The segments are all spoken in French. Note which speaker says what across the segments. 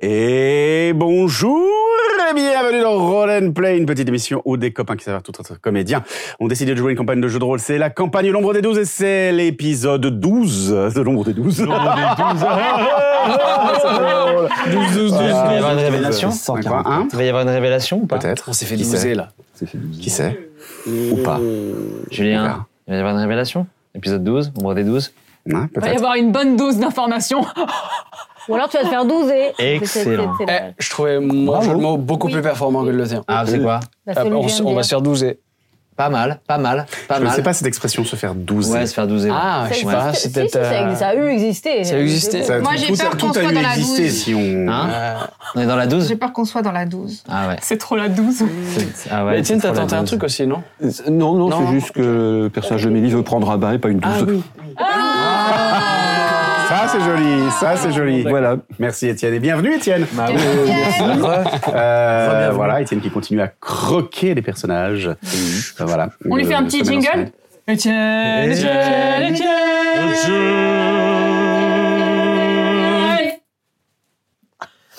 Speaker 1: Et bonjour et bienvenue dans Roll and Play, une petite émission où des copains qui savent tout être comédiens ont décidé de jouer une campagne de jeu de rôle. C'est la campagne L'ombre des 12 et c'est l'épisode 12 de L'ombre des 12.
Speaker 2: Il va y avoir une révélation
Speaker 1: Euh, Quoi, hein
Speaker 2: Il va y avoir une révélation ou pas
Speaker 1: Peut-être.
Speaker 3: On s'est fait
Speaker 1: Qui sait
Speaker 3: diminuer là.
Speaker 1: Qui sait Ou pas Hein,
Speaker 2: Julien, il va y avoir une révélation Épisode 12, nombre des 12.
Speaker 1: Hein,
Speaker 4: Il va y
Speaker 1: Peut-être.
Speaker 4: avoir une bonne dose d'informations. Oh,
Speaker 5: Ou alors tu vas te faire 12 et.
Speaker 2: Excellent.
Speaker 5: C'est- c'est- c'est-
Speaker 3: Eh, je trouvais mon jeu de mots beaucoup plus performant que le tien.
Speaker 2: Ah, c'est quoi
Speaker 5: bah,
Speaker 3: Ah,
Speaker 5: c'est
Speaker 3: bah,
Speaker 5: lui
Speaker 3: on,
Speaker 5: qui
Speaker 3: s-
Speaker 5: vient de
Speaker 3: on va
Speaker 5: dire.
Speaker 3: se faire 12 et.
Speaker 2: Pas mal, pas mal, pas
Speaker 1: Je ne
Speaker 2: mal.
Speaker 1: sais pas cette expression se faire 12.
Speaker 2: Ouais, se faire 12 et
Speaker 3: Ah, je
Speaker 5: Ça
Speaker 3: sais
Speaker 5: existe-
Speaker 3: pas,
Speaker 5: si,
Speaker 3: c'est
Speaker 5: si,
Speaker 3: peut-être.
Speaker 5: ça
Speaker 3: euh,
Speaker 5: existe- ça a eu existé.
Speaker 3: ça a existé.
Speaker 1: Ça a
Speaker 6: Moi,
Speaker 1: tout-
Speaker 6: j'ai
Speaker 1: tout
Speaker 6: peur
Speaker 1: a-
Speaker 6: qu'on
Speaker 1: tout a
Speaker 6: soit
Speaker 1: eu
Speaker 6: dans la
Speaker 1: existé
Speaker 6: 12.
Speaker 1: si on.
Speaker 2: Hein
Speaker 3: euh,
Speaker 2: On est dans la 12
Speaker 6: J'ai peur qu'on soit dans la 12.
Speaker 2: Ah ouais.
Speaker 4: C'est trop la douze.
Speaker 2: C'est- Ah
Speaker 3: Mais Étienne,
Speaker 2: c'est
Speaker 3: t'as
Speaker 2: trop la
Speaker 3: tenté un
Speaker 2: 12.
Speaker 3: truc aussi, non
Speaker 7: Non, non,
Speaker 3: Non. Ah
Speaker 7: c'est juste que le personnage de Mélie veut prendre un bain et pas une douce.
Speaker 1: Ça, c'est joli. Ça, c'est joli.
Speaker 6: Ah.
Speaker 7: Voilà.
Speaker 1: Merci, Étienne. Et bienvenue, Étienne.
Speaker 4: Bah
Speaker 1: Euh, voilà, Étienne qui continue à croquer les personnages. Euh, voilà.
Speaker 4: On lui fait un
Speaker 1: Euh,
Speaker 4: petit
Speaker 1: semaine en semaine.
Speaker 4: jingle Etienne, Etienne,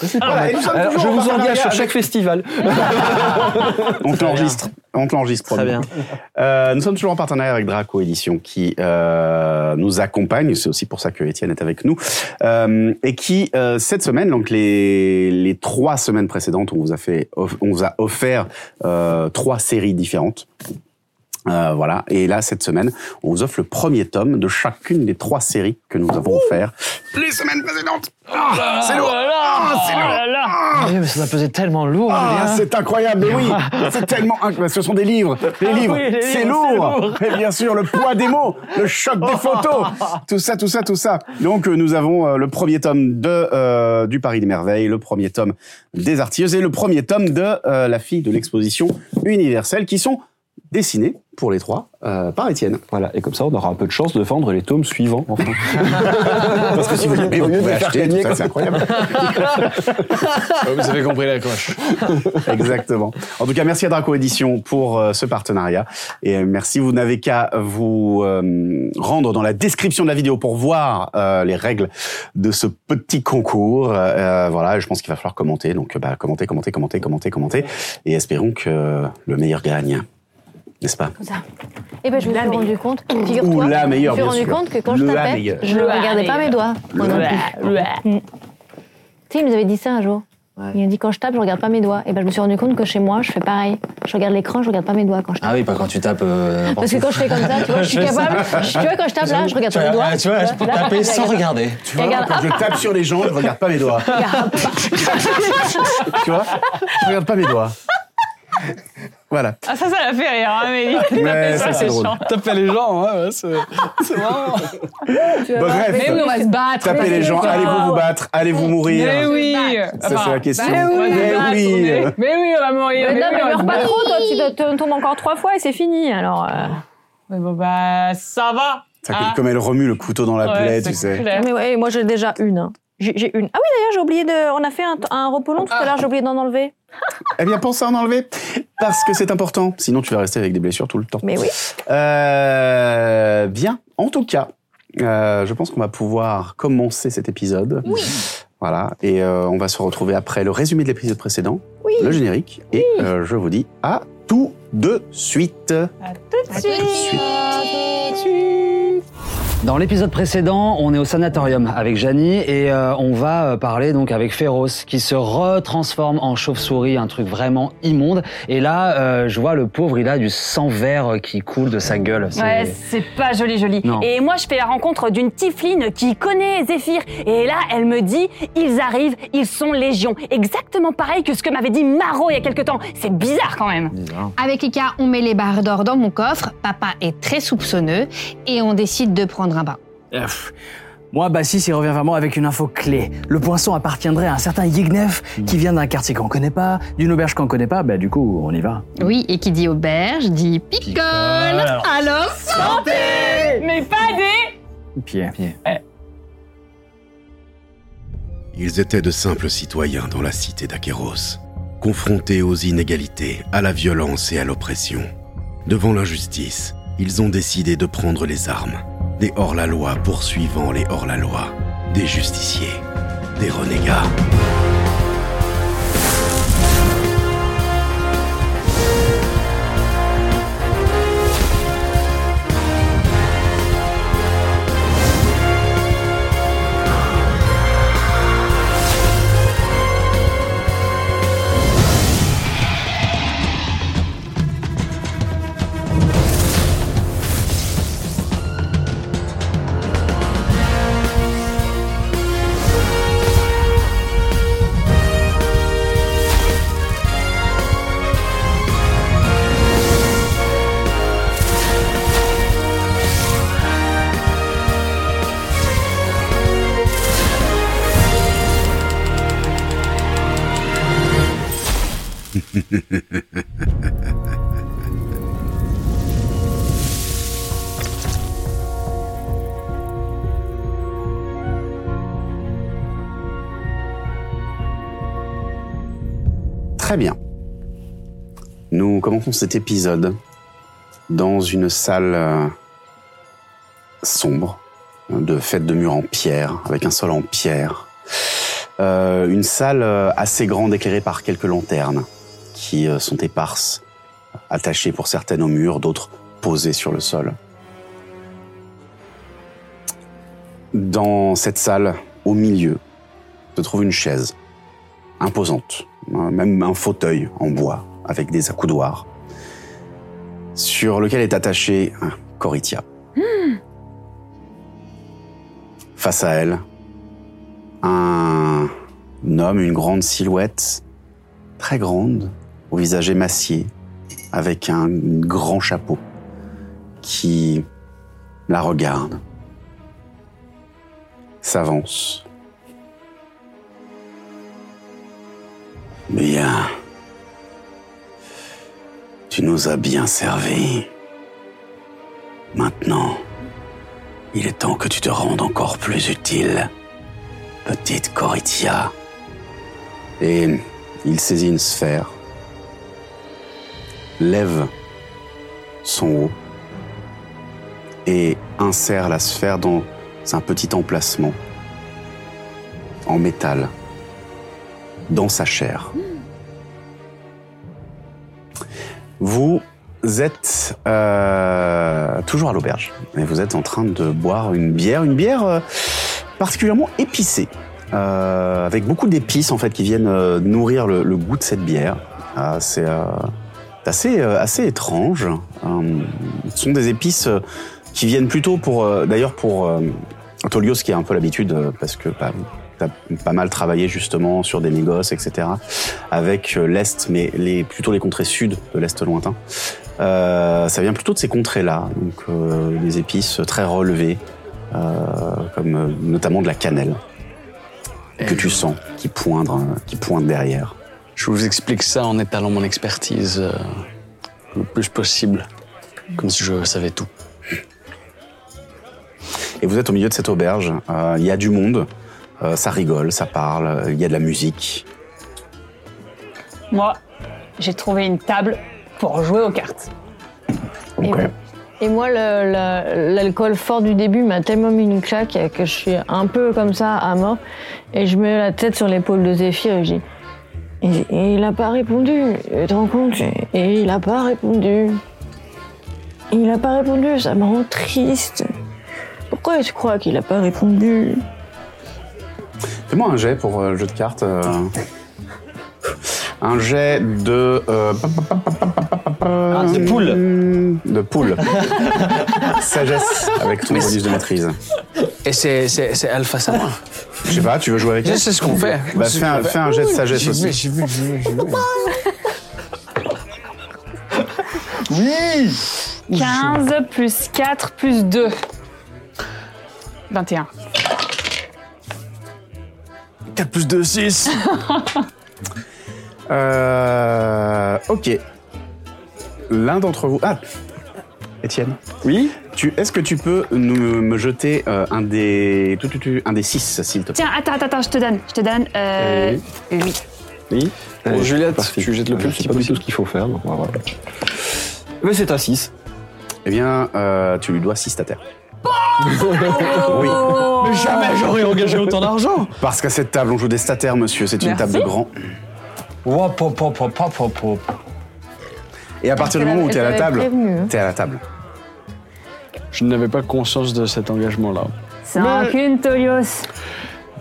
Speaker 4: Etienne
Speaker 1: Voilà, et nous sommes
Speaker 7: Alors,
Speaker 1: toujours
Speaker 7: je
Speaker 1: en
Speaker 7: vous
Speaker 1: partenariat
Speaker 7: engage sur
Speaker 1: avec-
Speaker 7: chaque festival.
Speaker 1: On te l'enregistre. On te l'enregistre,
Speaker 3: Très
Speaker 1: promis.
Speaker 3: bien.
Speaker 1: Euh, nous sommes toujours en partenariat avec Draco Édition qui euh, nous accompagne. C'est aussi pour ça que Étienne est avec nous. Euh, et qui, euh, cette semaine, donc les, les trois semaines précédentes, on vous a, fait, off- on vous a offert euh, trois séries différentes. Euh, voilà. Et là, cette semaine, on vous offre le premier tome de chacune des trois séries que nous avons offert les semaines précédentes. Ah, c'est lourd. Ah, c'est lourd.
Speaker 2: Ah oui, mais ça doit peser tellement lourd,
Speaker 1: Ah,
Speaker 2: Julien.
Speaker 1: c'est incroyable, mais oui, c'est tellement incroyable. Ce sont des livres, Ah les livres,
Speaker 2: oui, les
Speaker 1: c'est
Speaker 2: livres,
Speaker 1: lourd. Et bien sûr, le poids des mots, le choc des photos, tout ça, tout ça, tout ça. Donc, euh, nous avons euh, le premier tome de euh, du Paris des merveilles, le premier tome des artilleuses et le premier tome de euh, la fille de l'exposition universelle, qui sont dessinés pour les trois euh, par Étienne.
Speaker 7: Voilà, et comme ça, on aura un peu de chance de vendre les tomes suivants. enfin.
Speaker 1: Parce que si vous aimez, vous pouvez acheter. tout ça, C'est incroyable.
Speaker 3: Ah, Vous avez compris la coche.
Speaker 1: Exactement. En tout cas, merci à Draco Édition pour euh, ce partenariat. Et euh, merci, vous n'avez qu'à vous euh, rendre dans la description de la vidéo pour voir euh, les règles de ce petit concours. Euh, voilà, je pense qu'il va falloir commenter. Donc, bah, commenter, commenter, commenter, commenter, commenter. Et espérons que euh, le meilleur gagne. N'est-ce pas
Speaker 5: Eh ben, je me suis rendu compte,
Speaker 1: Ou
Speaker 5: figure-toi,
Speaker 1: la meilleure,
Speaker 5: je me
Speaker 1: bien
Speaker 5: suis rendu
Speaker 1: sûr.
Speaker 5: compte que quand je
Speaker 1: Le la
Speaker 5: tapais,
Speaker 1: meilleure.
Speaker 5: je ne
Speaker 4: Le
Speaker 5: regardais
Speaker 4: meilleur.
Speaker 5: pas mes doigts. moi non plus. Mm. Tu sais, il nous avait dit ça un jour.
Speaker 2: Ouais.
Speaker 5: Il a dit quand je tape, je regarde pas mes doigts. Et ben, je me suis rendu compte que chez moi, je fais pareil. Je regarde l'écran, je regarde pas mes doigts quand je tape.
Speaker 2: Ah oui, pas quand tu tapes euh, n'importe
Speaker 5: Parce que quand je fais comme ça, tu vois, je suis capable. Tu vois, quand je tape là, je regarde pas mes doigts.
Speaker 2: tu vois, je peux
Speaker 5: Là, par
Speaker 2: taper
Speaker 5: contre, je
Speaker 2: sans
Speaker 5: regarde.
Speaker 2: regarder.
Speaker 1: Tu vois,
Speaker 5: Regarde.
Speaker 1: quand je tape sur les gens, je regarde pas mes doigts. tu vois Je regarde pas mes doigts. Voilà.
Speaker 4: Ah ça, ça l'a fait rire, hein, Amélie.
Speaker 1: Mais ça, c'est drôle.
Speaker 3: Taper les gens, ouais, ouais, c'est c'est marrant.
Speaker 1: Bref.
Speaker 4: Mais oui, on va se battre.
Speaker 1: Tapez les gens,
Speaker 4: Ah,
Speaker 1: allez-vous vous battre, allez-vous
Speaker 4: Mais
Speaker 1: mourir.
Speaker 4: oui
Speaker 1: Ça, c'est la question.
Speaker 4: Mais oui
Speaker 1: Mais
Speaker 4: on va se
Speaker 1: oui.
Speaker 4: battre, Mais oui, on va mourir
Speaker 5: Mais non,
Speaker 4: oui,
Speaker 5: mais
Speaker 4: on va se
Speaker 5: meurs pas
Speaker 4: battre.
Speaker 5: trop, toi, tu te- te tombes encore trois fois et c'est fini. Alors, euh,
Speaker 4: Mais bon, bah, ça va
Speaker 1: Ça,
Speaker 4: Ah.
Speaker 1: Comme elle remue le couteau dans la
Speaker 4: Ouais,
Speaker 1: plaie,
Speaker 4: c'est
Speaker 1: tu sais.
Speaker 4: clair.
Speaker 5: mais ouais, moi j'ai déjà une. hein. J'ai j'ai une. Ah oui, d'ailleurs, j'ai oublié de. On a fait un, un repolon tout à
Speaker 8: Ah.
Speaker 5: l'heure, j'ai oublié d'en enlever.
Speaker 1: Eh bien, pense à en enlever, parce que c'est important. Sinon, tu vas rester avec des blessures tout le temps.
Speaker 5: Mais oui.
Speaker 1: Euh, bien, en tout cas, euh, je pense qu'on va pouvoir commencer cet épisode. Oui. Voilà, et euh, on va se retrouver après le résumé de l'épisode précédent,
Speaker 5: Oui.
Speaker 1: le générique, et euh, je vous dis à tout de suite.
Speaker 2: Dans l'épisode précédent, on est au sanatorium avec Janie et euh, on va euh, parler donc avec Féroce qui se retransforme en chauve-souris, un truc vraiment immonde. Et là, euh, je vois le pauvre, il a du sang vert qui coule de sa gueule. C'est-
Speaker 8: Ouais, c'est pas joli, joli.
Speaker 2: Non.
Speaker 8: Et moi, je fais la rencontre d'une tiefline qui connaît Zéphyr. Et là, elle me dit ils arrivent, ils sont légion. Exactement pareil que ce que m'avait dit Maro il y a quelque temps. C'est bizarre quand même.
Speaker 6: Avec Ika, on met les barres d'or dans mon coffre. Papa est très soupçonneux et on décide de prendre un bain.
Speaker 9: Euh, pff. Moi,
Speaker 3: bah,
Speaker 9: Bassis, il revient vraiment avec une info clé. Le poisson appartiendrait à un certain Yignef
Speaker 2: Hmm.
Speaker 9: qui vient d'un quartier qu'on connaît pas, d'une auberge qu'on connaît pas. Bah, du coup, on y va.
Speaker 6: Oui, et qui dit auberge dit picole. Alors,
Speaker 8: Mais pas des.
Speaker 9: Pierre.
Speaker 10: Ils étaient de simples citoyens dans la cité d'Aqueros, confrontés aux inégalités, à la violence et à l'oppression. Devant l'injustice, ils ont décidé de prendre les armes, des hors-la-loi poursuivant les hors-la-loi, des justiciers, des renégats.
Speaker 1: Très bien. Nous commençons cet épisode dans une salle euh, sombre, hein, de fête de murs en pierre, avec un sol en pierre. Euh, une salle euh, assez grande éclairée par quelques lanternes qui euh, sont éparses, attachées pour certaines au mur, d'autres posées sur le sol. Dans cette salle, au milieu, se trouve une chaise imposante, un- même un fauteuil en bois avec des accoudoirs, sur lequel est attaché un Coritia. Face à elle, un homme, une grande silhouette, très grande, au visage émacié, avec un grand chapeau, qui la regarde, s'avance. Bien. Tu nous as bien servi. Maintenant, il est temps que tu te rendes encore plus utile, petite Coritia. Et il saisit une sphère, lève son haut et insère la sphère dans un petit emplacement en métal, dans sa chair. Vous êtes euh, toujours à l'auberge et vous êtes en train de boire une bière, une bière euh, particulièrement épicée, euh, avec beaucoup d'épices en fait qui viennent euh, nourrir le, le goût de cette bière. Ah, C'est euh, c'est assez euh, assez étrange. Hum, ce sont des épices euh, qui viennent plutôt pour euh, d'ailleurs pour euh, Tolios qui a un peu l'habitude euh, parce que bah, t'as pas mal travaillé justement sur des négoces, etc. Avec euh, l'Est, mais les, plutôt les contrées sud de l'Est lointain. Euh, ça vient plutôt de ces contrées-là, donc euh, des épices très relevées, euh, comme euh, notamment de la cannelle que tu sens qui poindre, euh, qui pointe derrière.
Speaker 3: Je vous explique ça en étalant mon expertise euh, le plus possible, comme si je savais tout.
Speaker 1: Et vous êtes au milieu de cette auberge. Euh, Il y a du monde. Euh, ça rigole, ça parle. euh, Il y a de la musique.
Speaker 4: Moi, j'ai trouvé une table pour jouer aux cartes.
Speaker 5: Et moi, le- la- l'alcool fort du début m'a tellement mis une claque que je suis un peu comme ça à mort. Et je mets la tête sur l'épaule de Zéphyr et je dis Et, et il a pas répondu, tu te rends compte Et il a pas répondu. Il a pas répondu, ça me rend triste. Pourquoi tu crois qu'il a pas répondu
Speaker 1: Fais-moi un jet pour euh, le jeu de cartes. euh. Un jet de. euh, pa- pa- pa- pa- pa- pa- pa-
Speaker 3: Ah,
Speaker 1: pa-
Speaker 2: de poule.
Speaker 1: De poule. Sagesse avec ton
Speaker 3: Mais
Speaker 1: bonus
Speaker 3: c'est-
Speaker 1: de maîtrise.
Speaker 3: Et c'est, c'est, c'est Alpha Sama.
Speaker 1: Je sais pas, tu veux jouer avec
Speaker 3: Je
Speaker 1: elle
Speaker 3: sais ce qu'on fait.
Speaker 1: Bah,
Speaker 3: Je sais
Speaker 1: fais, un,
Speaker 3: ce qu'on
Speaker 1: fais un jet de
Speaker 7: Ah,
Speaker 1: sagesse
Speaker 3: J'y vais,
Speaker 1: aussi.
Speaker 3: j'y vais, j'y vais, j'y vais.
Speaker 4: Oui 15 plus 4 plus 2. 21.
Speaker 3: 4 plus 2, 6.
Speaker 1: Euh, ok. L'un d'entre vous. Ah Étienne
Speaker 7: Oui
Speaker 1: tu, Est-ce que tu peux nous, me jeter euh, un des. tu, tu, tu, Un des six, s'il te plaît
Speaker 8: Tiens, attends, attends, attends, je te donne, je te donne. Euh, oui.
Speaker 7: Oui.
Speaker 3: Bon,
Speaker 7: Allez,
Speaker 3: Juliette,
Speaker 7: c'est parti.
Speaker 3: tu jettes le
Speaker 7: Ah,
Speaker 3: plus
Speaker 7: Je sais
Speaker 3: petit
Speaker 7: pas du tout
Speaker 3: possible.
Speaker 7: ce qu'il faut faire. donc on va voir. Mais c'est un 6.
Speaker 1: Eh bien, euh, tu lui dois six à terre. Oui.
Speaker 3: Mais jamais j'aurais engagé autant d'argent.
Speaker 1: Parce qu'à cette table, on joue des statères, monsieur. C'est une
Speaker 4: Merci.
Speaker 1: table de grand.
Speaker 2: Wop, wop, wop, wop, wop, wop, wop.
Speaker 1: Et à partir du moment où t'es à la table,
Speaker 3: hein.
Speaker 5: Prévenu.
Speaker 1: t'es à la table.
Speaker 3: Je n'avais pas conscience de cet engagement-là.
Speaker 8: C'est un rancune, Tolios.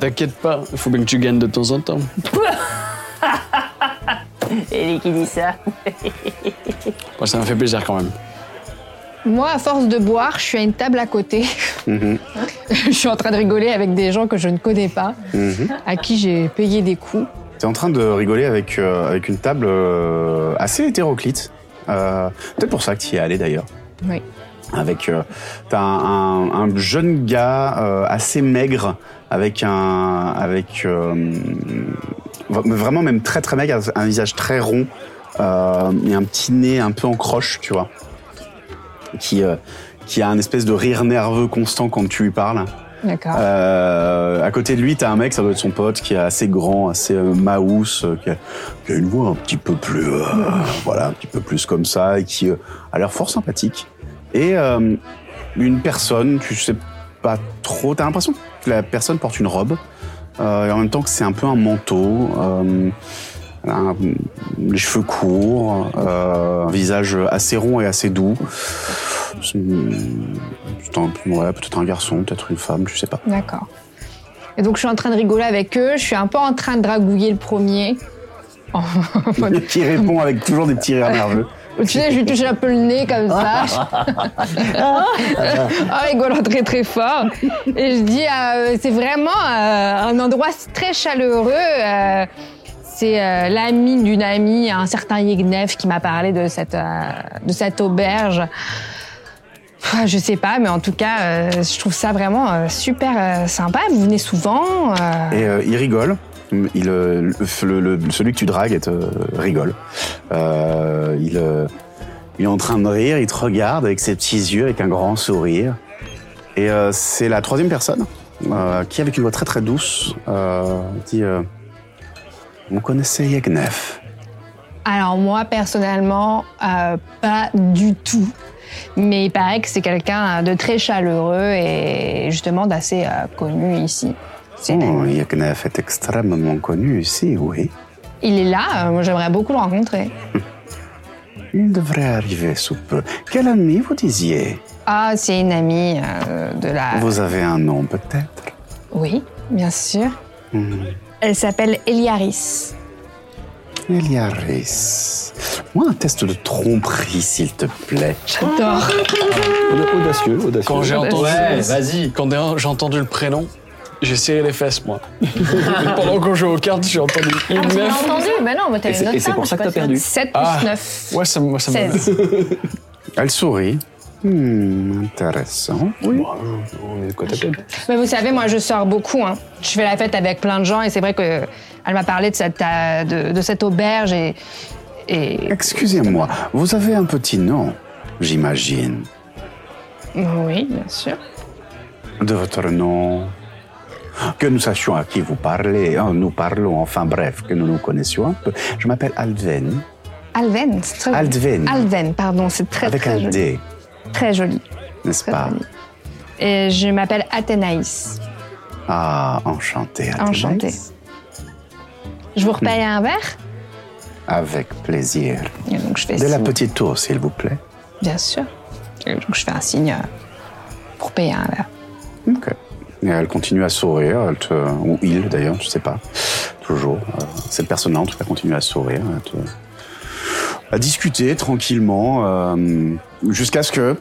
Speaker 3: T'inquiète pas, il faut bien que tu gagnes de temps en temps.
Speaker 8: Et lui qui dit ça.
Speaker 3: Bon, ça m'a fait plaisir quand même.
Speaker 6: Moi, à force de boire, je suis à une table à côté.
Speaker 1: Mhm.
Speaker 6: je suis en train de rigoler avec des gens que je ne connais pas, à qui j'ai payé des coups.
Speaker 1: T'es en train de rigoler avec, euh, avec une table euh, assez hétéroclite. Euh, Peut-être pour ça que tu y es allé d'ailleurs.
Speaker 6: Oui.
Speaker 1: Avec euh, t'as un, un- un jeune gars euh, assez maigre avec un avec euh, v- vraiment même très très maigre, un visage très rond euh, et un petit nez un peu en croche, tu vois, qui, euh, qui a un espèce de rire nerveux constant quand tu lui parles.
Speaker 4: D'accord.
Speaker 1: Euh, à côté de lui, t'as un mec, ça doit être son pote, qui est assez grand, assez euh, maousse, euh, qui, a, qui a une voix un petit peu plus, euh, voilà, un petit peu plus comme ça, et qui euh, a l'air fort sympathique. Et euh, une personne, tu sais pas trop, t'as l'impression que la personne porte une robe, euh, et en même temps que c'est un peu un manteau, euh, elle a un- les cheveux courts, euh, un visage assez rond et assez doux. C'est une- c'est un- ouais, peut-être un garçon, peut-être une femme, je sais pas.
Speaker 6: D'accord. Et donc je suis en train de rigoler avec eux, je suis un peu en train de dragouiller le premier.
Speaker 1: qui répond avec toujours des petits rires nerveux.
Speaker 6: Tu sais, je lui touche un peu le nez comme ça. en rigolant très très fort. Et je dis, euh, c'est vraiment euh, un endroit très chaleureux. euh, c'est euh, l'ami d'une amie, un certain Yegnev, qui m'a parlé de cette, euh, de cette auberge. Pff, Je sais pas, mais en tout cas, euh, je trouve ça vraiment euh, super euh, sympa. Vous venez souvent. euh,
Speaker 1: Et euh, il rigole. Il, euh, le- le- le- celui que tu dragues il te- euh, rigole. Euh, il, euh, il est en train de rire, il te regarde avec ses petits yeux, avec un grand sourire. Et euh, c'est la troisième personne euh, qui, avec une voix très très douce, euh, dit euh, On connaissait Yagnev.
Speaker 6: Alors moi personnellement, euh, pas du tout. Mais il paraît que c'est quelqu'un de très chaleureux et justement d'assez euh, connu ici.
Speaker 1: Oh, Yagnev est extrêmement connu ici, oui.
Speaker 6: Il est là, euh, moi j'aimerais beaucoup le rencontrer.
Speaker 1: Il devrait arriver sous peu. Quel ami vous disiez
Speaker 6: Ah, c'est une amie euh, de la...
Speaker 1: Vous avez un nom peut-être
Speaker 6: Oui, bien sûr.
Speaker 1: Hmm.
Speaker 6: Elle s'appelle Eliaris.
Speaker 5: Ah,
Speaker 1: Eliaris. Moi, un test de tromperie, s'il te plaît.
Speaker 6: J'adore.
Speaker 7: Audacieux, audacieux.
Speaker 3: Quand j'ai entendu,
Speaker 2: Ouais, vas-y.
Speaker 3: Quand j'ai entendu le prénom, j'ai serré les fesses, moi. Pendant qu'on jouait aux cartes, j'ai entendu une
Speaker 5: tu l'as
Speaker 3: meuf.
Speaker 5: entendu Ben non, mais t'as une
Speaker 7: Bah, Et c'est-
Speaker 5: autre
Speaker 7: et c'est pour ça que t'as perdu.
Speaker 6: 7 plus
Speaker 3: Ah.
Speaker 6: 9.
Speaker 3: Ouais, ça me. Ça me-
Speaker 6: 16.
Speaker 1: Elle sourit. Hmm, intéressant. Oui.
Speaker 7: On est côte à côte.
Speaker 6: Mais vous savez, moi, je sors beaucoup. hein. Je fais la fête avec plein de gens et c'est vrai que elle m'a parlé de cette, euh, de, de cette auberge et, et
Speaker 1: Excusez-moi, vous avez un petit nom, j'imagine.
Speaker 6: oui, bien sûr.
Speaker 1: De votre nom. Que nous sachions à qui vous parlez. hein, nous parlons, enfin bref, que nous nous connaissions un peu. Je m'appelle Alven.
Speaker 6: Alven, c'est très joli.
Speaker 1: Alven.
Speaker 6: Alven, pardon, c'est très
Speaker 1: avec
Speaker 6: très
Speaker 1: un
Speaker 6: joli.
Speaker 1: D,
Speaker 6: Très joli.
Speaker 1: n'est-ce
Speaker 6: Très
Speaker 1: pas
Speaker 6: joli. Et je m'appelle Athénaïs.
Speaker 1: Ah, enchanté. Athénaïs.
Speaker 6: Enchantée. Je vous repaye un verre
Speaker 1: Avec plaisir.
Speaker 6: Et donc je fais
Speaker 1: De la
Speaker 6: signe.
Speaker 1: petite eau, s'il vous plaît.
Speaker 6: Bien sûr. Et donc je fais un signe euh, pour payer un verre.
Speaker 1: Ok. Et elle continue à sourire, elle te- ou il d'ailleurs, je sais pas. Toujours. euh, cette personne-là, en tout cas, continue à sourire, à, te- à discuter tranquillement, euh, jusqu'à ce que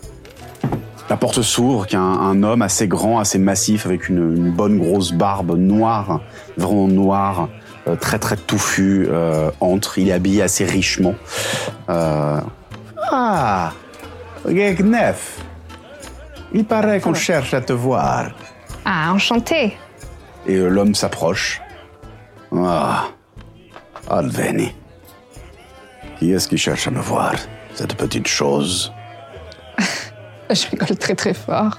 Speaker 1: la porte s'ouvre, qu'un un homme assez grand, assez massif, avec une, une bonne grosse barbe noire, vraiment noire, euh, très très touffue, euh, entre. Il est habillé assez richement. Euh, Ah Gegnef Il paraît qu'on cherche à te voir.
Speaker 6: Ah, enchanté.
Speaker 1: Et euh, l'homme s'approche. Ah, Alveni. Qui est-ce qui cherche à me voir Cette petite chose.
Speaker 6: Je rigole très très fort.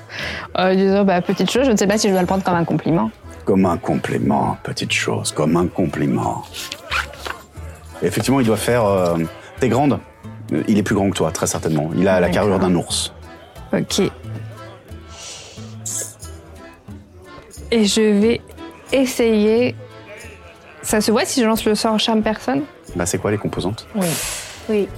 Speaker 6: Euh, disons, bah, petite chose, je ne sais pas si je dois le prendre comme un compliment.
Speaker 1: Comme un compliment, petite chose, comme un compliment. Et effectivement, il doit faire. euh, T'es grande Euh, Il est plus grand que toi, très certainement. Il a la carrure d'un ours.
Speaker 5: Ok. Et je vais essayer. Ça se voit si je lance le sort charme personne
Speaker 1: Bah, c'est quoi les composantes
Speaker 5: Oui.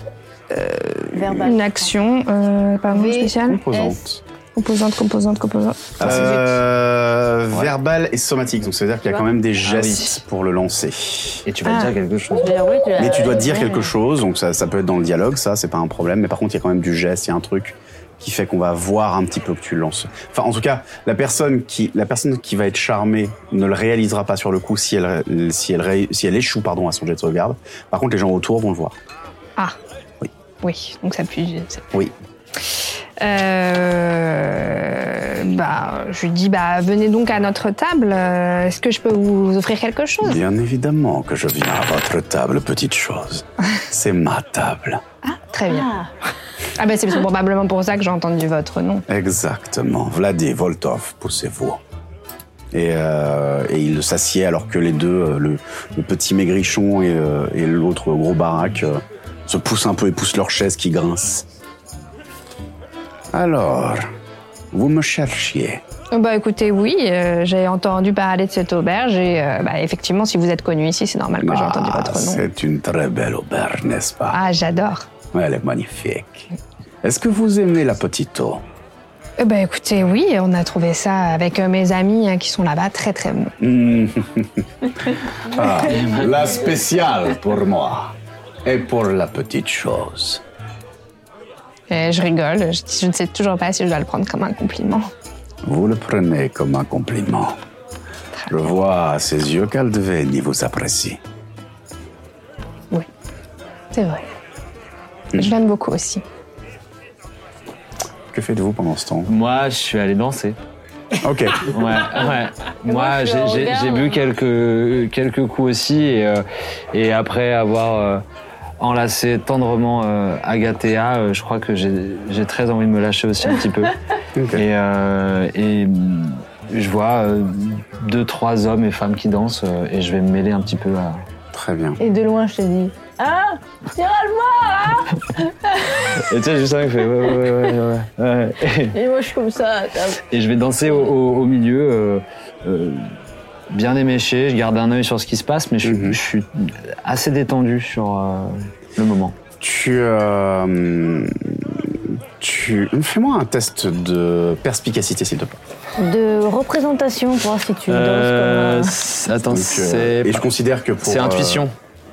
Speaker 4: Verbal.
Speaker 5: Une action, euh, pardon,
Speaker 6: V,
Speaker 9: Ah,
Speaker 5: spéciale.
Speaker 1: Composantes.
Speaker 5: Composante, composante, composante.
Speaker 1: Euh, verbal et somatique, donc ça veut dire qu'il y a quand même des
Speaker 9: Ah oui.
Speaker 1: gestes pour le lancer.
Speaker 9: Et tu vas
Speaker 5: Ah.
Speaker 9: dire quelque chose.
Speaker 1: Mais tu dois dire quelque chose, donc ça, ça peut être dans le dialogue, ça, c'est pas un problème. Mais par contre, il y a quand même du geste, il y a un truc qui fait qu'on va voir un petit peu que tu le lances. Enfin, en tout cas, la personne qui, la personne qui va être charmée ne le réalisera pas sur le coup si elle, si elle, ré- si elle échoue, pardon, à son jet de sauvegarde. Par contre, les gens autour vont le voir.
Speaker 6: Ah.
Speaker 1: Oui.
Speaker 6: Oui, donc ça pue. ça pue.
Speaker 1: Oui.
Speaker 6: Euh, bah, je lui dis, bah, venez donc à notre table. euh, Est-ce que je peux vous offrir quelque chose
Speaker 1: Bien évidemment que je viens à votre table, petite chose. c'est ma table.
Speaker 6: Très bien. Ah ben c'est probablement pour ça que j'ai entendu votre nom.
Speaker 1: Exactement. Vladi, Voltov, poussez-vous. Et, euh, et il s'assied alors que les deux, euh, le, le petit maigrichon et, euh, et l'autre gros baraque, euh, se poussent un peu et poussent leur chaise qui grince. Alors, vous me cherchiez.
Speaker 6: Euh, Bah écoutez, oui, euh, j'ai entendu parler de cette auberge et euh, bah, effectivement, si vous êtes connu ici, c'est normal
Speaker 11: Bah,
Speaker 6: que j'ai entendu
Speaker 1: Ah,
Speaker 6: votre nom.
Speaker 1: c'est une très belle auberge, n'est-ce pas
Speaker 6: Ah, j'adore.
Speaker 1: Elle est magnifique. Est-ce que vous aimez la petite eau
Speaker 6: Eh ben écoutez, oui, on a trouvé ça avec euh, mes amis hein, qui sont là-bas, très très bon.
Speaker 1: Hmm. Ah, la spéciale pour moi et pour la petite chose.
Speaker 6: Et je rigole, je, je ne sais toujours pas si je dois le prendre comme un compliment.
Speaker 1: Vous le prenez comme un compliment. Je vois à ses yeux qu'Aldeveni vous apprécie.
Speaker 6: C'est vrai.
Speaker 11: Mm.
Speaker 6: Je l'aime beaucoup aussi.
Speaker 1: Que faites-vous pendant ce temps
Speaker 11: Moi, je suis allé danser.
Speaker 1: Ok.
Speaker 11: Ouais, ouais. Moi, j'ai- j'ai j'ai bu quelques, quelques coups aussi. Et, euh, et après avoir euh, enlacé tendrement euh, Agathea, euh, je crois que j'ai j'ai très envie de me lâcher aussi un petit peu. Et, euh, et, mm, je vois euh, deux, trois hommes et femmes qui dansent. euh, et je vais me mêler un petit peu à.
Speaker 1: Très bien.
Speaker 5: Et de loin, je te dis. Hein Tire-le-moi
Speaker 11: Et tu sais, juste un mec fait. Ouais, ouais, ouais, ouais, ouais, ouais.
Speaker 5: hein Et moi, je suis comme ça.
Speaker 11: Et je vais danser au, au- au milieu, euh, euh, bien éméché. Je garde un œil sur ce qui se passe, mais je,
Speaker 1: Mhm.
Speaker 11: je suis assez détendu sur euh, le moment.
Speaker 1: Tu. euh, tu. Fais-moi un test de perspicacité, s'il te plaît.
Speaker 5: De représentation, pour voir si tu danses
Speaker 11: Euh,
Speaker 5: comme. un-
Speaker 11: c'est- attends,
Speaker 1: Donc, euh,
Speaker 11: c'est.
Speaker 1: et je considère que pour.
Speaker 11: C'est
Speaker 1: euh,
Speaker 11: intuition.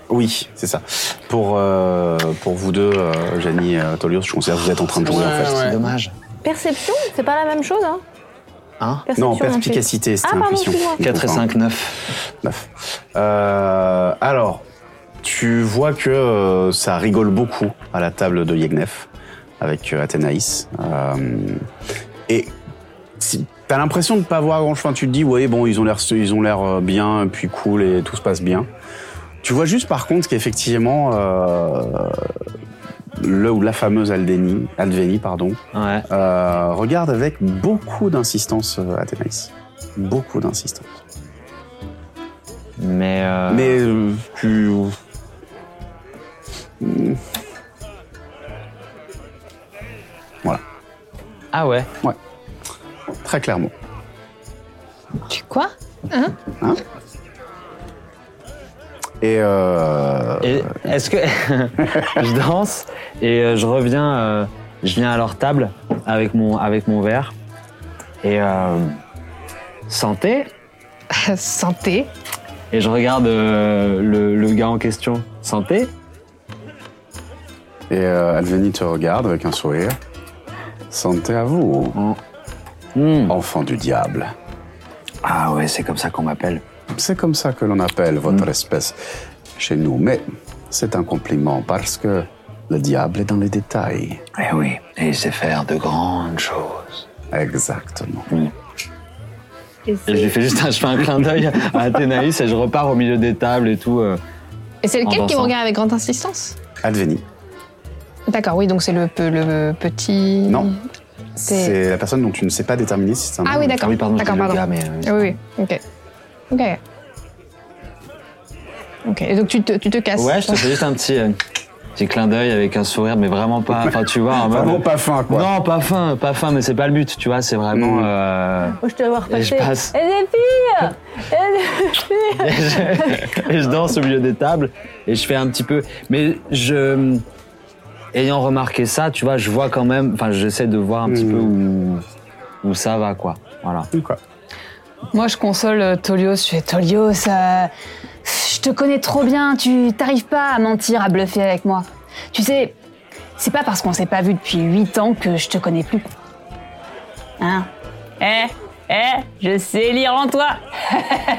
Speaker 1: oui, c'est ça. Pour, euh, pour vous deux, euh, Jani et euh, Tolios, je considère que vous êtes en train de jouer en fait.
Speaker 11: C'est dommage.
Speaker 5: Perception, c'est pas la même chose, hein
Speaker 11: Hein
Speaker 5: Perception,
Speaker 1: non, perspicacité, c'était
Speaker 5: Ah, pardon,
Speaker 1: intuition.
Speaker 5: excuse-moi.
Speaker 11: 4 et 5, 9.
Speaker 1: 9. Euh, alors, tu vois que euh, ça rigole beaucoup à la table de Yegnef avec euh, Athénaïs. Euh, et si- t'as l'impression de pas voir grand chose. Tu te dis, ouais, bon, ils ont l'air, ils ont l'air euh, bien, et puis cool, et tout se passe bien. Tu vois juste par contre qu'effectivement, euh, le ou la fameuse Aldeni, Aldveni, pardon,
Speaker 11: Ouais.
Speaker 1: euh, regarde avec beaucoup d'insistance euh, Athénaïs. Beaucoup d'insistance.
Speaker 11: Mais. euh,
Speaker 1: Mais euh, tu. Mm. Voilà,
Speaker 11: Ah ouais.
Speaker 1: très clairement.
Speaker 6: Tu quoi
Speaker 1: Et. Euh...
Speaker 11: Et Est-ce que je danse et euh, je reviens, euh, je viens à leur table avec mon avec mon verre et euh, santé
Speaker 6: Santé.
Speaker 11: et je regarde euh, le, le gars en question santé.
Speaker 1: Et euh, Alveni te regarde avec un sourire. Santé à vous,
Speaker 11: Hmm.
Speaker 1: enfant du diable.
Speaker 2: Ah ouais, c'est comme ça qu'on m'appelle.
Speaker 1: C'est comme ça que l'on appelle votre espèce chez nous. Mais c'est un compliment parce que le diable est dans les détails.
Speaker 2: Eh oui, et il sait faire de grandes choses.
Speaker 1: Exactement.
Speaker 11: Et je lui fais juste un, je fais un clin d'œil à Athénaïs et je repars au milieu des tables et tout. euh.
Speaker 6: Et c'est lequel
Speaker 11: En
Speaker 6: qui me
Speaker 11: dansant.
Speaker 6: regarde avec grande insistance
Speaker 1: Adveni.
Speaker 6: D'accord, oui, donc c'est le, pe- le petit.
Speaker 1: Non.
Speaker 6: Mm. C'est-
Speaker 1: C'est la personne dont tu ne sais pas déterminer si c'est un
Speaker 6: Ah oui, d'accord.
Speaker 11: Ah oui, pardon, je dis
Speaker 6: d'accord,
Speaker 11: le
Speaker 6: pardon.
Speaker 11: gars, mais, euh,
Speaker 6: Ah oui, oui, ok. Ok. Ok, et donc tu te, tu te casses.
Speaker 11: Ouais, je te fais juste un petit euh, petit clin d'œil avec un sourire, mais vraiment pas. Enfin, tu vois. en mode-
Speaker 1: Vraiment pas fin, quoi.
Speaker 11: Non, pas fin, pas fin, mais c'est pas le but, tu vois. C'est vraiment.
Speaker 2: Hmm.
Speaker 1: Mm.
Speaker 11: euh,
Speaker 5: Moi, je te vois repasser.
Speaker 11: Et je passe.
Speaker 5: Et les filles Et les filles
Speaker 11: et je, et je danse au milieu des tables et je fais un petit peu. Mais je, ayant remarqué ça, tu vois, je vois quand même. Enfin, j'essaie de voir un petit peu où, où ça va, quoi. Voilà.
Speaker 1: Quoi.
Speaker 6: Moi, je console euh, Tolios. Je fais Tolios. euh,
Speaker 8: Je te connais trop bien, tu t'arrives pas à mentir, à bluffer avec moi. Tu sais, c'est pas parce qu'on s'est pas vu depuis 8 ans que je te connais plus. Hein
Speaker 4: Eh, eh, je sais lire en toi.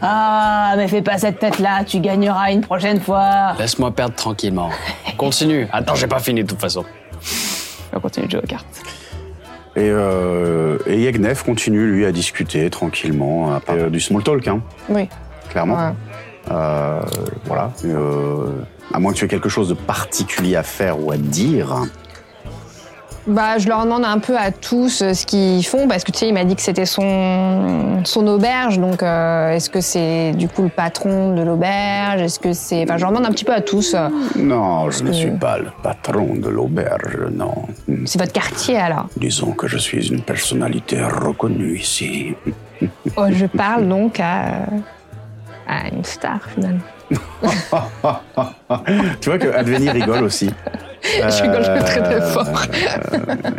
Speaker 8: Ah, mais fais pas cette tête-là, tu gagneras une prochaine fois.
Speaker 3: Laisse-moi perdre tranquillement. Continue. Attends, j'ai pas fini de toute façon.
Speaker 6: On continue de jouer aux cartes.
Speaker 1: Et, euh, et Yegnef continue, lui, à discuter tranquillement, à parler du small talk, hein,
Speaker 6: Oui.
Speaker 1: clairement.
Speaker 6: Ouais.
Speaker 1: Euh, voilà. Euh, à moins que tu aies quelque chose de particulier à faire ou à dire.
Speaker 6: Bah, je leur demande un peu à tous euh, ce qu'ils font parce que tu sais, il m'a dit que c'était son son auberge, donc euh, est-ce que c'est du coup le patron de l'auberge Est-ce que c'est, enfin, je leur demande un petit peu à tous. euh,
Speaker 1: Non,
Speaker 6: parce
Speaker 1: je ne
Speaker 6: que-
Speaker 1: suis pas le patron de l'auberge, non.
Speaker 6: C'est votre quartier alors.
Speaker 1: Disons que je suis une personnalité reconnue ici.
Speaker 6: Oh, je parle donc à euh, à une star finalement.
Speaker 1: tu vois que Adveni rigole aussi.
Speaker 6: Je rigole très très fort.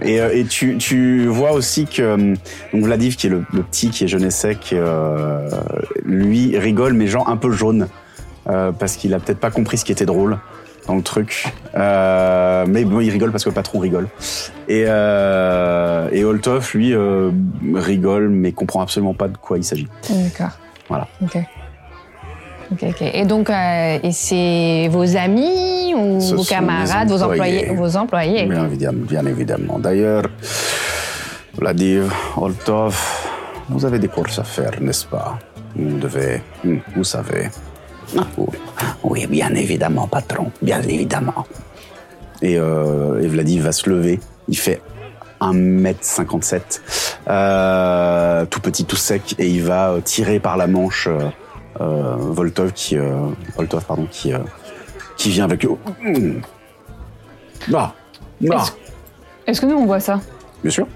Speaker 1: Et, euh, et tu, tu vois aussi que euh, donc Vladiv, qui est le, le petit, qui est jeune et sec, euh, lui rigole, mais genre un peu jaune, euh, parce qu'il a peut-être pas compris ce qui était drôle dans le truc. Euh, mais bon, il rigole parce que le patron rigole. Et, euh, et Oltov, lui, euh, rigole, mais comprend absolument pas de quoi il s'agit.
Speaker 6: D'accord.
Speaker 1: Voilà.
Speaker 6: Ok. Ok, ok. Et donc, euh, et c'est vos amis ou
Speaker 1: Ce
Speaker 6: vos
Speaker 1: sont mes
Speaker 6: camarades, vos employés,
Speaker 1: employés.
Speaker 6: vos employés
Speaker 1: Bien évidemment. Bien évidemment. D'ailleurs, Vladiv, Oltov, vous avez des courses à faire, n'est-ce pas Vous devez, vous savez. Oui, bien évidemment, patron, bien évidemment. Et, euh, et Vladiv va se lever. Il fait 1m57, euh, tout petit, tout sec, et il va euh, tirer par la manche euh, euh, Voltov qui, euh, Voltov, pardon, qui, euh, qui vient avec eux. Mmh. Ah, ah.
Speaker 4: Est-ce que nous on voit ça
Speaker 1: Bien sûr.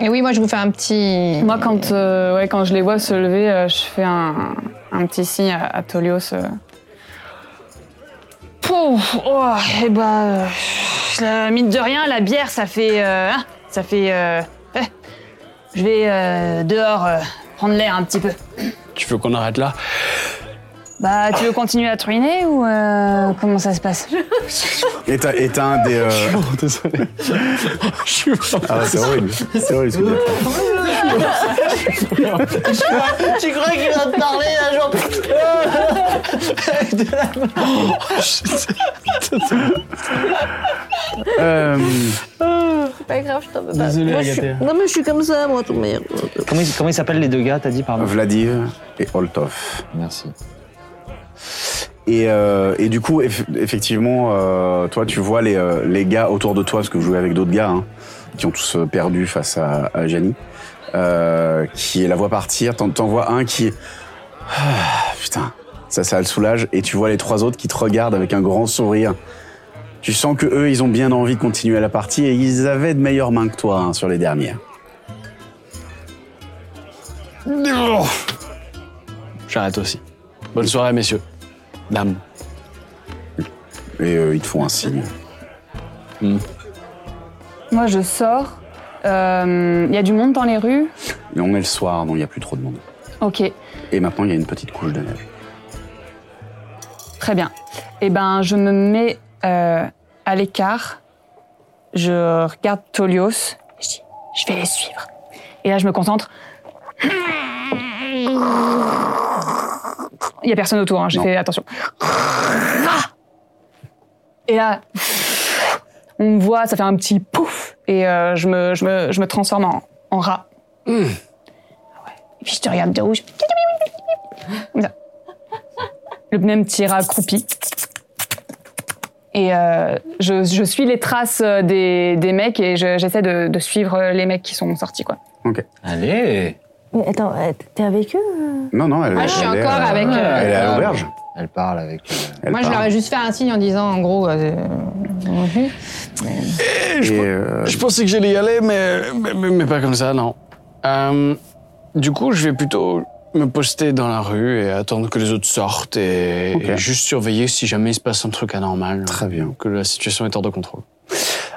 Speaker 6: Et oui, moi je vous fais un petit.
Speaker 4: Moi quand, euh, ouais, quand je les vois se lever, euh, je fais un, un petit signe à, à Tolios. euh. Pouf oh, Et bah. euh, la- mine de rien, la bière ça fait. euh, hein, ça fait. euh, eh, je vais euh, dehors euh, prendre l'air un petit peu.
Speaker 3: Tu veux qu'on arrête là
Speaker 4: Bah, tu veux continuer à truiner ou euh, comment ça se passe
Speaker 1: Et t'as et t'as un des. euh, Ah, c'est horrible. C'est horrible ce que tu as fait.
Speaker 12: tu crois qu'il va te parler là, genre. De la
Speaker 5: C'est pas grave, je t'en veux pas.
Speaker 2: Désolé,
Speaker 5: Moi, je suis-
Speaker 2: Agathe.
Speaker 5: Non, mais je suis comme ça, moi, tout merde.
Speaker 2: Comment ils comment ils s'appellent les deux gars, t'as dit, pardon
Speaker 1: Vladiv Euh, et Oltov.
Speaker 2: Merci.
Speaker 1: Et, euh, et du coup, eff- effectivement, euh, toi, tu vois les, euh, les gars autour de toi, parce que vous jouez avec d'autres gars, hein, qui ont tous euh, perdu face à, à Jani, euh, qui la voit partir. T'en, t'en vois un qui. Ah, putain, ça, ça le soulage. Et tu vois les trois autres qui te regardent avec un grand sourire. Tu sens que eux, ils ont bien envie de continuer la partie et ils avaient de meilleures mains que toi hein, sur les dernières.
Speaker 3: J'arrête aussi. Bonne soirée, messieurs. Dame.
Speaker 1: Et euh, ils te font un signe.
Speaker 4: Moi je sors. Euh, Il y a du monde dans les rues.
Speaker 1: Et on est le soir, donc il n'y a plus trop de monde.
Speaker 4: Ok.
Speaker 1: Et maintenant, il y a une petite couche de neige.
Speaker 4: Très bien. Eh ben, je me mets euh, à l'écart. Je regarde Tolios. Je dis, je vais les suivre. Et là, je me concentre. Il y a personne autour. hein, J'ai fait attention. Et là, on me voit. Ça fait un petit pouf. Et euh, je, me, je, me, je me transforme en, en rat. Ah Et puis je te regarde de rouge. Comme ça. Le même petit rat accroupi. Et euh, je, je suis les traces euh, des, des mecs et je- j'essaie de, de suivre euh, les mecs qui sont sortis, quoi.
Speaker 1: Ok.
Speaker 11: Allez
Speaker 5: Mais attends, euh, t'es avec eux euh
Speaker 1: Non, non, elle,
Speaker 6: Ah, je suis
Speaker 1: elle est,
Speaker 6: encore
Speaker 1: euh,
Speaker 6: avec, euh,
Speaker 1: Elle est à l'auberge.
Speaker 11: Elle parle avec.
Speaker 1: Elle
Speaker 6: Moi, je leur ai juste fait un signe en disant, en gros. euh, Mhm.
Speaker 1: je,
Speaker 3: pensais que j'allais y aller, mais, mais, mais- mais pas comme ça, non. Euh, du coup, je vais plutôt me poster dans la rue et attendre que les autres sortent et,
Speaker 1: Ok.
Speaker 3: et juste surveiller si jamais il se passe un truc anormal. Très
Speaker 1: bien.
Speaker 3: Que la situation est hors de contrôle.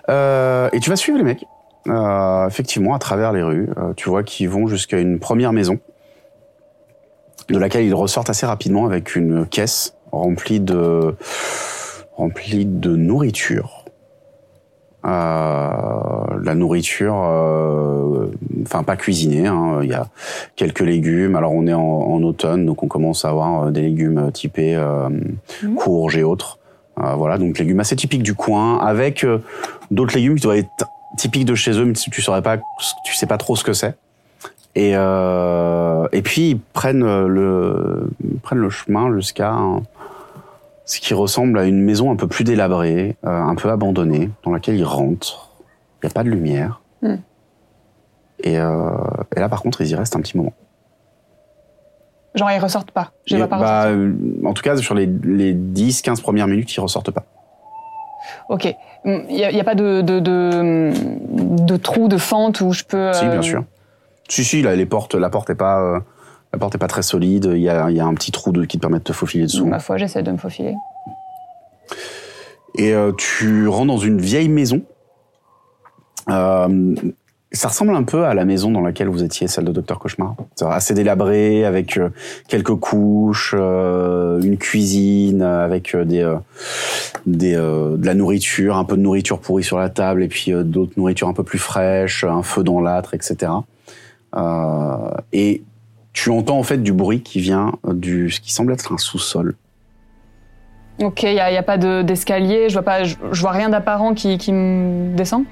Speaker 1: Euh, et tu vas suivre les mecs, euh, effectivement, à travers les rues. Euh, tu vois qu'ils vont jusqu'à une première maison, de laquelle ils ressortent assez rapidement avec une caisse remplie de, remplie de nourriture. Euh, la nourriture, euh, enfin pas cuisinée, hein, il y a quelques légumes. Alors on est en, en automne, donc on commence à avoir euh, des légumes typés euh, courges et autres. Euh, voilà, donc légumes assez typiques du coin, avec euh, d'autres légumes qui doivent être typiques de chez eux, mais tu tu saurais pas, tu sais pas trop ce que c'est. Et, euh, et puis ils prennent euh, le, ils prennent le chemin jusqu'à un- ce qui ressemble à une maison un peu plus délabrée, euh, un peu abandonnée, dans laquelle ils rentrent. Il n'y a pas de lumière.
Speaker 4: Hmm.
Speaker 1: Et, euh, et là, par contre, ils y restent un petit moment.
Speaker 4: Genre, ils ressortent pas. Je les
Speaker 1: Et-
Speaker 4: vois pas
Speaker 1: bah, euh, en tout cas, sur les, les 10-15 premières minutes, ils ressortent pas.
Speaker 4: Ok. Il n'y a, y a pas de, de, de, de trou, de fente où je peux.
Speaker 1: Si,
Speaker 4: euh,
Speaker 1: bien sûr. Si, si, là, les portes, la porte est pas, euh, la porte est pas très solide. Il y a, il y a un petit trou de, qui te permet de te faufiler dessous.
Speaker 4: Ma foi, j'essaie de me faufiler.
Speaker 1: Et euh, tu rentres dans une vieille maison. Euh, ça ressemble un peu à la maison dans laquelle vous étiez, celle de Docteur Cauchemar. C'est assez délabré, avec euh, quelques couches, euh, une cuisine, euh, avec euh, des, euh, des, euh, de la nourriture, un peu de nourriture pourrie sur la table, et puis euh, d'autres nourritures un peu plus fraîches, un feu dans l'âtre, etc. Euh, et tu entends en fait du bruit qui vient euh, du ce qui semble être un sous-sol.
Speaker 4: Ok, il n'y a, y a pas de- d'escalier, je vois pas, je, je vois rien d'apparent qui, qui me descend.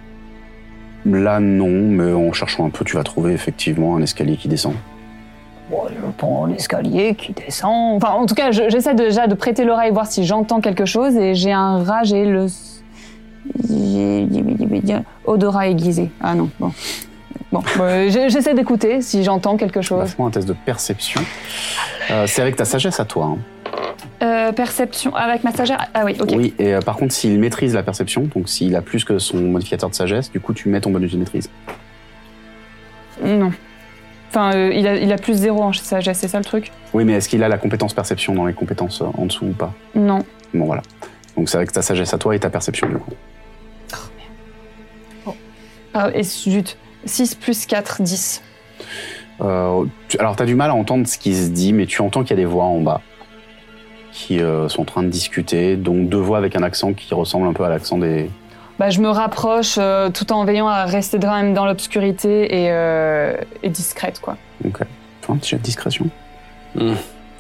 Speaker 1: Là, non, mais en cherchant un peu, tu vas trouver effectivement un escalier qui descend.
Speaker 4: Bon, je prends l'escalier qui descend. Enfin, en tout cas, je- j'essaie déjà de prêter l'oreille, voir si j'entends quelque chose, et j'ai un rat, j'ai le. j'ai- Odorat aiguisé. Ah non, bon. Bon, bah, j'ai- j'essaie d'écouter si j'entends quelque chose.
Speaker 1: Fais-moi un test de perception. Euh, c'est avec ta sagesse à toi. hein.
Speaker 4: Euh, perception avec ma stagiaire. Ah oui, ok.
Speaker 1: Oui, et euh, par contre, s'il maîtrise la perception, donc s'il a plus que son modificateur de sagesse, du coup, tu mets ton bonus de maîtrise.
Speaker 4: Non. Enfin, euh, il, a, il a plus zéro en sagesse, c'est ça le truc
Speaker 1: Oui, mais est-ce qu'il a la compétence perception dans les compétences euh, en dessous ou pas
Speaker 4: Non.
Speaker 1: Bon, voilà. Donc c'est avec ta sagesse à toi et ta perception, du coup.
Speaker 4: Ah, et zut. 6 plus 4, 10.
Speaker 1: Euh, tu- alors, t'as du mal à entendre ce qui se dit, mais tu entends qu'il y a des voix en bas qui euh, sont en train de discuter, donc deux voix avec un accent qui ressemble un peu à l'accent des,
Speaker 4: Bah, je me rapproche euh, tout en veillant à rester de- quand même dans l'obscurité et, euh, et discrète, quoi.
Speaker 1: Ok. Fais un petit jet de discrétion.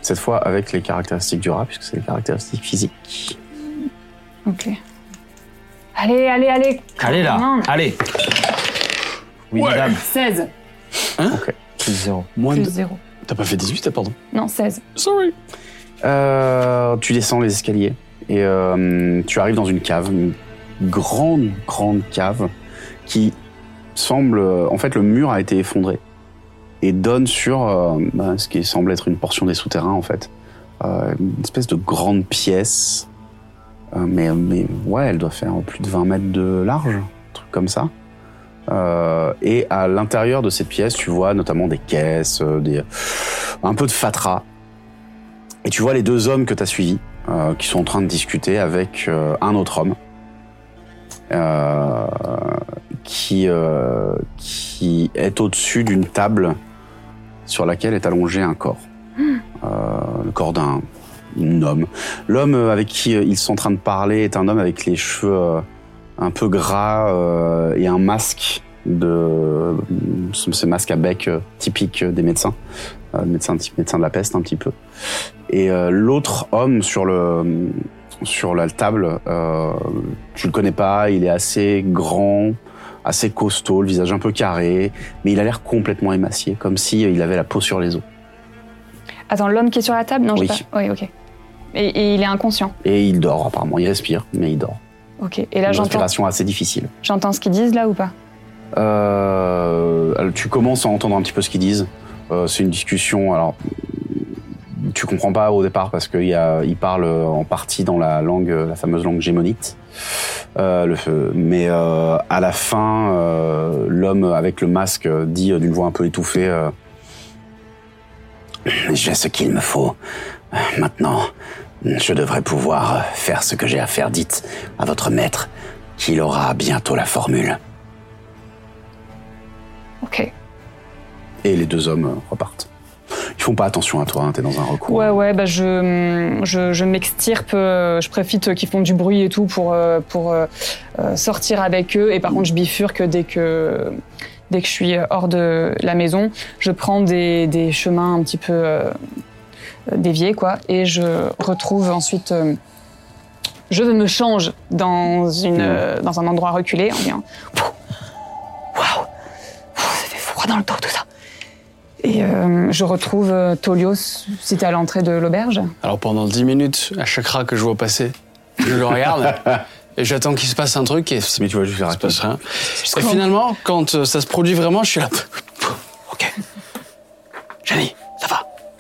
Speaker 1: Cette fois avec les caractéristiques du rat, puisque c'est les caractéristiques physiques.
Speaker 4: Ok. Allez, allez, allez
Speaker 11: Allez là,
Speaker 4: Non.
Speaker 11: allez. Oui, madame.
Speaker 4: 16.
Speaker 3: Hein
Speaker 1: Ok.
Speaker 11: Plus zéro.
Speaker 3: Moins
Speaker 4: Plus
Speaker 3: de-
Speaker 4: zéro.
Speaker 3: T'as pas fait 18, ah, pardon.
Speaker 4: Non, 16.
Speaker 3: Sorry.
Speaker 1: Euh, tu descends les escaliers et euh, tu arrives dans une cave, une grande, grande cave qui semble. En fait, le mur a été effondré et donne sur euh, bah, ce qui semble être une portion des souterrains, en fait. Euh, une espèce de grande pièce. Euh, mais, mais ouais, elle doit faire plus de 20 mètres de large, un truc comme ça. Euh, et à l'intérieur de cette pièce, tu vois notamment des caisses, euh, des, un peu de fatras. Et tu vois les deux hommes que tu as suivis, euh, qui sont en train de discuter avec euh, un autre homme, euh, qui, euh, qui est au-dessus d'une table sur laquelle est allongé un corps. Euh, le corps d'un d'un homme. L'homme avec qui euh, ils sont en train de parler est un homme avec les cheveux euh, un peu gras euh, et un masque de ce ce masque à bec euh, typique euh, des médecins, euh, médecins type médecin de la peste un petit peu. Et euh, l'autre homme sur le sur la table, euh, tu le connais pas, il est assez grand, assez costaud, le visage un peu carré, mais il a l'air complètement émacié, comme si euh, il avait la peau sur les os.
Speaker 4: Attends, l'homme qui est sur la table Non,
Speaker 1: Oui.
Speaker 4: je sais pas. Oui, ok. Et, et il est inconscient.
Speaker 1: Et il dort apparemment, il respire, mais il dort.
Speaker 4: Ok. Et là,
Speaker 1: Une
Speaker 4: j'entends
Speaker 1: respiration assez difficile.
Speaker 4: j'entends ce qu'ils disent, là, ou pas
Speaker 1: Euh, alors, tu commences à entendre un petit peu ce qu'ils disent. Euh, c'est une discussion. Alors, tu comprends pas au départ parce qu'il y a, ils parlent en partie dans la langue, la fameuse langue gémonite. Euh, le feu. Mais euh, à la fin, euh, l'homme avec le masque dit euh, d'une voix un peu étouffée. euh, j'ai ce qu'il me faut. Maintenant, je devrais pouvoir faire ce que j'ai à faire. Dites à votre maître qu'il aura bientôt la formule.
Speaker 4: Ok.
Speaker 1: Et les deux hommes euh, repartent. Ils font pas attention à toi, hein, t'es dans un recours.
Speaker 4: Ouais, ouais, bah je, je, je m'extirpe, euh, je profite qu'ils font du bruit et tout pour, euh, pour euh, euh, sortir avec eux. Et par contre, je bifurque dès que, dès que je suis hors de la maison. Je prends des, des chemins un petit peu euh, déviés, quoi. Et je retrouve ensuite. euh, je me change dans, une, euh, dans un endroit reculé en disant Waouh, Ouh, ça fait froid dans le dos, tout ça. Et euh, je retrouve euh, Tolios, c'était à l'entrée de l'auberge.
Speaker 3: Alors pendant 10 minutes, à chaque rat que je vois passer, je le regarde et j'attends qu'il se passe un truc et
Speaker 1: Mais tu vois juste
Speaker 3: il se passe rien. Et finalement, quand euh, ça se produit vraiment, je suis là.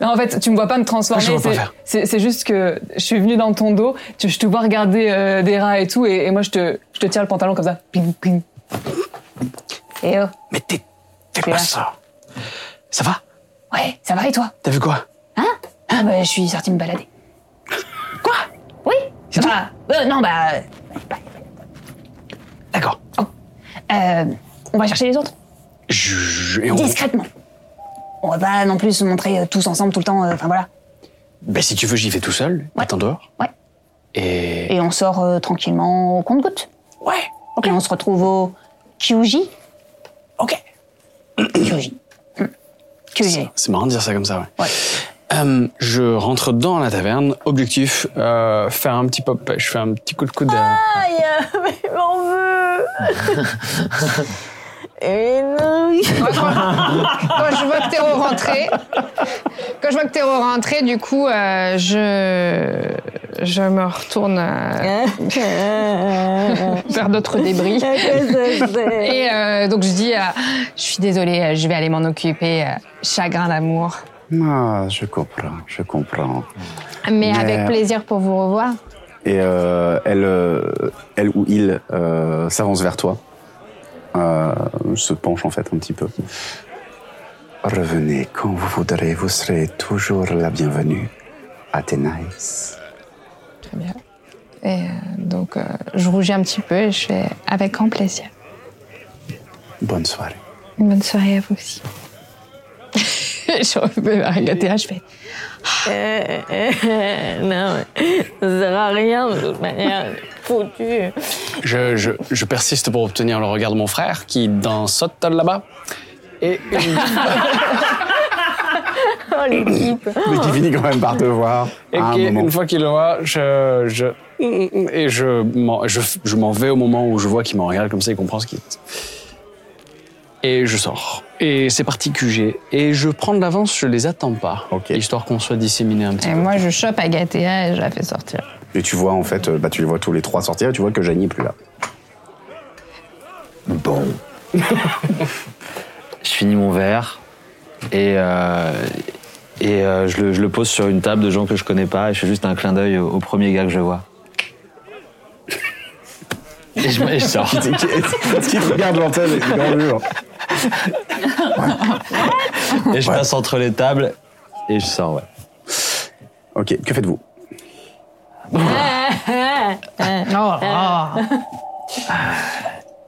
Speaker 4: Non, en fait, tu me vois pas me transformer.
Speaker 3: Je vois pas
Speaker 4: c'est-
Speaker 3: faire.
Speaker 4: C'est c'est juste que je suis venue dans ton dos, tu- je te vois regarder euh, des rats et tout, et, et moi je te, je te tire le pantalon comme ça. Ping, ping. Et oh.
Speaker 3: Mais t'es. Fais
Speaker 4: là.
Speaker 3: pas ça. Ça va
Speaker 4: Ouais, ça va et toi
Speaker 3: T'as vu quoi
Speaker 4: Hein euh Ah bah je suis sortie me balader. Quoi Oui Bah, euh, Non bah...
Speaker 3: D'accord.
Speaker 4: Euh, on va chercher les autres.
Speaker 3: Je- je-
Speaker 4: Oh.
Speaker 3: et on-
Speaker 4: Discrètement. On va pas non plus se montrer euh, tous ensemble tout le temps, euh, enfin voilà.
Speaker 3: Ben, si tu veux, j'y vais tout seul. Attends dehors.
Speaker 4: Ouais.
Speaker 3: Et.
Speaker 4: Et on sort euh, tranquillement au compte-goutte. Ouais. Ok. Et on se retrouve au Kyuji. Ok. Kyuji. Kyuji.
Speaker 3: C'est marrant de dire ça comme ça, ouais. Euh, je rentre dans la taverne. Objectif, euh, faire un petit pop. Je fais un petit coup de coude. euh. à-
Speaker 12: Aïe,
Speaker 4: euh,
Speaker 12: mais il m'en veut
Speaker 5: Et non
Speaker 6: Quand je vois que t'es rentré, quand je vois que t'es rentré, du coup, euh, je je me retourne euh, vers d'autres débris. Et euh, donc je dis, euh, je suis désolée, euh, je vais aller m'en occuper. euh, chagrin d'amour,
Speaker 1: Ah, je comprends, je comprends.
Speaker 6: mais
Speaker 1: Mais-
Speaker 6: avec plaisir pour vous revoir.
Speaker 1: Et euh, elle, euh, elle ou il euh, s'avance vers toi. Euh, se penche en fait un petit peu. Revenez quand vous voudrez, vous serez toujours la bienvenue. Athénaïs.
Speaker 6: Très bien. Et euh, donc euh, je rougis un petit peu et je fais avec grand plaisir.
Speaker 1: Bonne soirée.
Speaker 6: Une bonne soirée à vous aussi. je remets ma regarder, je fais.
Speaker 5: Non, mais ça sert à rien de toute manière. Foutu.
Speaker 3: Je, je- je persiste pour obtenir le regard de mon frère qui dans saute là-bas. Et une-
Speaker 5: Oh, l'équipe.
Speaker 1: Mais qui finit quand même par te voir.
Speaker 3: Et
Speaker 1: à un
Speaker 3: qui,
Speaker 1: moment.
Speaker 3: une fois qu'il le voit, je, je, et je m'en, je, je m'en vais au moment où je vois qu'il m'en regarde comme ça, il comprend ce qu'il est. Et je sors. Et c'est parti QG. Et je prends de l'avance, je les attends pas. Histoire qu'on soit disséminé un petit
Speaker 6: Et moi, je chope Agathea et je la fais sortir.
Speaker 1: Et tu vois en fait, euh, bah, tu les vois tous les trois sortir et tu vois que Janie est plus là.
Speaker 11: Bon. je finis mon verre et, euh, et euh, je, le, je le pose sur une table de gens que je connais pas et je fais juste un clin d'œil au, au premier gars que je vois. Et je, et je sors.
Speaker 1: Qui te- qui te regarde l'antenne et dans le mur.
Speaker 11: Et je passe entre les tables et je sors, ouais.
Speaker 1: Ok, que faites-vous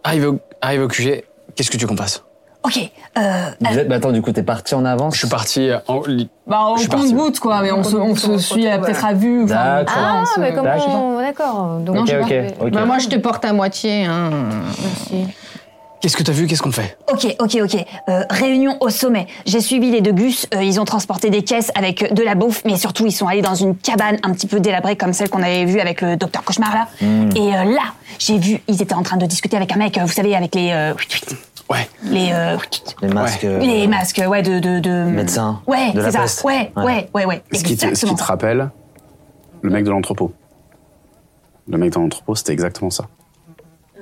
Speaker 3: Arrive au, arrive au QG, qu'est-ce que tu veux qu'on fasse
Speaker 4: Ok. Euh,
Speaker 11: bah, attends, du coup, t'es parti en avance
Speaker 3: Je suis parti euh, en. li-
Speaker 4: bah,
Speaker 3: Je
Speaker 4: on
Speaker 3: suis parti.
Speaker 4: compte goutte quoi, mais on se, on se suit euh, peut-être à vue. enfin,
Speaker 11: D'accord.
Speaker 4: on
Speaker 8: hein,
Speaker 6: Ah,
Speaker 4: se-
Speaker 6: mais
Speaker 11: Bah, je sais pas.
Speaker 6: comment. D'accord. Donc,
Speaker 11: Ok,
Speaker 6: je sais
Speaker 11: ok,
Speaker 6: pas.
Speaker 11: ok.
Speaker 6: Bah, moi, je te porte à moitié. Hein. Merci.
Speaker 3: Qu'est-ce que t'as vu Qu'est-ce qu'on fait
Speaker 8: Ok, ok, ok. Euh, réunion au sommet. J'ai suivi les deux gus. euh, ils ont transporté des caisses avec euh, de la bouffe, mais surtout ils sont allés dans une cabane un petit peu délabrée comme celle qu'on avait vue avec le docteur cauchemar là.
Speaker 12: Mm.
Speaker 8: Et euh, là, j'ai vu, ils étaient en train de discuter avec un mec. euh, Vous savez, avec les euh,
Speaker 3: ouais.
Speaker 8: les euh,
Speaker 11: Les masques. euh,
Speaker 8: les masques, ouais, de de, de...
Speaker 11: Médecin.
Speaker 8: Ouais,
Speaker 11: De la
Speaker 8: c'est ça.
Speaker 11: peste.
Speaker 8: Ouais,
Speaker 11: Ouais.
Speaker 8: ouais, ouais, ouais.
Speaker 1: Ce qui, te, ce qui
Speaker 8: Exactement.
Speaker 1: te rappelle, le mec de l'entrepôt. Le mec de l'entrepôt, c'était exactement ça.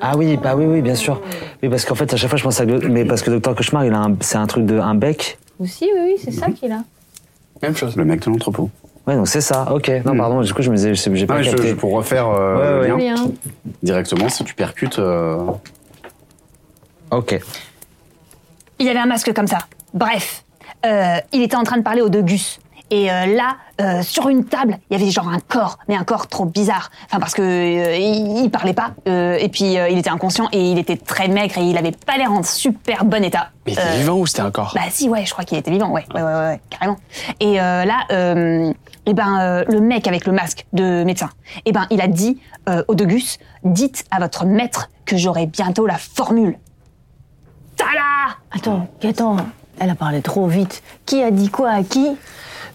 Speaker 11: Ah oui, bah oui, oui, bien sûr. Oui, parce qu'en fait, à chaque fois, je pense à. Mais parce que Docteur Cauchemar, il a un- c'est un truc de. un bec.
Speaker 5: Aussi, oui, oui, c'est ça qu'il a.
Speaker 3: Même chose.
Speaker 1: Le mec de l'entrepôt.
Speaker 11: Ouais, donc c'est ça, ok. Non, pardon, du coup, je me disais, j'ai j'ai
Speaker 1: Non,
Speaker 11: pas
Speaker 1: mais Hmm. Ah je-
Speaker 11: capté.
Speaker 1: je- pour refaire euh,
Speaker 11: Ouais,
Speaker 1: le
Speaker 11: ouais.
Speaker 1: lien,
Speaker 5: Lien.
Speaker 1: directement, si tu percutes. euh,
Speaker 11: Ok.
Speaker 8: Il avait un masque comme ça. Bref, euh, il était en train de parler aux deux gus. Et euh, là, euh, sur une table, il y avait genre un corps, mais un corps trop bizarre. Enfin, parce que euh, il, il parlait pas, euh, et puis euh, il était inconscient, et il était très maigre, et il avait pas l'air en super bon état.
Speaker 3: Mais t'es
Speaker 8: Euh,
Speaker 3: vivant ou c'était un corps
Speaker 8: bah si, ouais, je crois qu'il était vivant, ouais, ouais, ouais, ouais, ouais, carrément. Et euh, là, euh, eh ben, euh, le mec avec le masque de médecin, eh ben, il a dit euh, au Degus, dites à votre maître que j'aurai bientôt la formule. Tala
Speaker 5: Attends, attends. Elle a parlé trop vite. Qui a dit quoi à qui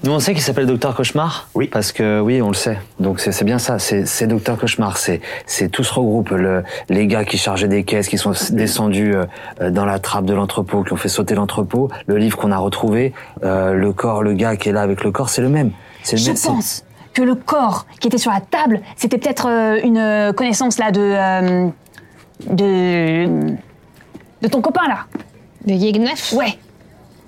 Speaker 2: Nous, on sait qu'il s'appelle Docteur Cauchemar Oui. Parce que, oui, on le sait. Donc, c'est c'est bien ça. C'est c'est Docteur Cauchemar. C'est c'est tout se regroupe. Le, les gars qui chargeaient des caisses, qui sont descendus euh, euh, dans la trappe de l'entrepôt, qui ont fait sauter l'entrepôt. Le livre qu'on a retrouvé, euh, le corps, le gars qui est là avec le corps, c'est le même. C'est le
Speaker 8: Je
Speaker 2: même- c'est-
Speaker 8: pense que le corps qui était sur la table, c'était peut-être euh, une euh, connaissance là de euh, de de ton copain là.
Speaker 6: De Yegnef
Speaker 8: Ouais.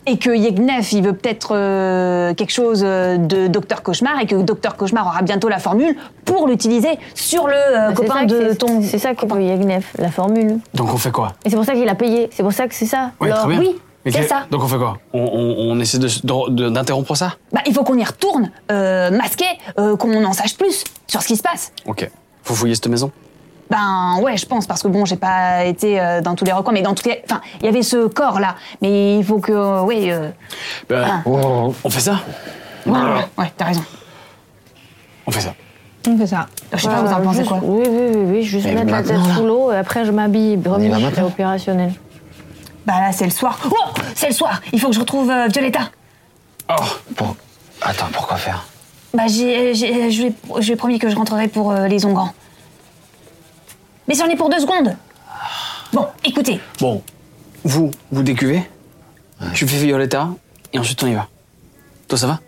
Speaker 8: Et que Yegnef, il veut peut-être euh, quelque chose euh, de Docteur Cauchemar et que Docteur Cauchemar aura bientôt la formule pour l'utiliser sur le euh,
Speaker 5: Bah, C'est
Speaker 8: copain
Speaker 5: ça que
Speaker 8: de
Speaker 5: c'est-
Speaker 8: ton.
Speaker 5: C'est ça que veut Yagnef, la formule.
Speaker 3: Donc on fait quoi
Speaker 5: Et c'est pour ça qu'il a payé. C'est pour ça que c'est ça.
Speaker 3: Ouais,
Speaker 5: Alors,
Speaker 3: très bien.
Speaker 5: Oui,
Speaker 3: Mais
Speaker 5: c'est
Speaker 3: que-
Speaker 5: ça.
Speaker 3: Donc on fait quoi on, on- on essaie d'interrompre de, d'interrompre ça
Speaker 8: Bah, il faut qu'on y retourne, euh, masqué, euh, qu'on en sache plus sur ce qui se passe.
Speaker 3: Ok. Faut fouiller cette maison
Speaker 8: Ben ouais, je pense parce que bon, j'ai pas été euh, dans tous les recoins, mais dans tous les, enfin, il y avait ce corps là, mais il faut que, euh, ouais, euh,
Speaker 3: Bah, On fait ça
Speaker 8: ouais, t'as raison.
Speaker 3: On fait ça.
Speaker 6: On fait ça.
Speaker 8: Je sais pas, Ah, vous en pensez quoi
Speaker 5: Euh, Oui, oui, oui, oui, juste
Speaker 8: Mais
Speaker 5: mettre la tête
Speaker 8: maintenant, là.
Speaker 5: sous l'eau et après je m'habille. Bref,
Speaker 8: va
Speaker 5: je suis
Speaker 8: maintenant.
Speaker 5: opérationnel.
Speaker 8: Bah là, c'est le soir. Oh, c'est le soir. Il faut que je retrouve euh, Violetta.
Speaker 2: Attends, pourquoi faire
Speaker 8: Bah j'ai, j'ai- je lui ai- je lui ai promis que je rentrerai pour euh, les ongrans. Mais c'en est pour deux secondes. Bon, écoutez,
Speaker 3: Bon, vous, vous décuvez Je fais Violetta et ensuite on y va. Toi, ça va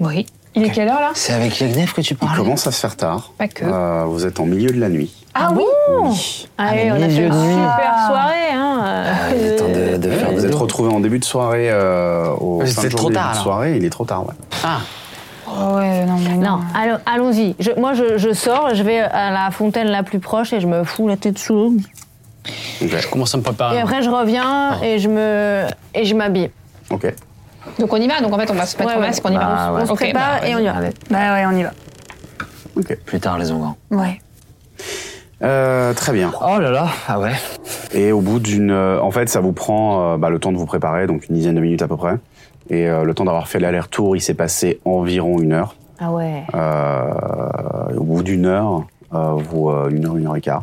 Speaker 6: Oui. Il est quelle heure là
Speaker 1: C'est avec Yagnef que tu parles Il commence à se faire tard.
Speaker 6: Pas que.
Speaker 1: Euh, vous êtes en milieu de la nuit.
Speaker 8: Ah oui
Speaker 5: Allez,
Speaker 1: Ah,
Speaker 5: on a fait
Speaker 1: milieu
Speaker 5: une
Speaker 1: de nuit.
Speaker 5: super
Speaker 8: Ah.
Speaker 5: soirée, hein.
Speaker 11: Ah,
Speaker 5: Euh,
Speaker 3: Eh,
Speaker 1: vous êtes retrouvés en début de soirée euh, au
Speaker 3: Mais
Speaker 1: fin
Speaker 3: c'est
Speaker 1: de journée,
Speaker 3: Ah, trop
Speaker 1: début
Speaker 3: tard,
Speaker 1: de
Speaker 3: alors.
Speaker 1: soirée, il est trop tard, ouais.
Speaker 3: Ah
Speaker 8: ouais, non,
Speaker 5: Non, allons- allons-y. Je- moi, je, je sors, je vais à la fontaine la plus proche et je me fous la tête sous l'eau.
Speaker 3: Je commence à me préparer.
Speaker 5: Et après, je reviens et je me et je m'habille.
Speaker 1: Ok.
Speaker 6: Donc on y va, donc en fait on va se mettre
Speaker 5: Ouais,
Speaker 6: au
Speaker 5: ouais.
Speaker 6: masque, on y va.
Speaker 2: Bah, ouais.
Speaker 5: On se
Speaker 6: Ok,
Speaker 5: prépare
Speaker 6: bah,
Speaker 5: et on y va.
Speaker 2: Allez,
Speaker 8: bah ouais, on y va.
Speaker 2: plus tard, les ongrants.
Speaker 8: Ouais.
Speaker 1: Euh, très bien.
Speaker 2: Oh là là, ah ouais.
Speaker 1: Et au bout d'une... euh, en fait, ça vous prend euh, bah, le temps de vous préparer, donc une dizaine de minutes à peu près. Et euh, le temps d'avoir fait l'aller-retour, il s'est passé environ une heure.
Speaker 5: Ah ouais.
Speaker 1: Euh, au bout d'une heure, euh, vous, euh, une heure, une heure et quart,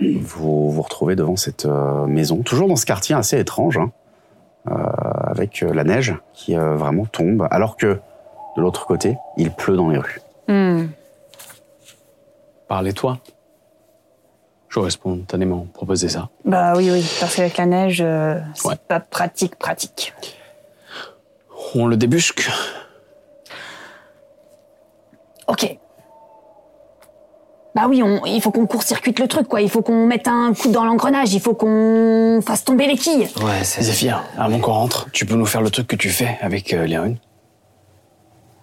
Speaker 1: vous vous retrouvez devant cette euh, maison, toujours dans ce quartier assez étrange, hein, euh, avec euh, la neige qui euh, vraiment tombe, alors que de l'autre côté, il pleut dans les rues.
Speaker 3: Hmm. Parlez-toi. J'aurais spontanément proposé ça.
Speaker 4: Bah oui, oui, parce qu'avec la neige, euh, c'est pas pratique, pratique.
Speaker 3: On le débusque.
Speaker 8: Ok. Bah oui, on- il faut qu'on court-circuite le truc, quoi. Il faut qu'on mette un coup dans l'engrenage. Il faut qu'on fasse tomber les quilles.
Speaker 3: Ouais, c'est Zéphir, avant qu'on rentre, tu peux nous faire le truc que tu fais avec euh, Léon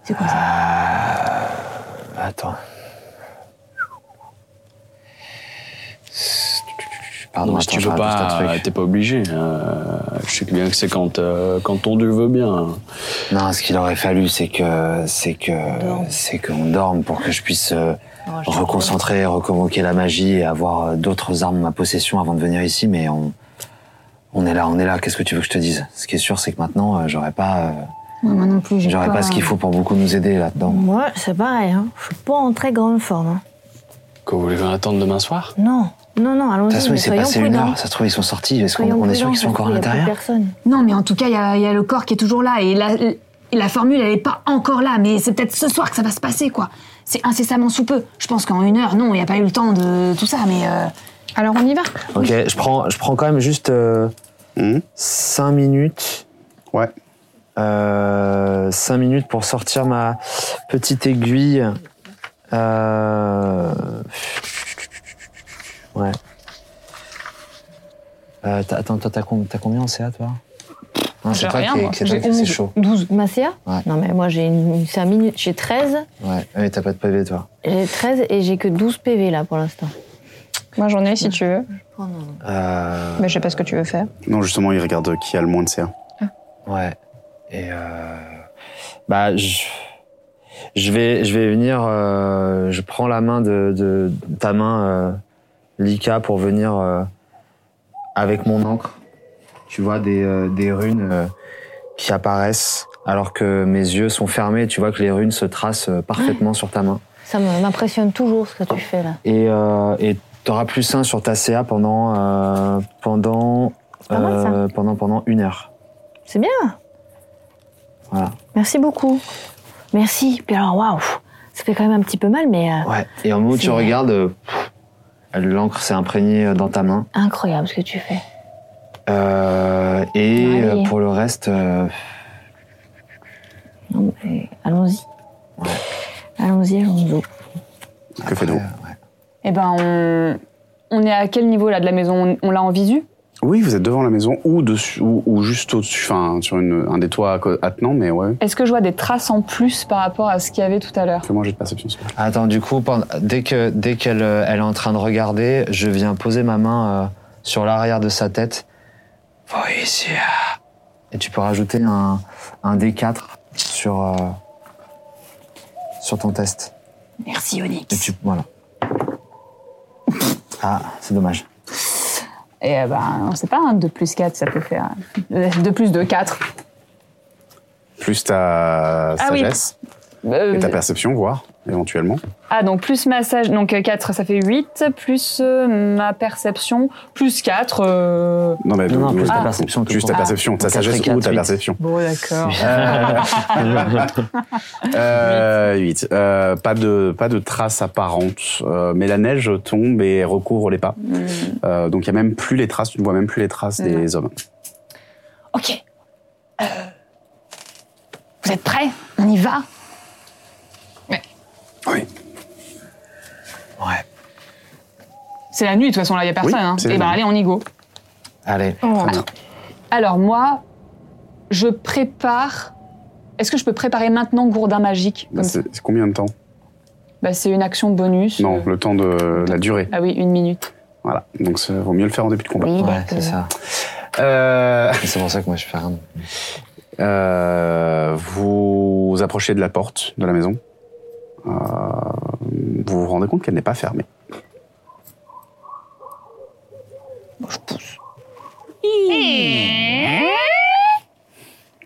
Speaker 8: C'est quoi ça
Speaker 11: Attends. Pardon,
Speaker 3: Non, si
Speaker 11: attends,
Speaker 3: tu
Speaker 11: je
Speaker 3: veux
Speaker 11: rajoute un
Speaker 3: pas,
Speaker 11: truc.
Speaker 3: t'es pas obligé. Euh, je sais bien que c'est quand, euh, quand ton dieu veut bien.
Speaker 11: Non, ce qu'il aurait fallu, c'est que, c'est que, c'est qu'on dorme pour que je puisse euh, reconcentrer, reconvoquer la magie et avoir euh, d'autres armes à ma possession avant de venir ici. Mais on, on est là, on est là. Qu'est-ce que tu veux que je te dise Ce qui est sûr, c'est que maintenant, euh, j'aurais pas, euh,
Speaker 5: moi non plus,
Speaker 11: j'aurais pas ce qu'il faut pour beaucoup nous aider là-dedans.
Speaker 5: Moi, c'est pareil, hein. Je suis pas en très grande forme. hein.
Speaker 3: Que vous voulez attendre demain soir
Speaker 5: Non, non, non,
Speaker 11: De
Speaker 5: allons-y.
Speaker 11: toute façon,
Speaker 5: mais
Speaker 11: il s'est
Speaker 5: soyons
Speaker 11: passé une
Speaker 5: prudents.
Speaker 11: heure. Ça se trouve, ils sont sortis. Est-ce qu'on
Speaker 5: Soyons
Speaker 11: on est sûr
Speaker 5: prudents,
Speaker 11: qu'ils sont
Speaker 5: parce
Speaker 11: encore à
Speaker 5: qu'il y a plus
Speaker 11: l'intérieur
Speaker 5: personne.
Speaker 8: Non, mais en tout cas, il y, a- il y a le corps qui est toujours là. Et la, et la formule, elle est pas encore là. Mais c'est peut-être ce soir que ça va se passer, quoi. C'est incessamment sous peu. Je pense qu'en une heure, non, il n'y a pas eu le temps de tout ça, mais... euh,
Speaker 6: Alors on y va
Speaker 11: Ok, je prends, je prends quand même juste 5 minutes.
Speaker 1: Ouais.
Speaker 11: 5 minutes pour sortir ma petite aiguille. Euh, Ouais. Euh, t'as- attends, toi, t'as com- t'as combien en CA, toi Non,
Speaker 5: J'ai
Speaker 11: C'est toi
Speaker 5: rien,
Speaker 11: qui
Speaker 5: moi.
Speaker 11: c'est toi
Speaker 5: J'ai
Speaker 11: qui- c'est
Speaker 5: 11.
Speaker 11: chaud.
Speaker 5: 12. Massia
Speaker 11: Ouais.
Speaker 5: Non, mais moi, j'ai une, 5 minutes. J'ai 13.
Speaker 11: Ouais, ouais t'as pas de pavé, toi.
Speaker 5: J'ai 13 et j'ai que 12 PV là pour l'instant.
Speaker 6: Moi j'en ai si tu veux.
Speaker 11: Euh,
Speaker 6: Mais je sais pas ce que tu veux faire.
Speaker 1: Non, justement, il regarde qui a le moins de CA.
Speaker 11: Ouais. Et euh, bah je, je vais je vais venir. euh, je prends la main de, de ta main, euh, Lika, pour venir euh, avec mon encre. Tu vois des euh, des runes euh, qui apparaissent alors que mes yeux sont fermés. Tu vois que les runes se tracent euh, parfaitement sur ta main.
Speaker 5: Ça me- m'impressionne toujours ce que tu fais là.
Speaker 11: Et euh, et t'auras plus 1 sur ta CA pendant euh, pendant
Speaker 5: pas mal, ça.
Speaker 11: euh, pendant pendant une heure.
Speaker 5: C'est bien.
Speaker 11: Voilà.
Speaker 5: Merci beaucoup. Merci. Puis alors, waouh, ça fait quand même un petit peu mal, mais. euh,
Speaker 11: Ouais. Et au moment où
Speaker 5: C'est-
Speaker 11: tu regardes, euh, pff, l'encre s'est imprégnée euh, dans ta main.
Speaker 5: Incroyable ce que tu fais.
Speaker 11: Euh, et euh, pour le reste, euh,
Speaker 5: Non, mais Allons-y. Allons-y, allons-y.
Speaker 1: Que faites-vous
Speaker 4: Eh ben, on, on est à quel niveau là de la maison On, on l'a en visu
Speaker 1: Oui, vous êtes devant la maison ou, dessus, ou, ou juste au-dessus, enfin, sur une, un des toits à co- attenants, mais ouais.
Speaker 4: Est-ce que je vois des traces en plus par rapport à ce qu'il y avait tout à l'heure
Speaker 1: Fais-moi un jet de perception, s'il te plaît.
Speaker 11: attends, du coup, pendant- dès que dès qu'elle euh, elle est en train de regarder, je viens poser ma main euh, sur l'arrière de sa tête. Oui, ici. Et tu peux rajouter un, un D4 sur, euh, sur ton test.
Speaker 8: Merci, Onyx.
Speaker 11: Et tu, voilà. Ah, c'est dommage.
Speaker 4: Eh ben, on sait pas, hein, 2 plus 4, ça peut faire. 2 plus 2, 4.
Speaker 1: Plus ta
Speaker 4: Ah oui.
Speaker 1: sagesse
Speaker 4: Euh,
Speaker 1: et ta perception, voire, éventuellement.
Speaker 4: Ah, donc plus ma sage, donc 4, ça fait 8, plus euh, ma perception, plus euh, 4.
Speaker 1: Non, mais
Speaker 11: Non, non,
Speaker 1: donc,
Speaker 11: plus ta
Speaker 1: ah.
Speaker 11: perception, tout
Speaker 1: Juste ta
Speaker 11: court.
Speaker 1: perception, ta
Speaker 11: Ah.
Speaker 1: sagesse
Speaker 11: Quatre et
Speaker 1: ou
Speaker 11: quatre,
Speaker 1: ta
Speaker 11: huit.
Speaker 1: perception.
Speaker 4: Bon, d'accord.
Speaker 1: Euh, huit. Euh, pas de pas de traces apparentes, euh, mais la neige tombe et recouvre les pas.
Speaker 4: Hmm.
Speaker 1: Euh, donc il y a même plus les traces, tu ne vois même plus les traces des hommes.
Speaker 8: Ok. Euh, vous êtes prêts On y va
Speaker 4: C'est la nuit, de toute façon, là, il n'y a personne.
Speaker 11: Oui,
Speaker 4: hein.
Speaker 11: c'est la
Speaker 4: Eh ben,
Speaker 11: nuit.
Speaker 4: allez, on y go.
Speaker 11: Allez.
Speaker 6: Oh.
Speaker 4: Alors, moi, je prépare. Est-ce que je peux préparer maintenant gourdin magique
Speaker 1: Bah,
Speaker 4: comme
Speaker 1: C'est c'est combien de temps
Speaker 4: Bah, c'est une action bonus.
Speaker 1: Non, le temps de la durée.
Speaker 4: Ah oui, une minute.
Speaker 1: Voilà, donc ça vaut mieux le faire en début de combat.
Speaker 4: Oui,
Speaker 11: Ouais,
Speaker 8: euh,
Speaker 11: c'est ça. C'est pour ça que moi je fais rien.
Speaker 1: Euh, vous vous approchez de la porte de la maison. Euh, vous vous rendez compte qu'elle n'est pas fermée.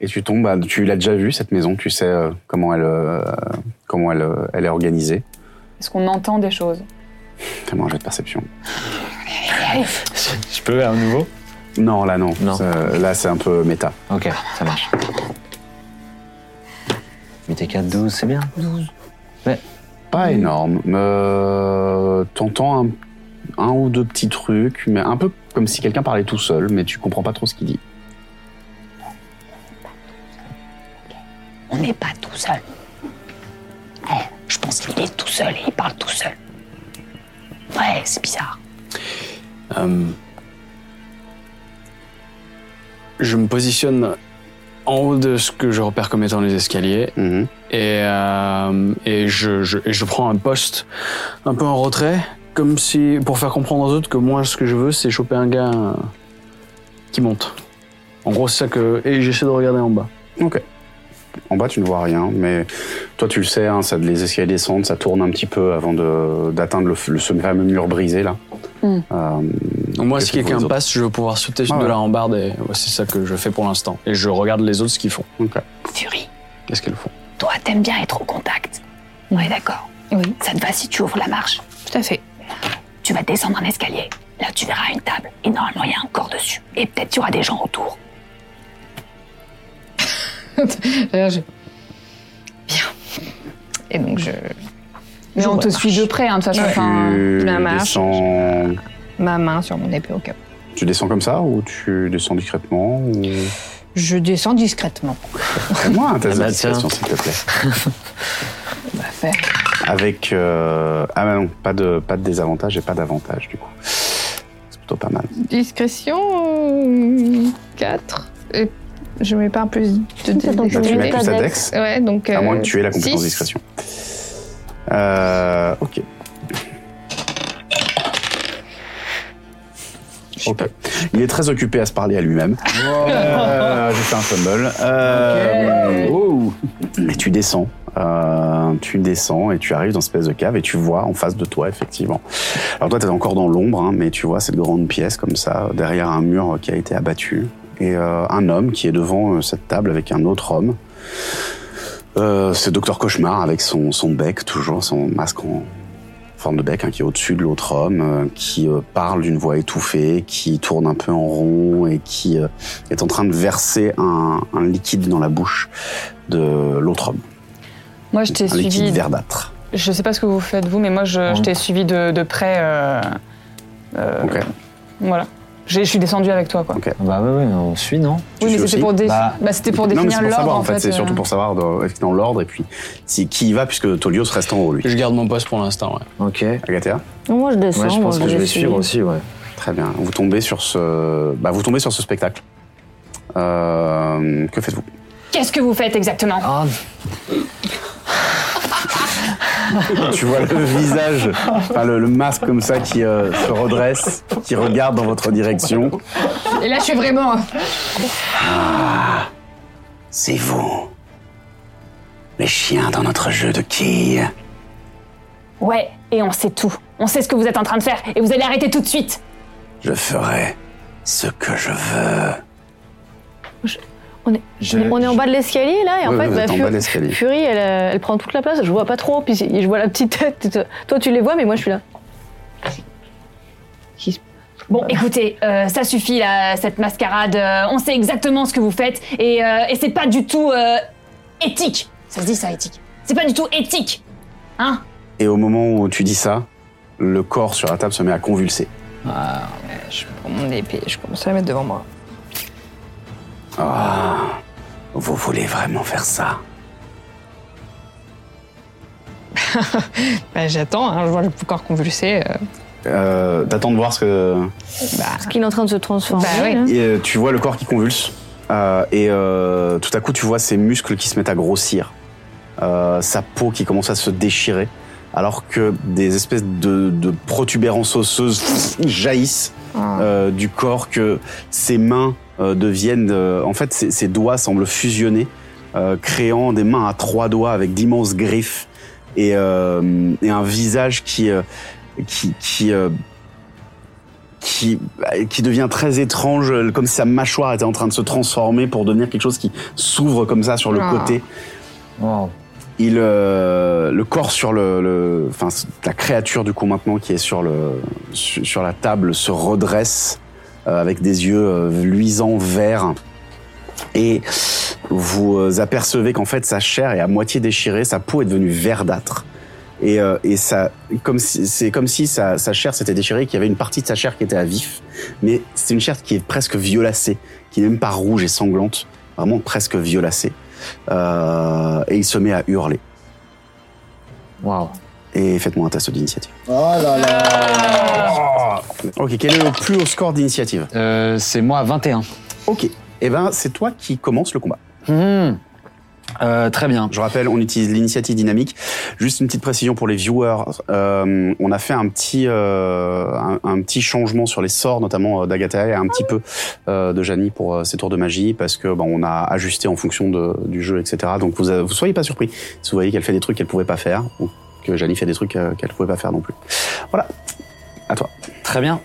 Speaker 1: Et tu tombes, à- tu l'as déjà vue cette maison, tu sais euh, comment elle, euh, comment elle, euh, elle est organisée.
Speaker 4: Est-ce qu'on entend des choses
Speaker 1: Fais-moi un jet de perception.
Speaker 11: Je peux à nouveau
Speaker 1: Non, là non. Ça- Là c'est un peu méta.
Speaker 11: Ok, ça marche. 8 et 4, 12, c'est bien. 12.
Speaker 1: Pas énorme. Euh, T'entends un, un ou deux petits trucs, mais un peu comme si quelqu'un parlait tout seul, mais tu comprends pas trop ce qu'il dit.
Speaker 8: On n'est pas tout seul. Ouais, je pense qu'il est tout seul et il parle tout seul. Ouais, c'est bizarre.
Speaker 3: Euh, je me positionne en haut de ce que je repère comme étant les escaliers et, euh, et je, je- et je prends un poste un peu en retrait, comme si pour faire comprendre aux autres que moi ce que je veux c'est choper un gars euh, qui monte. En gros c'est ça que et j'essaie de regarder en bas.
Speaker 1: Ok. En bas, tu ne vois rien, mais toi, tu le sais, hein, ça, les escaliers descendent, ça tourne un petit peu avant de- d'atteindre le, f- le- ce fameux mur brisé, là.
Speaker 6: Mhm.
Speaker 4: Hmm.
Speaker 1: Euh,
Speaker 3: Donc moi
Speaker 1: que
Speaker 3: si
Speaker 1: faites-vous les
Speaker 3: quelqu'un
Speaker 1: autres
Speaker 3: passe je veux pouvoir sauter
Speaker 1: Ah
Speaker 3: de
Speaker 1: ouais.
Speaker 3: la rambarde et ouais, c'est ça que je fais pour l'instant et je regarde les autres ce qu'ils font.
Speaker 1: Ok.
Speaker 8: Fury,
Speaker 3: Qu'est-ce qu'elles font
Speaker 8: toi, t'aimes bien être au contact. On est d'accord Oui. Ça te va si tu ouvres la marche
Speaker 4: Tout à fait.
Speaker 8: Tu vas descendre un escalier. Là, tu verras une table. Et normalement, il y a un corps dessus. Et peut-être, il y aura des gens autour.
Speaker 6: Et donc je.
Speaker 4: Mais on te suit de près, hein, de toute façon.
Speaker 6: Ouais.
Speaker 4: enfin,
Speaker 11: Euh,
Speaker 1: tu,
Speaker 6: la marche,
Speaker 1: descends,
Speaker 6: Ma main sur mon épée au cas où.
Speaker 1: tu descends comme ça, ou tu descends discrètement ou...
Speaker 6: Je descends discrètement.
Speaker 1: Fais-moi un test
Speaker 11: Ah bah,
Speaker 1: d'investigation,
Speaker 11: tiens.
Speaker 1: s'il te plaît.
Speaker 6: Parfait.
Speaker 1: Avec... euh, Ah bah non, pas de, pas de désavantage et pas d'avantage, du coup. C'est plutôt pas mal.
Speaker 6: Discrétion 4. Et je mets pas un plus de
Speaker 5: Ça tombe
Speaker 1: Bah, tu mets plus ta dex,
Speaker 6: Ouais, donc. euh,
Speaker 1: à moins que tu aies la compétence discrétion. Euh, ok. Ok. Il est très occupé à se parler à lui-même. Euh, J'ai fait un fumble. Euh, wow. Et tu descends. Euh, tu descends et tu arrives dans cette espèce de cave et tu vois en face de toi effectivement. Alors toi t'es encore dans l'ombre, hein, mais tu vois cette grande pièce comme ça derrière un mur qui a été abattu et euh, un homme qui est devant euh, cette table avec un autre homme. Euh, c'est Docteur Cauchemar avec son, son bec toujours, son masque en, forme de bec, hein, qui est au-dessus de l'autre homme, euh, qui euh, parle d'une voix étouffée, qui tourne un peu en rond et qui euh, est en train de verser un, un liquide dans la bouche de l'autre homme.
Speaker 13: Moi, je t'ai
Speaker 1: Un
Speaker 13: suivi.
Speaker 1: liquide Mmh. verdâtre.
Speaker 13: Je sais pas ce que vous faites, vous, mais moi, je, je t'ai suivi de, de près. euh, euh,
Speaker 1: Ok.
Speaker 13: Voilà. J'ai- Je suis descendu avec toi, quoi.
Speaker 14: Bah ouais, ouais, on suit, non
Speaker 13: Oui, mais c'était pour, dé- bah, c'était pour
Speaker 1: Non, mais
Speaker 13: définir
Speaker 1: c'est pour
Speaker 13: l'ordre,
Speaker 1: savoir,
Speaker 13: en fait.
Speaker 1: C'est
Speaker 13: euh.
Speaker 1: surtout pour savoir dans, est-ce que dans l'ordre et puis si, qui y va, puisque Tolios reste en haut, lui.
Speaker 3: Je garde mon poste pour l'instant,
Speaker 1: ouais. Ok. Agathea
Speaker 5: Moi, je descends.
Speaker 11: euh,
Speaker 5: moi,
Speaker 1: ouais. Très bien. Vous tombez sur ce, bah, vous tombez sur ce spectacle. Euh, que faites-vous
Speaker 13: Qu'est-ce que vous faites exactement
Speaker 11: Ah,
Speaker 1: Tu vois le visage, enfin, le, le masque comme ça qui euh, se redresse, qui regarde dans votre direction.
Speaker 6: Et là, je suis vraiment. euh,
Speaker 15: Ah, c'est vous. Les chiens dans notre jeu de quilles.
Speaker 4: Ouais, et on sait tout. On sait ce que vous êtes en train de faire et vous allez arrêter tout de suite.
Speaker 15: Je ferai ce que je veux.
Speaker 5: On est,
Speaker 15: Je-
Speaker 5: on est en bas de l'escalier là et en
Speaker 15: Oui,
Speaker 5: fait
Speaker 15: oui, vous
Speaker 5: bah,
Speaker 15: êtes en
Speaker 5: Fu-
Speaker 15: bas de l'escalier.
Speaker 5: Fury elle, euh, elle prend toute la place, je vois pas trop, puis je vois la petite tête. Toi- Toi tu les vois mais moi je suis là.
Speaker 4: Bon, écoutez, euh, ça suffit là, cette mascarade. Euh, on sait exactement ce que vous faites et, euh, et c'est pas du tout euh, éthique. Ça se dit ça, éthique. C'est pas du tout éthique, hein
Speaker 1: Et au moment où tu dis ça, le corps sur la table se met à convulser.
Speaker 6: Ah, ouais, je prends mon épée, je commence à la mettre devant moi.
Speaker 15: Ah, vous voulez vraiment faire ça
Speaker 6: Bah, j'attends, hein, je vois le corps convulsé. euh.
Speaker 1: Euh, T'attends de voir ce que.
Speaker 5: Parce qu'il est en train de se transformer.
Speaker 4: Bah
Speaker 5: là.
Speaker 1: Et, euh, tu vois le corps qui convulse. euh, et euh, tout à coup, tu vois ses muscles qui se mettent à grossir. euh, sa peau qui commence à se déchirer. Alors que des espèces de, de protubérances osseuses jaillissent euh, du corps, que ses mains euh, deviennent. euh, en fait, ses, ses doigts semblent fusionner, euh, créant des mains à trois doigts avec d'immenses griffes et, euh, et un visage qui. euh, qui, qui euh, qui, bah, qui devient très étrange, comme si sa mâchoire était en train de se transformer pour devenir quelque chose qui s'ouvre comme ça sur le
Speaker 14: Ah.
Speaker 1: côté. Il, euh, le corps sur le, le- enfin la créature du coup maintenant qui est sur le, sur, sur la table se redresse euh, avec des yeux euh, luisants verts et vous euh, apercevez qu'en fait sa chair est à moitié déchirée, sa peau est devenue verdâtre. Et, euh, et ça, comme si, c'est comme si sa, sa chair s'était déchirée, qu'il y avait une partie de sa chair qui était à vif, mais c'est une chair qui est presque violacée, qui n'est même pas rouge et sanglante, vraiment presque violacée. Euh, et il se met à hurler. Waouh. Et faites-moi un test d'initiative. Oh.
Speaker 14: Oh là là
Speaker 1: Ok, quel est le plus haut score d'initiative
Speaker 11: Euh, C'est moi à 21.
Speaker 1: Ok. Eh ben, c'est toi qui commence le combat.
Speaker 11: Hmm. Euh, très bien.
Speaker 1: Je rappelle, on utilise l'initiative dynamique. Juste une petite précision pour les viewers. Euh, on a fait un petit, euh, un, un petit changement sur les sorts, notamment euh, d'Agatha et un petit peu euh, de Jani pour euh, ses tours de magie, parce que bah, on a ajusté en fonction de- du jeu, etc. Donc vous, euh, vous soyez pas surpris si vous voyez qu'elle fait des trucs qu'elle pouvait pas faire, ou que Jani fait des trucs euh, qu'elle pouvait pas faire non plus. Voilà. À toi.
Speaker 11: Très bien.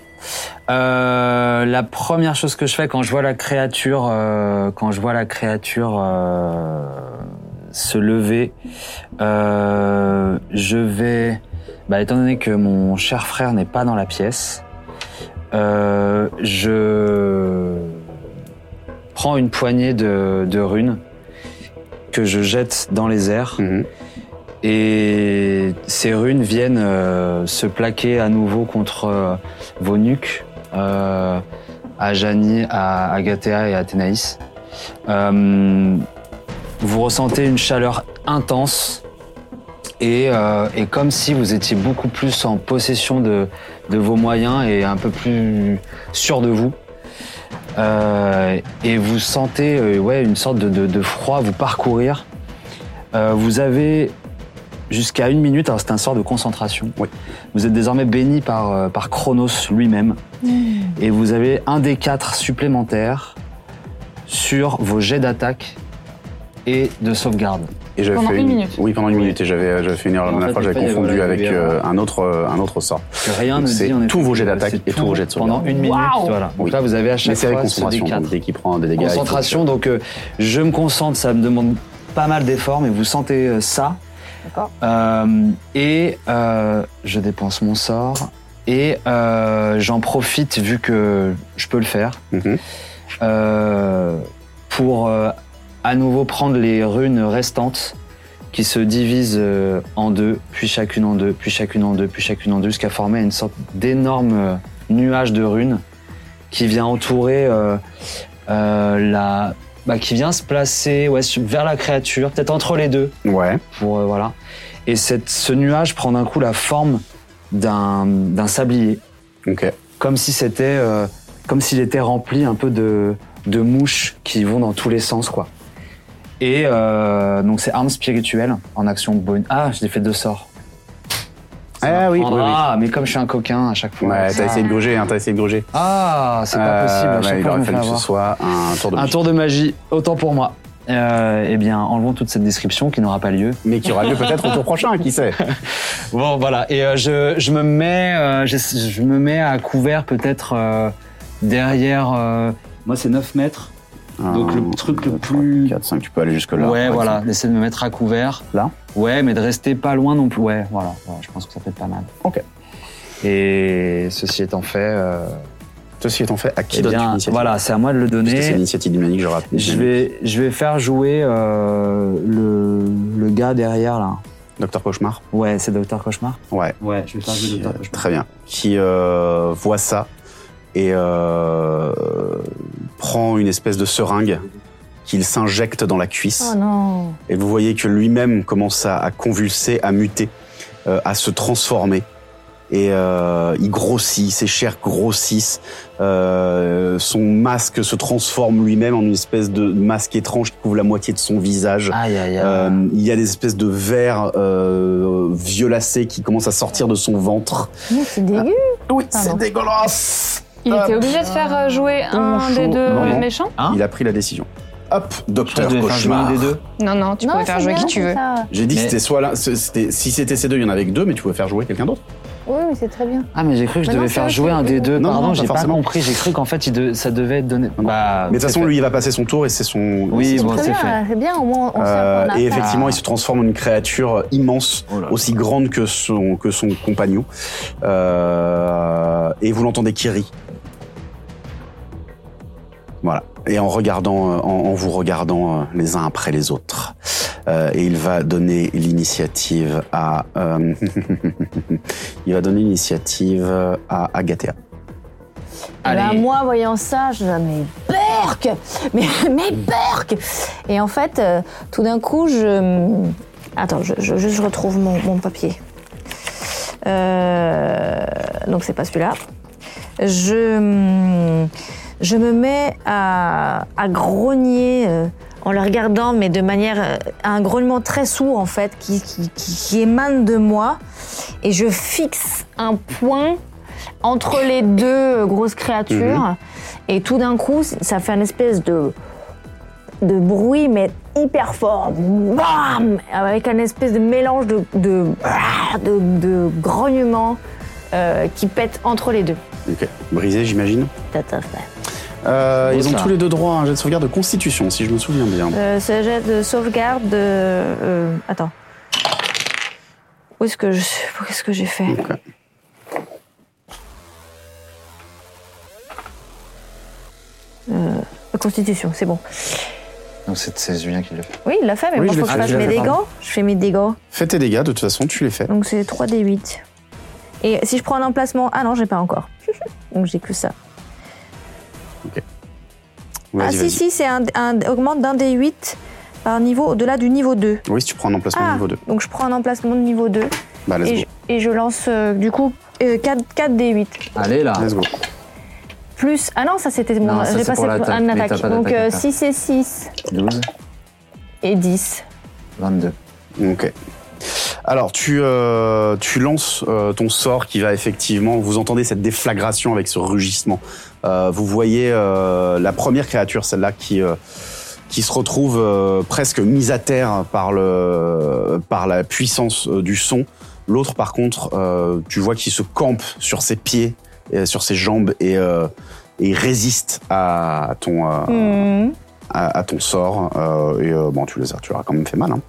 Speaker 11: Euh, la première chose que je fais quand je vois la créature, euh, quand je vois la créature euh, se lever, euh, je vais, bah, étant donné que mon cher frère n'est pas dans la pièce, euh, je prends une poignée de, de runes que je jette dans les airs.
Speaker 1: Mhm.
Speaker 11: Et ces runes viennent euh, se plaquer à nouveau contre euh, vos nuques, euh, à Jani, à Agathea et à Thénaïs. Euh, vous ressentez une chaleur intense et, euh, et comme si vous étiez beaucoup plus en possession de, de vos moyens et un peu plus sûr de vous. Euh, et vous sentez euh, ouais, une sorte de, de- de froid vous parcourir. Euh, vous avez jusqu'à une minute, alors c'est un sort de concentration. Vous êtes désormais béni par, euh, par Chronos lui-même. Et vous avez un des quatre supplémentaires sur vos jets d'attaque et de sauvegarde.
Speaker 1: Et j'avais fait Oui, pendant une minute. Et j'avais, j'avais fait une erreur la
Speaker 11: En
Speaker 1: dernière fois,
Speaker 11: fait,
Speaker 1: j'avais
Speaker 11: il y a-
Speaker 1: confondu
Speaker 11: voilà, il
Speaker 1: avec
Speaker 11: y a-
Speaker 1: euh, un, autre, euh, un autre sort.
Speaker 11: Rien
Speaker 1: Donc
Speaker 11: ne
Speaker 1: c'est
Speaker 11: dit, en effet,
Speaker 1: tous vos jets
Speaker 11: que
Speaker 1: d'attaque
Speaker 11: c'est
Speaker 1: et tous vos jets de sauvegarde.
Speaker 11: pendant une minute, Waouh voilà. Donc là, vous avez à chaque
Speaker 1: Mais c'est avec
Speaker 11: fois ce
Speaker 1: concentration,
Speaker 11: D4.
Speaker 1: donc dès qu'il prend des dégâts. il faut-
Speaker 11: concentration. Donc, euh, je me concentre, ça me demande pas mal d'efforts, mais vous sentez euh, ça.
Speaker 6: D'accord.
Speaker 11: Euh, et euh, je dépense mon sort. Et euh, j'en profite, vu que je peux le faire, euh, pour euh, à nouveau prendre les runes restantes qui se divisent euh, en deux, puis chacune en deux, puis chacune en deux, puis chacune en deux, jusqu'à former une sorte d'énorme euh, nuage de runes qui vient entourer euh, euh, la. bah, qui vient se placer ouais, sur- vers la créature, peut-être entre les deux.
Speaker 1: Ouais.
Speaker 11: Pour, euh, voilà. Et cette, ce nuage prend d'un coup la forme d'un d'un sablier. Comme si c'était. euh, comme s'il était rempli un peu de, de mouches qui vont dans tous les sens, quoi. Et euh, donc c'est arme spirituelle en action bonus. Ah, je l'ai fait deux sorts.
Speaker 1: Ah oui, oui, oui.
Speaker 11: Ah, mais comme je suis un coquin à chaque fois.
Speaker 1: Ouais,
Speaker 11: ça-
Speaker 1: t'as essayé de gruger, hein, t'as essayé de gruger.
Speaker 11: Ah, c'est pas possible, à chaque
Speaker 1: il
Speaker 11: fois, je
Speaker 1: aurait
Speaker 11: me
Speaker 1: fallu que
Speaker 11: fais
Speaker 1: ce soit
Speaker 11: avoir.
Speaker 1: un tour de
Speaker 11: Un
Speaker 1: magie.
Speaker 11: tour de magie, autant pour moi. Euh, eh bien, enlevons toute cette description qui n'aura pas lieu.
Speaker 1: Mais qui aura lieu peut-être au tour prochain, qui sait.
Speaker 11: Bon, voilà. Et euh, je, je me mets, euh, je, je me mets à couvert peut-être euh, derrière. euh, moi, c'est 9 mètres. Donc le truc le plus.
Speaker 1: 4, 5, Euh, tu peux aller jusque-là.
Speaker 11: ouais,
Speaker 1: par
Speaker 11: voilà.
Speaker 1: exemple.
Speaker 11: D'essayer de me mettre à couvert.
Speaker 1: Là
Speaker 11: Ouais, mais de rester pas loin non plus. Ouais, voilà. Voilà, je pense que ça peut être pas mal.
Speaker 1: Ok.
Speaker 11: Et ceci étant fait. euh,
Speaker 1: Ceci étant fait, à qui
Speaker 11: eh
Speaker 1: donnes-tu
Speaker 11: bien,
Speaker 1: l'initiative
Speaker 11: Voilà, c'est à moi de le
Speaker 1: Puisque
Speaker 11: donner.
Speaker 1: c'est l'initiative dynamique, je rappelle.
Speaker 11: Je vais, je vais faire jouer euh, le, le gars derrière là.
Speaker 1: Docteur Cauchemar
Speaker 11: Ouais, c'est Docteur Cauchemar.
Speaker 1: Ouais.
Speaker 11: Ouais, je vais faire jouer
Speaker 1: Qui,
Speaker 11: Docteur
Speaker 1: euh,
Speaker 11: Cauchemar.
Speaker 1: Très bien. Qui euh, voit ça et euh, prend une espèce de seringue qu'il s'injecte dans la cuisse.
Speaker 5: Oh non.
Speaker 1: Et vous voyez que lui-même commence à, à convulser, à muter, euh, à se transformer. Et euh, il grossit, ses chairs grossissent, euh, son masque se transforme lui-même en une espèce de masque étrange qui couvre la moitié de son visage.
Speaker 5: Ah.
Speaker 11: Aïe, aïe, aïe.
Speaker 1: Euh, il y a des espèces de vers euh, violacés qui commencent à sortir de son ventre.
Speaker 5: Mais c'est dégueu.
Speaker 4: Ah,
Speaker 1: Oui,
Speaker 5: Pardon.
Speaker 1: c'est dégueulasse.
Speaker 4: Il était obligé de faire euh, jouer un des deux
Speaker 1: Non.
Speaker 4: méchants
Speaker 1: il a pris la décision. Hop, docteur
Speaker 11: Hein devais faire jouer
Speaker 1: cauchemar.
Speaker 11: un des deux.
Speaker 4: Non, non, tu
Speaker 5: Non,
Speaker 4: pouvais faire
Speaker 5: c'est
Speaker 4: jouer
Speaker 5: bien,
Speaker 4: qui tu
Speaker 5: c'est
Speaker 4: veux.
Speaker 5: ça.
Speaker 1: J'ai dit que
Speaker 11: Mais-
Speaker 1: c'était soit là, ce- c'était- si c'était ces deux, il y en avait que deux, mais tu pouvais faire jouer quelqu'un d'autre.
Speaker 5: Oui, mais c'est très bien.
Speaker 11: Ah mais j'ai cru que je
Speaker 5: Mais non,
Speaker 11: devais
Speaker 5: c'est
Speaker 11: faire
Speaker 5: vrai,
Speaker 11: jouer
Speaker 5: c'est
Speaker 11: un des deux.
Speaker 1: Non, non,
Speaker 11: Pardon,
Speaker 1: pas
Speaker 11: j'ai pas
Speaker 1: forcément.
Speaker 11: compris. J'ai cru qu'en fait il de- ça devait être donné.
Speaker 1: Mais
Speaker 11: Bah,
Speaker 1: de toute
Speaker 11: c'est
Speaker 1: façon,
Speaker 11: fait.
Speaker 1: lui, il va passer son tour et c'est son.
Speaker 11: Oui,
Speaker 1: c'est son
Speaker 11: bon,
Speaker 5: Très
Speaker 11: c'est
Speaker 5: bien,
Speaker 11: fait.
Speaker 5: c'est bien, au moins on sait
Speaker 1: Euh,
Speaker 5: à quoi on a
Speaker 1: et
Speaker 5: affaire.
Speaker 1: effectivement, il se transforme en une créature immense, aussi grande que son, que son compagnon. Euh, et vous l'entendez qui rit. Voilà. Et en regardant, euh, en, en vous regardant euh, les uns après les autres. Euh, et il va donner l'initiative à. euh, il va donner l'initiative à Agathea.
Speaker 5: Eh ben, moi, voyant ça, je dis, mais Burk Mais, mais Burk Et en fait, euh, tout d'un coup, je. mm, Attends, je, je, juste je retrouve mon, mon papier. Euh, donc, c'est pas celui-là. Je. mm, Je me mets à, à grogner euh, en le regardant, mais de manière. euh, un grognement très sourd, en fait, qui, qui, qui- qui émane de moi. Et je fixe un point entre les deux euh, grosses créatures.
Speaker 1: Mhm.
Speaker 5: Et tout d'un coup, c- ça fait un espèce de, de bruit, mais hyper fort. Bam Avec un espèce de mélange de, de, ah, de, de grognements euh, qui pète entre les deux.
Speaker 1: Ok. Brisé, j'imagine.
Speaker 5: Tout à fait.
Speaker 1: Euh,
Speaker 5: C'est beau,
Speaker 1: ils ont
Speaker 5: ça.
Speaker 1: tous les deux droit à un jet de sauvegarde de constitution, si je me souviens bien.
Speaker 5: Euh, ce jet de sauvegarde de. euh, attends. Où est-ce que je. Qu'est-ce que j'ai fait Euh, la Constitution, c'est bon.
Speaker 11: Donc c'est c'est Julien qui le fait.
Speaker 5: Oui, il l'a fait, mais
Speaker 1: Oui,
Speaker 5: moi,
Speaker 1: je l'ai
Speaker 5: faut que
Speaker 1: fait,
Speaker 5: je fasse
Speaker 1: je l'ai
Speaker 5: mes
Speaker 1: fait,
Speaker 5: dégâts.
Speaker 1: pardon.
Speaker 5: Je fais mes dégâts.
Speaker 1: Fais tes dégâts, de toute façon, tu les fais.
Speaker 5: Donc c'est 3d8. Et si je prends un emplacement. Ah non, j'ai pas encore. Donc j'ai que ça. Ah
Speaker 1: Vas-y,
Speaker 5: si,
Speaker 1: vas-y.
Speaker 5: si, c'est un, un- augmente d'un d8 par niveau au-delà du niveau 2.
Speaker 1: Oui, si tu prends un emplacement
Speaker 5: Ah,
Speaker 1: niveau 2.
Speaker 5: Donc je prends un emplacement de niveau 2.
Speaker 1: Bah, let's
Speaker 5: et,
Speaker 1: go.
Speaker 5: je, et je lance euh, du coup 4, d8.
Speaker 11: Allez là.
Speaker 1: Let's go.
Speaker 5: Plus. Ah non, ça c'était mon.
Speaker 11: Non, ça,
Speaker 5: J'ai
Speaker 11: c'est
Speaker 5: passé
Speaker 11: pour l'attaque,
Speaker 5: un
Speaker 11: mais
Speaker 5: attaque.
Speaker 11: t'as pas
Speaker 5: Donc
Speaker 11: d'attaque, là.
Speaker 5: 6 et 6
Speaker 11: 12,
Speaker 5: et 10.
Speaker 11: 22.
Speaker 1: Ok. Alors, tu, euh, tu lances euh, ton sort qui va effectivement. Vous entendez cette déflagration avec ce rugissement. Euh, vous voyez euh, la première créature, celle-là, qui, euh, qui se retrouve euh, presque mise à terre par, le, par la puissance euh, du son. L'autre, par contre, euh, tu vois qu'il se campe sur ses pieds, et sur ses jambes et, euh, et résiste à ton, euh,
Speaker 5: Hmm.
Speaker 11: Oh.
Speaker 1: à, à ton sort. euh, et euh, bon, tu les as, tu leur as quand même fait mal. Hein.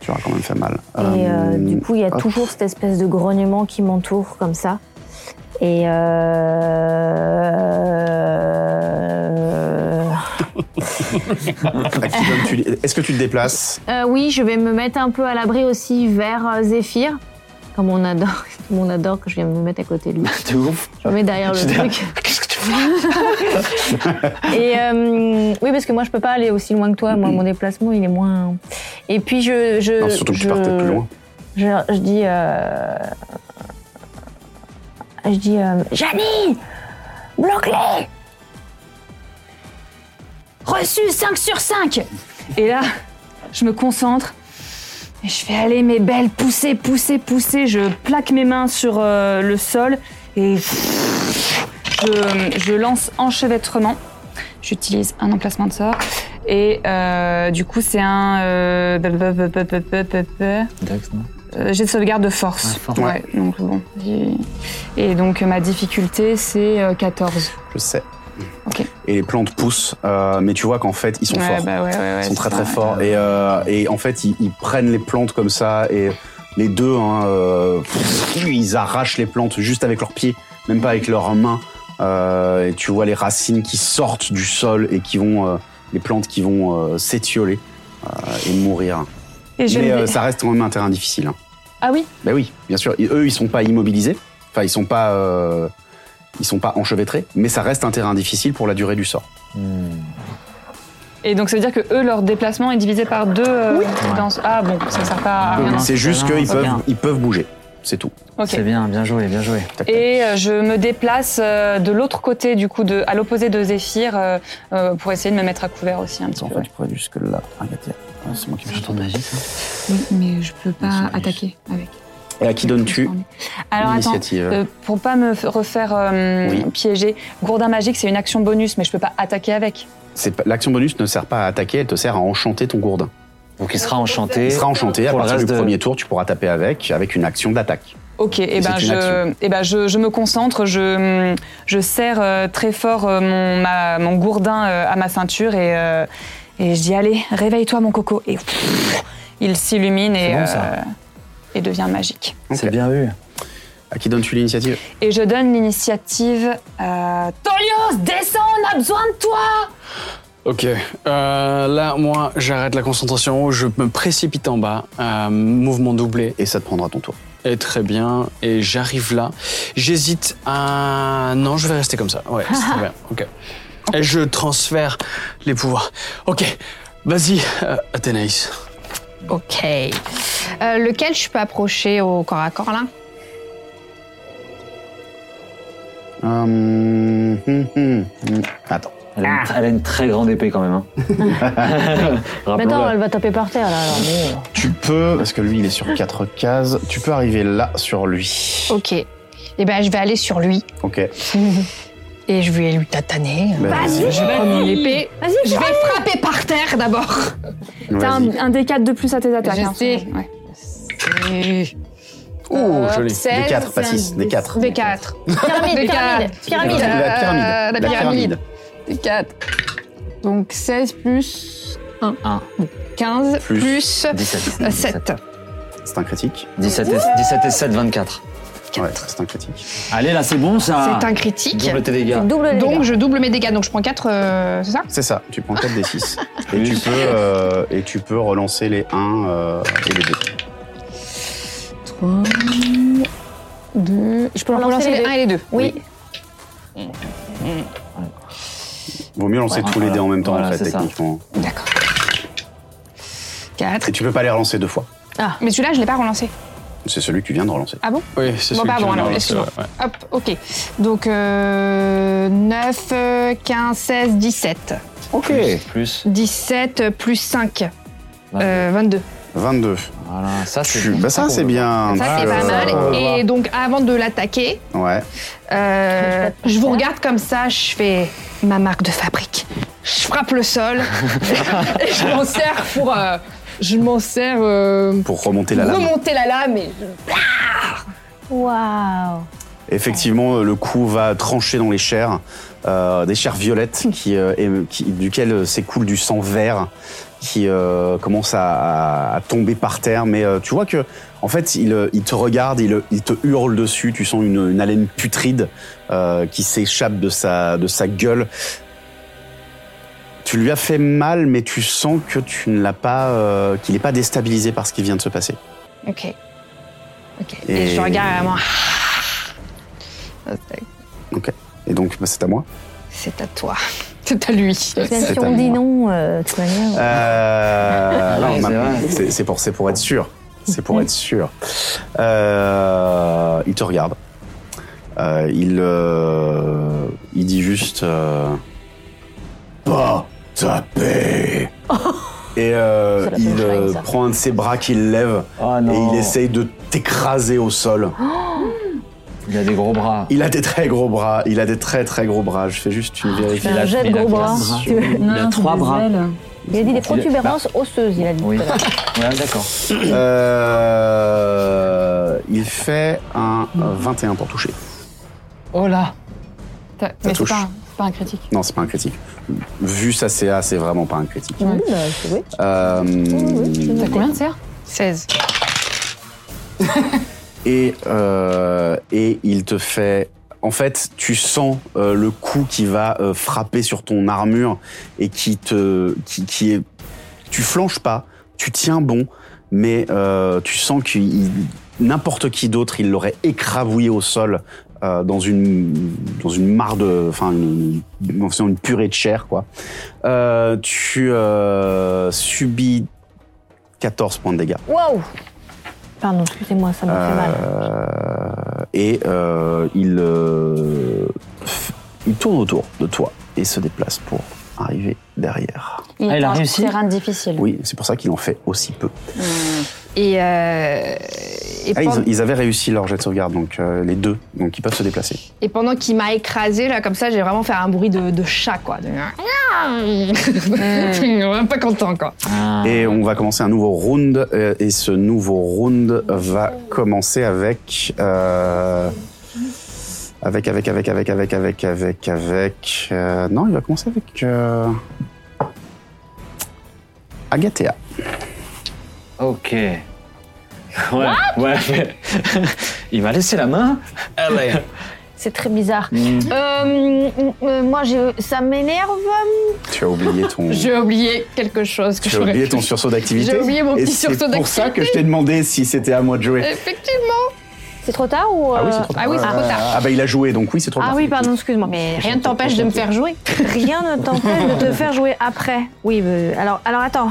Speaker 1: Tu auras quand même fait mal.
Speaker 5: Et euh,
Speaker 1: Euh,
Speaker 5: du coup, il y a
Speaker 1: hop.
Speaker 5: toujours cette espèce de grognement qui m'entoure comme ça. Et euh...
Speaker 1: Maximum, tu- Est-ce que tu te déplaces
Speaker 5: Euh, oui, je vais me mettre un peu à l'abri aussi vers euh, Zéphyr. Comme on adore, comme on adore que je viens me mettre à côté de lui.
Speaker 3: C'est ouf.
Speaker 5: Je me mets derrière le
Speaker 3: Je dis,
Speaker 5: truc. Et euh, oui, parce que moi, je peux pas aller aussi loin que toi. Moi, mon déplacement, il est moins. Et puis, je. je
Speaker 1: Non, surtout que tu
Speaker 5: Euh, je-
Speaker 1: partais plus loin.
Speaker 5: Je, je dis. euh, Je dis. euh, Janie Bloque-les
Speaker 4: Reçu 5 sur 5 Et là, je me concentre. Et je fais aller mes belles pousser, pousser, pousser. Je plaque mes mains sur euh, le sol et je, je lance enchevêtrement. J'utilise un emplacement de sort. Et euh, du coup, c'est un. euh,
Speaker 11: Dex, non
Speaker 4: bah, euh, J'ai de sauvegarde de
Speaker 1: Ah,
Speaker 4: force. Ouais, donc bon. j'ai- Et donc euh, ma difficulté, c'est euh, 14.
Speaker 1: Je sais.
Speaker 4: Ok.
Speaker 1: Et les plantes poussent, euh, mais tu vois qu'en fait, ils sont
Speaker 4: Ouais,
Speaker 1: forts.
Speaker 4: bah ouais, ouais, ouais,
Speaker 1: ils sont
Speaker 4: c'est
Speaker 1: très
Speaker 4: ça,
Speaker 1: très
Speaker 4: ouais.
Speaker 1: forts. Et, euh, et en fait, ils, ils prennent les plantes comme ça, et les deux, hein, euh, pff, ils arrachent les plantes juste avec leurs pieds, même pas avec leurs mains. Euh, et tu vois les racines qui sortent du sol et qui vont, euh, les plantes qui vont euh, s'étioler euh, et mourir.
Speaker 4: Et je
Speaker 1: mais
Speaker 4: vais-
Speaker 1: euh, ça reste quand même un terrain difficile. hein.
Speaker 4: Ah oui
Speaker 1: Ben oui, bien sûr. Ils- eux, ils sont pas immobilisés. Enfin, ils sont pas, euh, ils sont pas enchevêtrés. Mais ça reste un terrain difficile pour la durée du sort.
Speaker 4: Et donc ça veut dire que eux, leur déplacement est divisé par deux euh, dans- Ah bon, ça sert pas à rien.
Speaker 1: c'est juste qu'ils
Speaker 4: Ok.
Speaker 1: peuvent, ils peuvent bouger. C'est tout.
Speaker 4: Ok.
Speaker 11: C'est bien, bien joué, bien joué.
Speaker 4: Et euh, je me déplace euh, de l'autre côté, du coup, de, à l'opposé de Zéphyr, euh, euh, pour essayer de me mettre à couvert aussi un petit peu.
Speaker 1: Tu pourrais jusque là.
Speaker 11: Ah,
Speaker 1: c'est moi qui me tourne magie.
Speaker 4: Oui, mais je peux pas attaquer avec.
Speaker 1: Et à qui donnes-tu
Speaker 4: Alors attends,
Speaker 1: Initiative.
Speaker 4: euh, pour pas me f- refaire euh,
Speaker 1: Oui.
Speaker 4: piéger, gourdin magique, c'est une action bonus, mais je peux pas attaquer avec.
Speaker 1: C'est pas- L'action bonus ne sert pas à attaquer, elle te sert à enchanter ton gourdin.
Speaker 11: Donc il sera enchanté.
Speaker 1: Il sera enchanté. À
Speaker 11: Pour le
Speaker 1: partir du
Speaker 11: reste de-
Speaker 1: premier tour, tu pourras taper avec, avec une action d'attaque.
Speaker 4: Ok, et,
Speaker 1: Et
Speaker 4: ben,
Speaker 1: c'est une
Speaker 4: je,
Speaker 1: action.
Speaker 4: et ben je, je me concentre, je, je serre euh, très fort euh, mon, ma- mon gourdin euh, à ma ceinture et, euh, et je dis allez, réveille-toi mon coco. Et pff, il s'illumine et,
Speaker 1: C'est bon, ça.
Speaker 4: euh, et devient magique.
Speaker 1: C'est bien vu. À qui donnes-tu l'initiative
Speaker 4: Et je donne l'initiative à... Tolios, descends, on a besoin de toi
Speaker 3: Ok, euh, là moi j'arrête la concentration, je me précipite en bas, euh, mouvement doublé.
Speaker 1: Et ça te prendra ton tour.
Speaker 3: Et Eh, très bien, et j'arrive là. J'hésite à... Non, je vais rester comme ça. Ouais, c'est très bien, ok. Et je transfère les pouvoirs. Ok, vas-y, euh, Athénaïs.
Speaker 6: Ok. Euh, lequel je peux approcher au corps à corps, là
Speaker 1: Hum, hum, hum, hum. Attends.
Speaker 11: Elle a, une, elle a une très grande épée quand même. Hein.
Speaker 5: Mais
Speaker 11: Oh,
Speaker 5: attends, elle va taper par terre là. Alors,
Speaker 4: Mmh.
Speaker 5: bon.
Speaker 1: Tu peux, parce que lui il est sur 4 cases, tu peux arriver là sur lui.
Speaker 4: Oh.
Speaker 6: Ok. Eh ben, je vais aller sur lui.
Speaker 1: Ok.
Speaker 6: Et je vais lui tataner.
Speaker 1: Ben, Vas-y,
Speaker 6: Je vais
Speaker 1: vas-y.
Speaker 6: prendre l'épée.
Speaker 4: Vas-y,
Speaker 6: Je vais frapper par terre d'abord.
Speaker 4: T'as un, un D4 de plus à tes attaques.
Speaker 6: Je
Speaker 4: hein.
Speaker 6: sais.
Speaker 4: Ouais.
Speaker 1: Ouh, joli. Des 4, pas 6, des 4.
Speaker 6: Des 4.
Speaker 5: Pyramide, pyramide,
Speaker 6: Des quatre.
Speaker 5: pyramide.
Speaker 1: La pyramide,
Speaker 6: Euh,
Speaker 1: la pyramide.
Speaker 6: Des 4. Donc 16 plus 1.
Speaker 11: 1,
Speaker 6: 15
Speaker 1: Plus
Speaker 6: plus,
Speaker 11: 17.
Speaker 1: euh,
Speaker 6: 7.
Speaker 1: C'est un critique.
Speaker 11: 17 et, 17 et 7, 24.
Speaker 1: Ouais, c'est un critique.
Speaker 11: Allez, là, c'est bon, ça.
Speaker 6: C'est un critique.
Speaker 11: Ah. Double tes dégâts.
Speaker 6: Donc je double mes dégâts. Donc je prends 4, c'est ça
Speaker 1: C'est ça, tu prends 4 des 6. et, tu peux, euh, et tu peux relancer les 1 euh, et les 2.
Speaker 6: 3, 2. Je peux leur
Speaker 5: Relancer les
Speaker 6: relancer les
Speaker 5: deux.
Speaker 6: 1 et les 2. Oui.
Speaker 1: Vaut mieux lancer
Speaker 11: Ouais,
Speaker 1: tous
Speaker 11: voilà.
Speaker 1: les dés en même temps,
Speaker 11: Voilà,
Speaker 1: en fait,
Speaker 11: c'est ça.
Speaker 1: techniquement.
Speaker 6: D'accord. 4.
Speaker 1: Et tu peux pas les relancer deux fois.
Speaker 6: Ah. Mais celui-là, je l'ai pas relancé.
Speaker 1: C'est celui que tu viens de relancer.
Speaker 6: Ah bon
Speaker 3: Oui, c'est
Speaker 6: Bon,
Speaker 3: celui
Speaker 6: pardon,
Speaker 3: qui
Speaker 6: alors,
Speaker 3: me-
Speaker 6: excuse-moi.
Speaker 3: ouais.
Speaker 6: Hop, ok. Donc, euh, 9, euh, 15, 16, 17.
Speaker 1: Ok.
Speaker 11: Plus.
Speaker 6: 17 plus 5, euh, 22.
Speaker 11: Ah,
Speaker 1: 22.
Speaker 11: Voilà, ça
Speaker 1: c'est bien. Bah,
Speaker 11: Ah,
Speaker 1: ça, c'est bien.
Speaker 6: Ça,
Speaker 1: Tu-
Speaker 6: c'est pas
Speaker 1: euh,
Speaker 6: mal. Et donc, avant de l'attaquer,
Speaker 1: Ouais.
Speaker 6: euh, je vous regarde comme ça, je fais ma marque de fabrique. Je frappe le sol et je m'en sers pour... euh, je m'en sers... euh,
Speaker 1: Pour remonter la lame.
Speaker 6: remonter la lame et...
Speaker 5: Waouh.
Speaker 1: euh, Effectivement, le coup va trancher dans les chairs. euh, des chairs violettes qui, euh, éme- qui- duquel euh, s'écoule du sang vert qui euh, commence à, à- à tomber par terre. Mais euh, tu vois que, en fait, il, euh, il te regarde, il, il te hurle dessus. Tu sens une, une haleine putride euh, qui s'échappe de sa, de sa gueule. Tu lui as fait mal, mais tu sens que tu ne l'as pas, euh, qu'il n'est pas déstabilisé par ce qui vient de se passer.
Speaker 6: Ok. Ok. Et,
Speaker 1: Et-
Speaker 6: je regarde vraiment.
Speaker 1: Ok. Et donc, bah, c'est à moi.
Speaker 6: C'est à toi. C'est à lui.
Speaker 1: Même si C'est Euh, on à dit moi.
Speaker 6: non, tu
Speaker 1: Euh, non,
Speaker 6: Ouais,
Speaker 1: ma-
Speaker 6: c'est vrai.
Speaker 1: c'est c'est pour, c'est pour être sûr. C'est pour être sûr. Euh, il te regarde. Euh, il, euh, il dit juste. euh, pas taper. Et euh, il euh, prend un de ses bras qu'il lève
Speaker 6: Oh
Speaker 11: Ah,
Speaker 1: et il essaye de t'écraser au sol.
Speaker 11: Il a des gros bras.
Speaker 1: Il a des très gros bras. Il a des très très gros bras. Je fais juste
Speaker 6: Ah,
Speaker 1: une vérification.
Speaker 5: un jet de gros bras. Tu veux-
Speaker 11: Il a trois bras.
Speaker 5: Il a dit des protubérances osseuses, il a dit.
Speaker 11: Oui. Ouais, d'accord.
Speaker 1: Euh, il fait un euh, 21 pour toucher.
Speaker 6: Oh là T'as- Mais c'est
Speaker 1: touche.
Speaker 6: pas, un- c'est pas un critique.
Speaker 1: Non, c'est pas un critique. Vu sa CA, c'est vraiment pas un critique. Euh,
Speaker 6: T'as combien de serres 16.
Speaker 1: et, euh, et il te fait. En fait, tu sens euh, le coup qui va euh, frapper sur ton armure et qui te. Qui, qui est. Tu flanches pas, tu tiens bon, mais euh, tu sens que n'importe qui d'autre, il l'aurait écrabouillé au sol euh, dans une dans une mare de, enfin une, une, faisant une purée de chair quoi. Euh, tu euh, subis 14 points de dégâts.
Speaker 5: Waouh Pardon, excusez-moi, ça me fait mal.
Speaker 1: Euh, et euh, il, euh, f- il tourne autour de toi et se déplace pour arriver derrière.
Speaker 6: Il Ah, il a est en réussi
Speaker 1: terrain
Speaker 6: difficile.
Speaker 1: Oui, c'est pour ça qu'il en fait aussi peu.
Speaker 6: Et, euh, et,
Speaker 1: Ah,
Speaker 6: pen-
Speaker 1: ils, ils avaient réussi leur jet de sauvegarde, donc euh, les deux, donc ils peuvent se déplacer.
Speaker 6: et pendant qu'il m'a écrasé, là, comme ça, j'ai vraiment fait un bruit de, de chat, quoi. De-
Speaker 5: Mm.
Speaker 6: Vraiment pas content, quoi.
Speaker 1: Et on va commencer un nouveau round, euh, et ce nouveau round va commencer avec... euh, avec, avec, avec, avec, avec, avec, avec, avec... euh, non, il va commencer avec... euh, Agathea.
Speaker 11: Ok. Ouais, ouais, mais- Il m'a laissé la main Allez.
Speaker 5: C'est très bizarre.
Speaker 11: Mm.
Speaker 5: Euh, euh, moi, j'ai- ça m'énerve.
Speaker 1: Tu as oublié ton...
Speaker 6: J'ai oublié quelque chose
Speaker 1: Tu
Speaker 6: que
Speaker 1: as
Speaker 6: j'aurais
Speaker 1: oublié
Speaker 6: pu-
Speaker 1: ton sursaut d'activité.
Speaker 6: J'ai oublié mon
Speaker 1: Et
Speaker 6: petit sursaut
Speaker 1: C'est pour
Speaker 6: d'activité.
Speaker 1: ça que je t'ai demandé si c'était à moi de jouer.
Speaker 6: Effectivement.
Speaker 5: C'est trop tard ou.
Speaker 1: Ah oui, c'est
Speaker 5: euh,
Speaker 1: trop tard. Ah bah il a joué, donc oui, c'est trop
Speaker 5: Ah
Speaker 1: tard.
Speaker 5: oui, pardon, excuse-moi. Mais rien ne t'empêche de me faire jouer. Rien ne t'empêche de te faire jouer après. Oui, bah, alors, alors attends.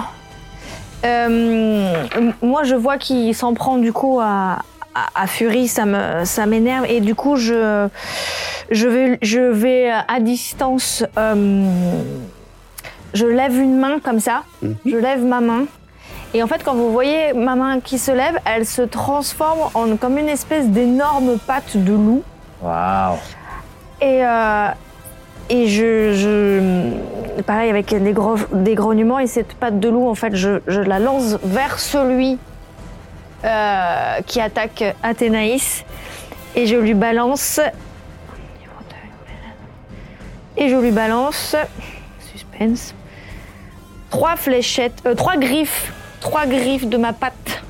Speaker 5: Euh, m- moi, je vois qu'il s'en prend du coup à, à, à Fury, ça me, ça m'énerve et du coup, je, je vais, je vais à distance. euh, je lève une main comme ça. Je lève ma main. Et en fait, quand vous voyez ma main qui se lève, elle se transforme en comme une espèce d'énorme patte de loup.
Speaker 11: Waouh.
Speaker 5: Et, euh, et je, je- Pareil, avec des, gros, des grognements, et cette patte de loup, en fait, je, je la lance vers celui euh, qui attaque Athénaïs. Et je lui balance. Et je lui balance. Suspense. Trois fléchettes. euh, trois griffes. Trois griffes de ma patte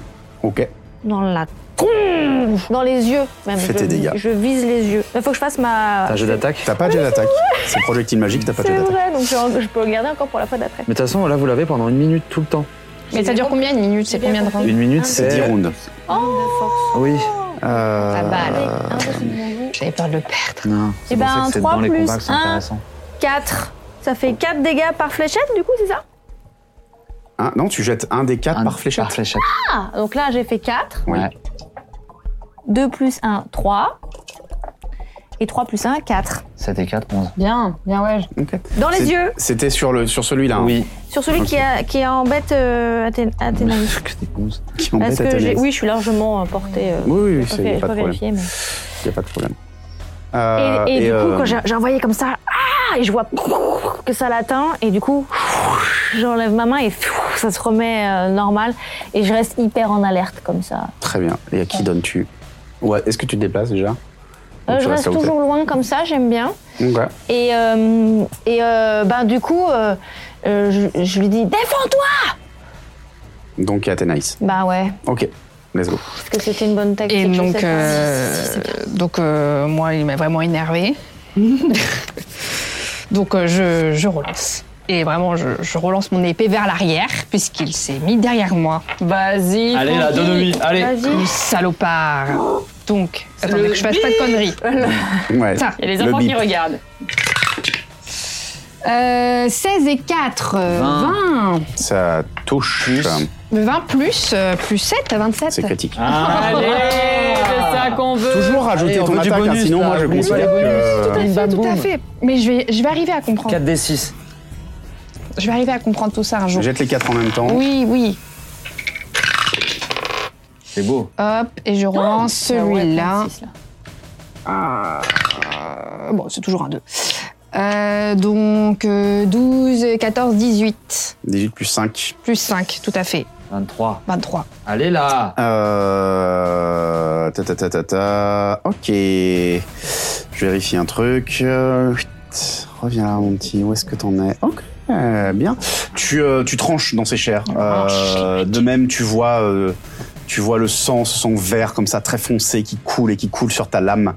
Speaker 1: Ok.
Speaker 5: dans la tronche, dans les yeux même.
Speaker 1: Fais
Speaker 5: je,
Speaker 1: tes dégâts.
Speaker 5: Je vise les yeux. Il faut que je fasse ma.
Speaker 1: jet d'attaque T'as pas de jet d'attaque. C'est projectile magique, t'as pas de jet
Speaker 5: C'est
Speaker 1: d'attaque.
Speaker 5: vrai, donc je, je peux le garder encore pour la fois d'après.
Speaker 11: Mais de toute façon, là, vous l'avez pendant une minute tout le temps.
Speaker 6: Mais ça dure combien une minute C'est combien de rounds
Speaker 11: Une minute, c'est.
Speaker 1: dix rounds.
Speaker 5: Oh,
Speaker 1: Euh,
Speaker 11: Oui.
Speaker 5: Ah
Speaker 6: Pas
Speaker 5: bah,
Speaker 6: mal.
Speaker 1: Ah.
Speaker 5: J'avais peur de le perdre.
Speaker 11: Non.
Speaker 5: Eh
Speaker 11: C'est pour
Speaker 5: ben,
Speaker 11: ça que c'est
Speaker 5: 3
Speaker 11: dans les
Speaker 5: plus
Speaker 11: combats que c'est
Speaker 5: un.
Speaker 11: intéressant.
Speaker 5: 4. Ça fait 4 dégâts par fléchette, du coup, c'est ça
Speaker 1: Hein, non, tu jettes un des quatre par fléchette.
Speaker 5: Ah Donc là, j'ai fait 4.
Speaker 1: Oui.
Speaker 5: 2 plus 1, 3. Et 3 plus 1, 4.
Speaker 11: 7 et 4, 11.
Speaker 5: Bien, bien, ouais.
Speaker 1: Ok.
Speaker 5: Dans les
Speaker 1: C'est-
Speaker 5: yeux
Speaker 1: C'était sur, le, sur celui-là.
Speaker 11: Ah
Speaker 1: hein, Oui.
Speaker 5: Sur celui qui, a, qui embête euh, Athé- Athénaïs.
Speaker 1: Qui embête
Speaker 5: Parce que j'ai-
Speaker 1: Athénaïs.
Speaker 5: oui, je suis largement euh, portée. euh,
Speaker 1: Oui, oui, oui,
Speaker 5: je
Speaker 1: c'est-
Speaker 5: peux-
Speaker 1: y a
Speaker 5: je
Speaker 1: pas
Speaker 5: peux
Speaker 1: de problème.
Speaker 5: vérifier, mais-
Speaker 1: Y a pas de problème. Euh,
Speaker 5: Et, et du
Speaker 1: euh,
Speaker 5: coup, quand j'ai j'ai envoyé comme ça, ah, et je vois que ça l'atteint, et du coup, j'enlève ma main et ça se remet euh, normal, et je reste hyper en alerte comme ça.
Speaker 1: Très bien. Et à qui donnes-tu Ouais, est-ce que tu te déplaces déjà
Speaker 5: Euh,
Speaker 1: Donc, tu restes
Speaker 5: je reste
Speaker 1: là où t'es.
Speaker 5: toujours loin comme ça, j'aime bien.
Speaker 1: Ok.
Speaker 5: Et, euh, et euh, ben, du coup, euh, euh, je, je lui dis Défends-toi
Speaker 1: Donc Athénaïs.
Speaker 5: Bah ouais,
Speaker 1: Ok, let's go.
Speaker 5: parce que c'était une bonne tactique.
Speaker 6: Et
Speaker 5: je
Speaker 6: donc,
Speaker 5: sais pas.
Speaker 6: euh, donc euh, moi, il m'a vraiment énervé. donc, euh, je, je relance. Et vraiment, je, je relance mon épée vers l'arrière, puisqu'il s'est mis derrière moi. Vas-y.
Speaker 3: Allez, là,
Speaker 6: Francky.
Speaker 3: donne-lui, allez. Vas-y.
Speaker 6: Le Oh, Salopard. Donc, attendez que je fasse pas de conneries.
Speaker 1: Ouais.
Speaker 6: Ça,
Speaker 4: Il y a les enfants qui regardent.
Speaker 6: Euh, 16 et 4, euh, 20.
Speaker 1: Ça touche.
Speaker 6: 20. plus, euh, plus 7, 27.
Speaker 1: C'est critique.
Speaker 6: Allez,
Speaker 4: Ah.
Speaker 11: Ah.
Speaker 6: c'est ça qu'on veut.
Speaker 1: Toujours rajouter
Speaker 6: Allez, on
Speaker 1: ton
Speaker 6: veut du
Speaker 1: attaque, hein,
Speaker 11: bonus,
Speaker 1: sinon
Speaker 11: là,
Speaker 1: moi je
Speaker 11: oublie pas
Speaker 1: considère
Speaker 11: les bonus.
Speaker 1: que. euh,
Speaker 6: Tout à fait, tout à fait. Mais je vais, je vais arriver à comprendre.
Speaker 11: 4 des 6.
Speaker 6: Je vais arriver à comprendre tout ça un jour.
Speaker 1: Jette les quatre en même temps.
Speaker 6: Oui, oui.
Speaker 11: C'est beau.
Speaker 6: Hop, et je relance
Speaker 4: Ah ouais,
Speaker 6: celui-là.
Speaker 4: 36, là.
Speaker 6: Euh, bon, c'est toujours un 2. donc euh, 12, 14, 18,
Speaker 1: 18 plus 5.
Speaker 6: plus 5, tout à fait.
Speaker 11: 23.
Speaker 6: 23.
Speaker 11: Allez là
Speaker 1: Euh. Ta ta ta ta ta. Ok. Je vérifie un truc. Euh, chut. Reviens là, mon petit. Où est-ce que t'en es Ok. Bien. Tu, euh, tu tranches dans ses chairs. Euh, de même, tu vois. euh, tu vois le sang, ce sang vert comme ça, très foncé, qui coule et qui coule sur ta lame,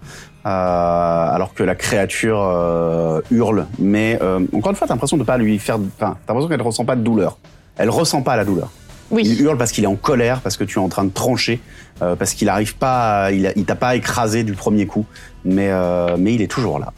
Speaker 1: euh, alors que la créature euh, hurle. Mais euh, encore une fois, t'as l'impression de pas lui faire, enfin, t'as l'impression qu'elle ressent pas de douleur. Elle ressent pas la douleur.
Speaker 6: Oui.
Speaker 1: Il hurle parce qu'il est en colère, parce que tu es en train de trancher, euh, parce qu'il arrive pas, à- il, a- il t'a pas écrasé du premier coup, mais euh, mais il est toujours là.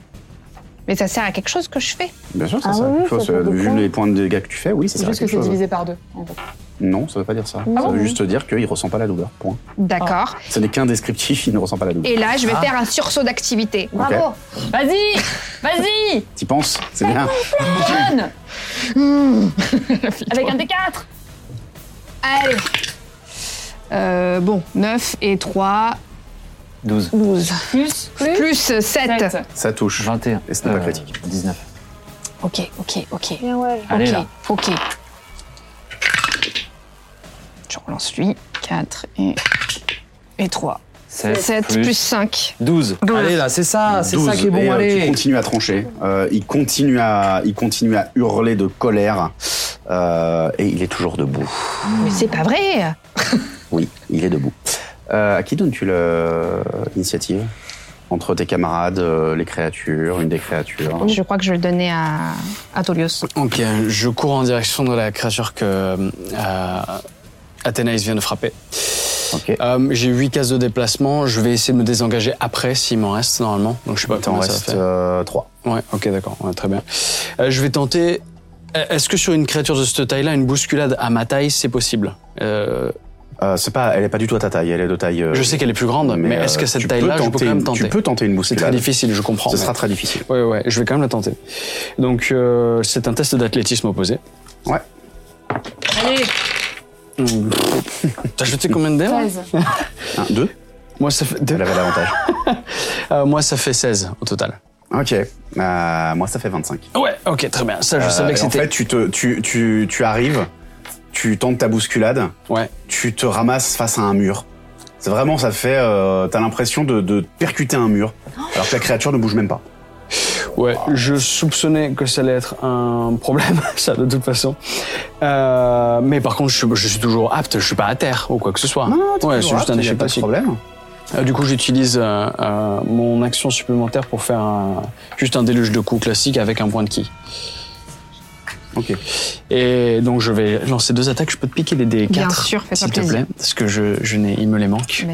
Speaker 6: Mais ça sert à quelque chose que je fais.
Speaker 1: Bien sûr, c'est
Speaker 6: Ah
Speaker 1: ça.
Speaker 6: oui,
Speaker 1: quelque
Speaker 6: oui,
Speaker 1: chose,
Speaker 6: ça fait des
Speaker 1: vu
Speaker 6: points.
Speaker 1: les points de dégâts que tu fais, oui, c'est
Speaker 4: C'est
Speaker 1: ça.
Speaker 4: juste que
Speaker 1: quelque
Speaker 4: c'est
Speaker 1: chose.
Speaker 4: divisé par deux. en gros.
Speaker 1: Non, ça veut pas dire ça.
Speaker 6: Ah
Speaker 1: ça
Speaker 6: bon
Speaker 1: veut juste dire qu'il ressent pas la douleur. Point.
Speaker 6: D'accord.
Speaker 1: Ce n'est qu'un descriptif, il ne ressent pas la douleur.
Speaker 6: Et là, je vais
Speaker 1: Ah.
Speaker 6: faire un sursaut d'activité.
Speaker 1: Bravo.
Speaker 6: Vas-y Vas-y
Speaker 1: T'y penses C'est bien.
Speaker 6: Avec un D4 Allez Euh, Bon, 9 et 3,
Speaker 11: 12.
Speaker 6: 12. Plus Plus, 7.
Speaker 1: Ça touche.
Speaker 11: 21.
Speaker 1: Et ce n'est pas critique.
Speaker 11: 19.
Speaker 6: Ok, ok, ok.
Speaker 11: Allez,
Speaker 6: ok,
Speaker 11: là.
Speaker 6: ok. Je relance lui. 4 et, et 3.
Speaker 1: Sept
Speaker 6: 7
Speaker 1: plus-
Speaker 6: plus, 5.
Speaker 11: 12.
Speaker 1: Allez
Speaker 11: là, c'est ça, c'est
Speaker 1: 12,
Speaker 11: ça qui est bon,
Speaker 1: et, euh,
Speaker 11: allez.
Speaker 1: Tu continues à trancher. Euh, il, continue à, il continue à hurler de colère. Euh, et il est toujours debout.
Speaker 6: Mais c'est pas vrai
Speaker 1: Oui, il est debout. Euh, à qui donnes-tu le- l'initiative Entre tes camarades, euh, les créatures, une des créatures
Speaker 6: Je crois que je vais le donnais à, à Tolios.
Speaker 3: Ok, je cours en direction de la créature que euh, Athénaïs vient de frapper. Euh, J'ai 8 cases de déplacement. Je vais essayer de me désengager après s'il m'en reste normalement. Donc je sais pas
Speaker 1: Il t'en
Speaker 3: combien bah, ça
Speaker 1: reste, euh,
Speaker 3: fait.
Speaker 1: 3.
Speaker 3: Ouais, ok, d'accord. Ouais, très bien. Euh, je vais tenter. Euh, Est-ce que sur une créature de cette taille-là, une bousculade à ma taille, c'est possible Euh,
Speaker 1: Euh, c'est pas, elle est pas du tout à ta taille, elle est de taille. euh,
Speaker 3: Je sais qu'elle est plus grande, mais,
Speaker 1: euh,
Speaker 3: est-ce que cette
Speaker 1: tu peux
Speaker 3: taille-là, je peux quand même
Speaker 1: une-
Speaker 3: tenter
Speaker 1: Tu peux tenter une bousculade.
Speaker 3: C'est très difficile, je comprends.
Speaker 1: Ce
Speaker 3: mais-
Speaker 1: sera très difficile.
Speaker 3: Ouais, ouais, je vais quand même la tenter. Donc, euh, c'est un test d'athlétisme opposé.
Speaker 1: Ouais.
Speaker 6: Allez
Speaker 3: T'as jeté combien de dés là
Speaker 4: 13.
Speaker 1: 2
Speaker 3: Moi, ça fait. Elle
Speaker 1: avait l'avantage.
Speaker 3: moi, ça fait 16 au total.
Speaker 1: Ok. Euh, moi, ça fait 25.
Speaker 3: Ouais, ok, très bien. Ça, je
Speaker 1: Euh,
Speaker 3: savais que
Speaker 1: et En
Speaker 3: c'était.
Speaker 1: fait, tu, te, tu, tu, tu arrives, tu tentes ta bousculade,
Speaker 3: ouais.
Speaker 1: tu te ramasses face à un mur. C'est vraiment, ça fait. Euh, T'as l'impression de, de percuter un mur, alors que la créature ne bouge même pas.
Speaker 3: Ouais, je soupçonnais que ça allait être un problème, ça, de toute façon. Euh, mais par contre, je suis, je suis toujours apte, je suis pas à terre ou quoi que ce soit.
Speaker 1: Non, non, t'es
Speaker 3: ouais,
Speaker 1: toujours
Speaker 3: c'est juste
Speaker 1: apte, y a
Speaker 3: un échec
Speaker 1: pas de
Speaker 3: classique.
Speaker 1: problème.
Speaker 3: Euh, du coup, j'utilise euh, euh, mon action supplémentaire pour faire un- juste un déluge de coups classique avec un point de ki.
Speaker 1: Ok.
Speaker 3: Et donc, je vais lancer deux attaques. Je peux te piquer les D4
Speaker 6: Bien sûr, fais-toi
Speaker 3: S'il te
Speaker 6: plaisir.
Speaker 3: plaît, parce que je, je n'ai, il me les manque.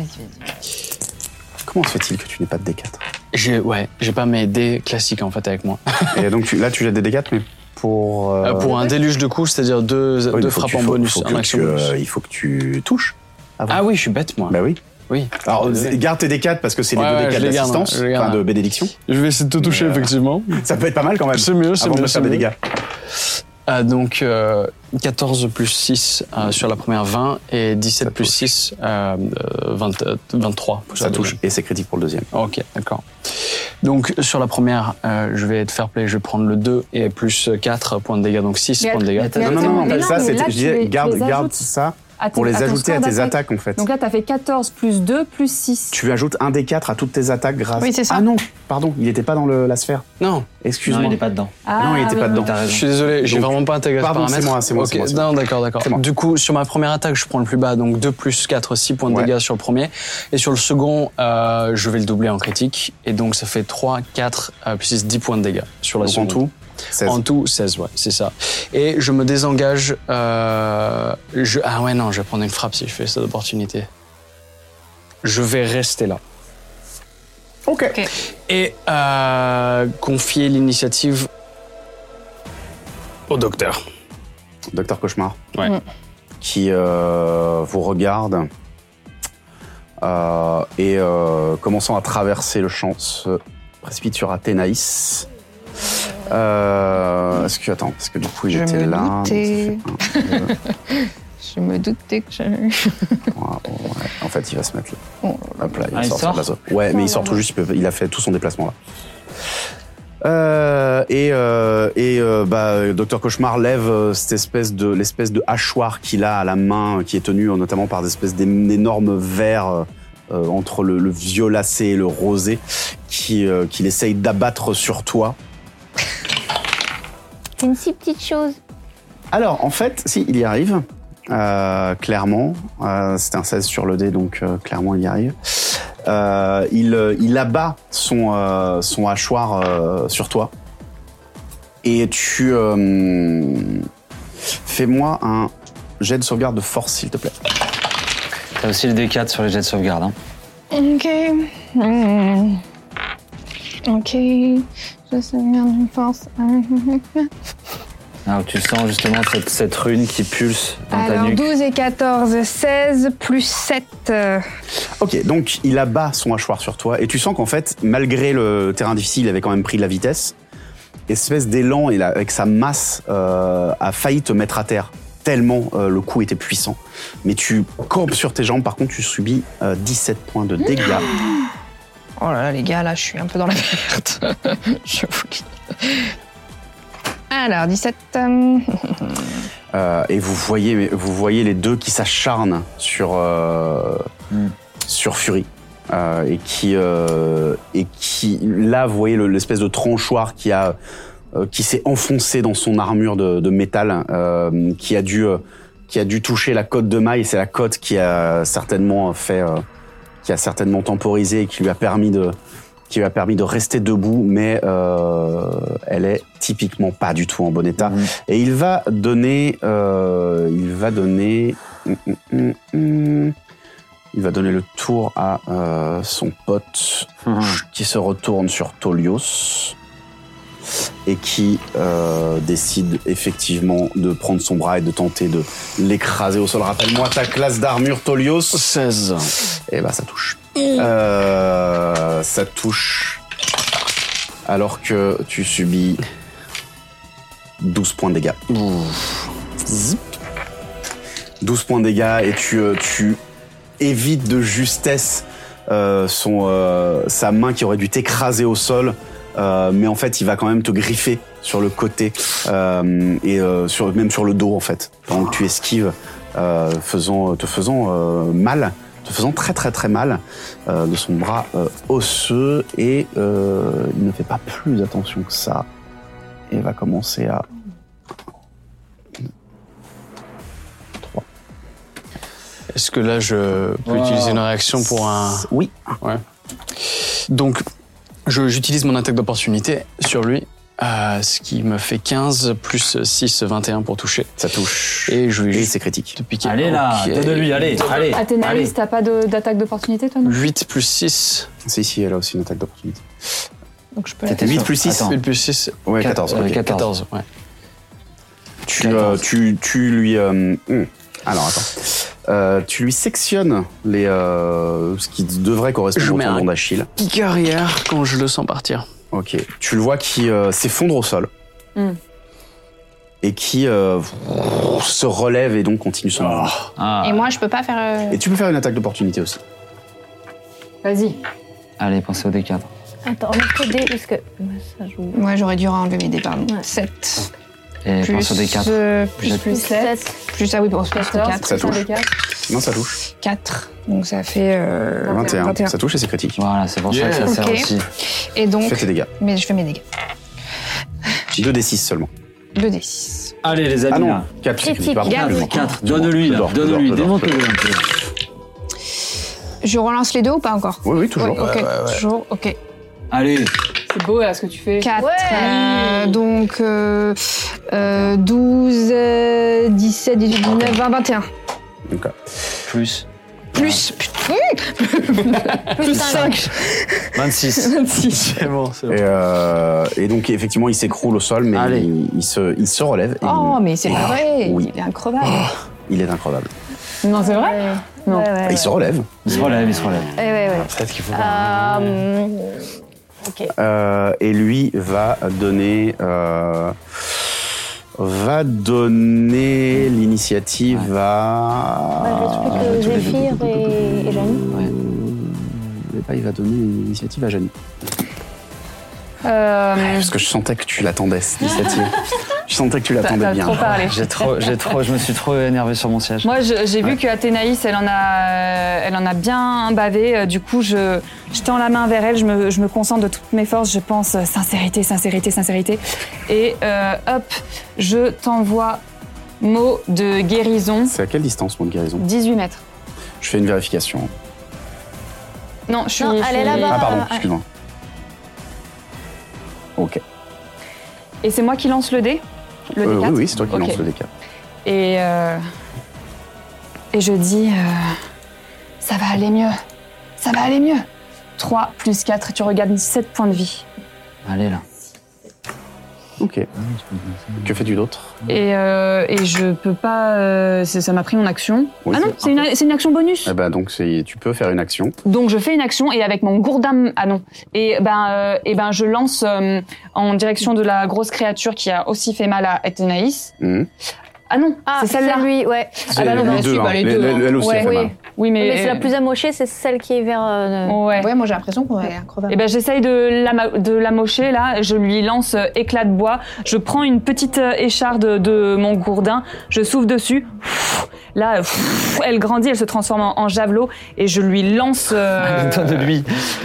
Speaker 1: Comment se fait-il que tu n'aies pas de D4
Speaker 3: J'ai, ouais, j'ai pas mes dés classiques en fait avec moi.
Speaker 1: Et donc, tu, là, tu jettes des D4, mais pour. euh,
Speaker 3: Euh, pour un déluge de coups, c'est-à-dire deux,
Speaker 1: Oui, mais
Speaker 3: deux
Speaker 1: faut que
Speaker 3: frappes
Speaker 1: tu-
Speaker 3: en
Speaker 1: faut-
Speaker 3: bonus,
Speaker 1: faut que
Speaker 3: en action
Speaker 1: tu, euh,
Speaker 3: bonus.
Speaker 1: il faut que tu touches.
Speaker 3: Ah oui, je suis bête moi.
Speaker 1: Bah oui.
Speaker 3: Oui.
Speaker 1: Alors, garde tes D4 parce que c'est les
Speaker 3: Ouais, ouais,
Speaker 1: deux
Speaker 3: je
Speaker 1: D4
Speaker 3: les garde,
Speaker 1: d'assistance,
Speaker 3: je les garde.
Speaker 1: enfin de bénédiction.
Speaker 3: Je vais essayer de te toucher, effectivement.
Speaker 1: Ça peut être pas mal quand même.
Speaker 3: C'est mieux, c'est
Speaker 1: Avant de
Speaker 3: mieux.
Speaker 1: faire
Speaker 3: c'est
Speaker 1: des
Speaker 3: mieux.
Speaker 1: dégâts.
Speaker 3: Ah, donc euh, 14 plus 6 euh, sur la première 20 et 17 plus 6, euh, euh, 20, euh, 23.
Speaker 1: Ça touche et c'est critique pour le deuxième.
Speaker 3: Ok, d'accord. Donc sur la première, euh, je vais être fair play, je vais prendre le 2 et plus 4 points de dégâts, donc 6
Speaker 1: Mais
Speaker 3: points de
Speaker 1: attends,
Speaker 3: dégâts.
Speaker 1: mais Non, non, attends, non, mais ça, non, mais c'est- là, je tu disais, les- tu garde- les garde ajoutes. ça
Speaker 4: À
Speaker 1: Pour
Speaker 4: tes-
Speaker 1: les
Speaker 4: ton
Speaker 1: ajouter
Speaker 4: score
Speaker 1: à tes
Speaker 4: d'attaque.
Speaker 1: attaques, en fait.
Speaker 4: Donc là, t'as fait 14 plus 2 plus 6.
Speaker 1: Tu ajoutes un des quatre à toutes tes attaques grâce.
Speaker 4: Oui, c'est ça.
Speaker 1: Ah non, pardon, il n'était pas dans le- la sphère.
Speaker 3: Non.
Speaker 1: Excuse-moi.
Speaker 3: Non, il est pas
Speaker 1: dedans.
Speaker 4: Ah,
Speaker 1: non, il n'était
Speaker 4: oui,
Speaker 1: pas dedans.
Speaker 3: Je suis désolé, j'ai
Speaker 1: Donc,
Speaker 3: vraiment pas intégré
Speaker 1: pardon,
Speaker 3: ce paramètre.
Speaker 1: c'est moi, c'est moi,
Speaker 3: Ok,
Speaker 1: c'est moi, c'est moi.
Speaker 3: Non, d'accord, d'accord.
Speaker 1: C'est moi.
Speaker 3: Du coup, sur ma première attaque, je prends le plus bas, donc 2 plus 4, 6 points de
Speaker 1: Ouais.
Speaker 3: dégâts sur le premier. Et sur le second, euh, je vais le doubler en critique. Et donc, ça fait 3, 4, euh, plus 6, 10 points de dégâts sur la
Speaker 1: Donc, en
Speaker 3: seconde.
Speaker 1: tout, 16.
Speaker 3: En tout, 16, ouais, c'est ça. Et je me désengage. euh, je... Ah ouais, non, je vais prendre une frappe si je fais cette opportunité. Je vais rester là.
Speaker 1: Ok.
Speaker 3: Et euh, confier l'initiative au docteur.
Speaker 1: Docteur Cauchemar.
Speaker 3: Ouais. Mm.
Speaker 1: Qui euh, vous regarde euh, et euh, commençant à traverser le champ se précipite sur Athénaïs. Euh, est-ce que attends, parce que du coup
Speaker 6: Je
Speaker 1: j'étais
Speaker 6: me
Speaker 1: là. donc ça
Speaker 6: doutais.
Speaker 1: fait un, deux,
Speaker 6: Je me doutais que j'allais.
Speaker 1: trois, bon, ouais. En fait, il va se mettre là.
Speaker 6: Oh.
Speaker 1: Hop là, il va
Speaker 6: Ah, il
Speaker 1: sortir de la
Speaker 6: sort
Speaker 1: zone. Ouais, mais
Speaker 6: Oh
Speaker 1: il sort
Speaker 6: là
Speaker 1: tout
Speaker 6: là.
Speaker 1: juste. il peut- Il a fait tout son déplacement là. Euh, et euh, et euh, bah, Docteur Cauchemar lève euh, cette espèce de l'espèce de hachoir qu'il a à la main, euh, qui est tenu euh, notamment par des espèces d'ém- d'énormes vers euh, euh, entre le, le violacé et le rosé, qui euh, qu'il essaye d'abattre sur toi.
Speaker 5: C'est une si petite chose.
Speaker 1: Alors en fait, si il y arrive, euh, clairement, euh, c'était un 16 sur le dé, donc euh, clairement il y arrive. Euh, il, euh, il abat son, euh, son hachoir euh, sur toi. Et tu... euh, Fais-moi un jet de sauvegarde de force, s'il te plaît.
Speaker 2: T'as aussi le D4 sur les jets de sauvegarde. Hein.
Speaker 6: Ok. Hmm. Ok. Je sais bien d'une force.
Speaker 11: Ah,
Speaker 2: Alors, tu sens justement cette, cette rune qui pulse dans ta
Speaker 6: Alors
Speaker 2: nuque.
Speaker 6: 12 et 14, 16 plus 7. euh,
Speaker 1: Ok, donc il abat son hachoir sur toi et tu sens qu'en fait, malgré le terrain difficile, il avait quand même pris de la vitesse. Espèce d'élan, il a- avec sa masse, euh, a failli te mettre à terre, tellement euh, le coup était puissant. Mais tu campes sur tes jambes, par contre, tu subis euh, 17 points de dégâts.
Speaker 6: Oh là là, les gars, là, je suis un peu dans la merde. je vous le dis. Alors, 17. euh,
Speaker 1: Euh, et vous voyez, mais vous voyez les deux qui s'acharnent sur, euh, sur Fury. Euh, et qui euh, et qui là vous voyez le- l'espèce de tranchoir qui a euh, qui s'est enfoncé dans son armure de, de métal euh, qui a dû euh, qui a dû toucher la côte de maille c'est la côte qui a certainement fait euh, qui a certainement temporisé et qui lui a permis de qui lui a permis de rester debout mais euh, elle est typiquement pas du tout en bon état et il va donner euh, il va donner Hum, hum, hum, hum. il va donner le tour à euh, son pote qui se retourne sur Tolios et qui euh, décide effectivement de prendre son bras et de tenter de l'écraser au sol. Rappelle-moi ta classe d'armure, Tolios.
Speaker 3: 16.
Speaker 1: Et bah ça touche. Euh, ça touche alors que tu subis 12 points de dégâts. Zip. 12 points de dégâts et tu, euh, tu évites de justesse euh, son, euh, sa main qui aurait dû t'écraser au sol. euh, mais en fait, il va quand même te griffer sur le côté euh, et euh, sur, même sur le dos en fait. Donc tu esquives, euh, faisant, te faisant euh, mal, te faisant très très très mal euh, de son bras euh, osseux et euh, il ne fait pas plus attention que ça et va commencer à
Speaker 3: Est-ce que là, je peux utiliser une réaction pour un.
Speaker 1: Oui.
Speaker 3: Ouais. Donc, je- j'utilise mon attaque d'opportunité sur lui, euh, ce qui me fait 15 plus 6, 21 pour toucher.
Speaker 1: Ça touche.
Speaker 3: Et je vais juste.
Speaker 1: c'est critique.
Speaker 3: piquer.
Speaker 2: Allez là,
Speaker 3: Ok.
Speaker 2: donne-lui, allez, allez.
Speaker 4: Athénaïs, t'as pas de- d'attaque d'opportunité, toi, non
Speaker 3: 8 plus 6.
Speaker 1: Si, si, elle a aussi une attaque d'opportunité.
Speaker 4: Donc je peux la
Speaker 1: C'était
Speaker 4: faire.
Speaker 1: 8 plus 6
Speaker 3: 8 plus 6.
Speaker 1: Ouais, 14. ok.
Speaker 3: 14, ouais.
Speaker 1: Tu, euh, tu, tu lui. euh, hmm. Alors, attends. Euh, tu lui sectionnes les, euh, ce qui devrait
Speaker 3: Je
Speaker 1: correspondre au
Speaker 3: mets un
Speaker 1: tendon d'Achille.
Speaker 3: Pique arrière quand je le sens partir.
Speaker 1: Ok. Tu le vois qui euh, s'effondre au sol et qui euh, se relève et donc continue son mouvement.
Speaker 11: Oh. Ah,
Speaker 4: Et moi, je peux pas faire. euh,
Speaker 1: Et tu peux faire une attaque d'opportunité aussi.
Speaker 4: Vas-y.
Speaker 2: Allez, pensez au D4.
Speaker 5: Attends, on va coder parce que. Ouais, ça joue.
Speaker 6: Ouais, j'aurais dû enlever mes dés, pardon. 7.
Speaker 11: Et
Speaker 6: Plus,
Speaker 11: enfin, sur des 4.
Speaker 6: euh, plus, plus 7. Plus ah oui, bon, plus 4.
Speaker 1: Ça touche. Non, ça touche.
Speaker 6: 4. euh, Donc ça fait euh,
Speaker 1: 21. Ça touche et c'est critique.
Speaker 11: Voilà, c'est pour
Speaker 6: ça que ça sert Ok. aussi. Et donc.
Speaker 1: Fais tes dégâts.
Speaker 6: Mais je fais mes dégâts.
Speaker 1: 2 des 6 seulement.
Speaker 6: 2d6.
Speaker 11: Allez, les amis.
Speaker 1: Ah non,
Speaker 11: là.
Speaker 1: 4.
Speaker 6: Critique, garde. Quatre.
Speaker 11: Donne-lui, là. Donne-lui, démonte-le un peu.
Speaker 6: Je relance les deux ou pas encore
Speaker 1: Oui, oui, toujours.
Speaker 6: Ok, toujours, ok.
Speaker 11: Allez.
Speaker 4: C'est beau là ce que tu fais.
Speaker 6: 4. donc euh, euh, 12, euh, 17, 18, 19, 20, 21.
Speaker 1: euh,
Speaker 11: Plus.
Speaker 6: Plus. putain, Plus 5.
Speaker 11: 26.
Speaker 6: 26.
Speaker 11: C'est bon, c'est
Speaker 1: Et, euh, et donc, effectivement, il s'écroule au sol, mais il, il se, il se relève. et
Speaker 6: Oh,
Speaker 1: il-
Speaker 6: mais c'est pas vrai.
Speaker 1: Oui. Oh,
Speaker 6: Il est incroyable.
Speaker 1: Il est incroyable.
Speaker 6: Non, c'est vrai
Speaker 1: Non. Il se relève.
Speaker 11: Il se relève, il se relève.
Speaker 5: Eh ouais, ouais.
Speaker 1: Peut-être qu'il faut
Speaker 5: Euh,
Speaker 1: Euh, et lui va donner euh, va donner l'initiative à.
Speaker 5: Bah, j'explique que Zéphyr et, et Jeanne.
Speaker 1: Je sais pas, il va donner l'initiative à Jeanne.
Speaker 4: Euh,
Speaker 1: Parce que je sentais que tu l'attendais cette initiative. je sentais que tu l'attendais
Speaker 4: T'as- t'as
Speaker 1: bien.
Speaker 4: trop parlé.
Speaker 11: J'ai trop, j'ai trop, je me suis trop énervé sur mon siège.
Speaker 4: Moi, je- j'ai
Speaker 11: Ouais.
Speaker 4: vu que Athénaïs, elle en a, elle en a bien bavé. Euh, Du coup, je, je tends la main vers elle, je me, je me concentre de toutes mes forces, je pense euh, sincérité, sincérité, sincérité. Et euh, hop, je t'envoie mot de guérison,
Speaker 1: C'est à quelle distance mon guérison
Speaker 4: 18 mètres.
Speaker 1: Je fais une vérification.
Speaker 4: Non, je suis.
Speaker 5: Non,
Speaker 4: je
Speaker 5: elle est
Speaker 4: suis-
Speaker 5: là-bas.
Speaker 1: ah pardon,
Speaker 5: ouais.
Speaker 1: excuse-moi. Ok.
Speaker 4: Et c'est moi qui lance le dé Le
Speaker 1: Euh,
Speaker 4: dé
Speaker 1: oui,
Speaker 4: 4
Speaker 1: oui, c'est toi qui
Speaker 4: Ok.
Speaker 1: lance le D4.
Speaker 4: Et, euh, et je dis, euh, ça va aller mieux. Ça va aller mieux. 3 plus 4, tu regagnes 7 points de vie.
Speaker 11: Allez, là.
Speaker 1: Ok. Que fais-tu d'autre
Speaker 4: Et, euh, et je peux pas... euh, c'est- ça m'a pris mon action.
Speaker 1: Oui,
Speaker 4: ah non, c'est une, c'est une action bonus.
Speaker 1: Eh ben donc c'est- tu peux faire une action.
Speaker 4: Donc je fais une action et avec mon gourdin... Ah non. Et ben, euh, et ben je lance euh, en direction de la grosse créature qui a aussi fait mal à Athénaïs.
Speaker 1: Mhm.
Speaker 4: Ah non, c'est celle-là.
Speaker 5: lui, ouais.
Speaker 4: Ah bah non,
Speaker 1: les
Speaker 4: bah
Speaker 1: deux,
Speaker 4: si, bah
Speaker 1: hein.
Speaker 4: les
Speaker 1: Les-
Speaker 4: deux,
Speaker 1: les-
Speaker 4: hein.
Speaker 1: elle aussi,
Speaker 4: Ouais.
Speaker 1: elle fait
Speaker 4: Oui.
Speaker 1: mal.
Speaker 4: Oui, Ah, mais... euh,
Speaker 5: Mais c'est la plus amochée, c'est celle qui est vers. euh,
Speaker 4: Ouais.
Speaker 6: moi j'ai l'impression qu'on est incroyable.
Speaker 4: Eh ben, j'essaye de l'ama- de l'amocher, là. Je lui lance euh, éclat de bois. Je prends une petite euh, écharde de mon gourdin. Je souffle dessus. Pfff. Là, euh, pfff, elle grandit, elle se transforme en, en javelot. Et je lui lance. euh,
Speaker 11: de lui.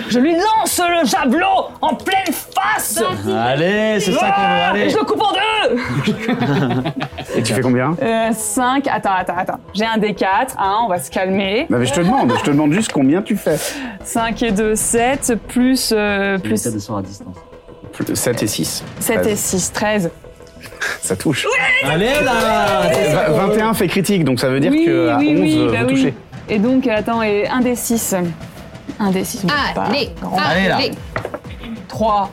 Speaker 4: Je lui lance le javelot en pleine face
Speaker 11: Allez, c'est ça qu'on veut.
Speaker 4: Ah Et
Speaker 11: Allez.
Speaker 4: je le coupe en deux
Speaker 1: Et tu fais combien
Speaker 4: 5, attends, attends, attends. J'ai un D4, hein, on va se calmer.
Speaker 1: Non mais je te demande, je te demande juste combien tu fais.
Speaker 4: 5 et 2, 7, plus. euh, plus
Speaker 11: de à distance.
Speaker 1: 7 et 6.
Speaker 4: 7 et 6, 13.
Speaker 1: Ça touche.
Speaker 11: Allez là
Speaker 1: Eh, va- 21 fait critique, donc ça veut dire
Speaker 4: oui,
Speaker 1: que à
Speaker 4: oui,
Speaker 1: 11
Speaker 4: oui,
Speaker 1: euh,
Speaker 4: bah
Speaker 1: vous
Speaker 4: oui.
Speaker 1: touchez.
Speaker 4: Et donc, attends, et un des 6. Un des 6.
Speaker 6: Allez,
Speaker 11: Allez, là.
Speaker 4: 3.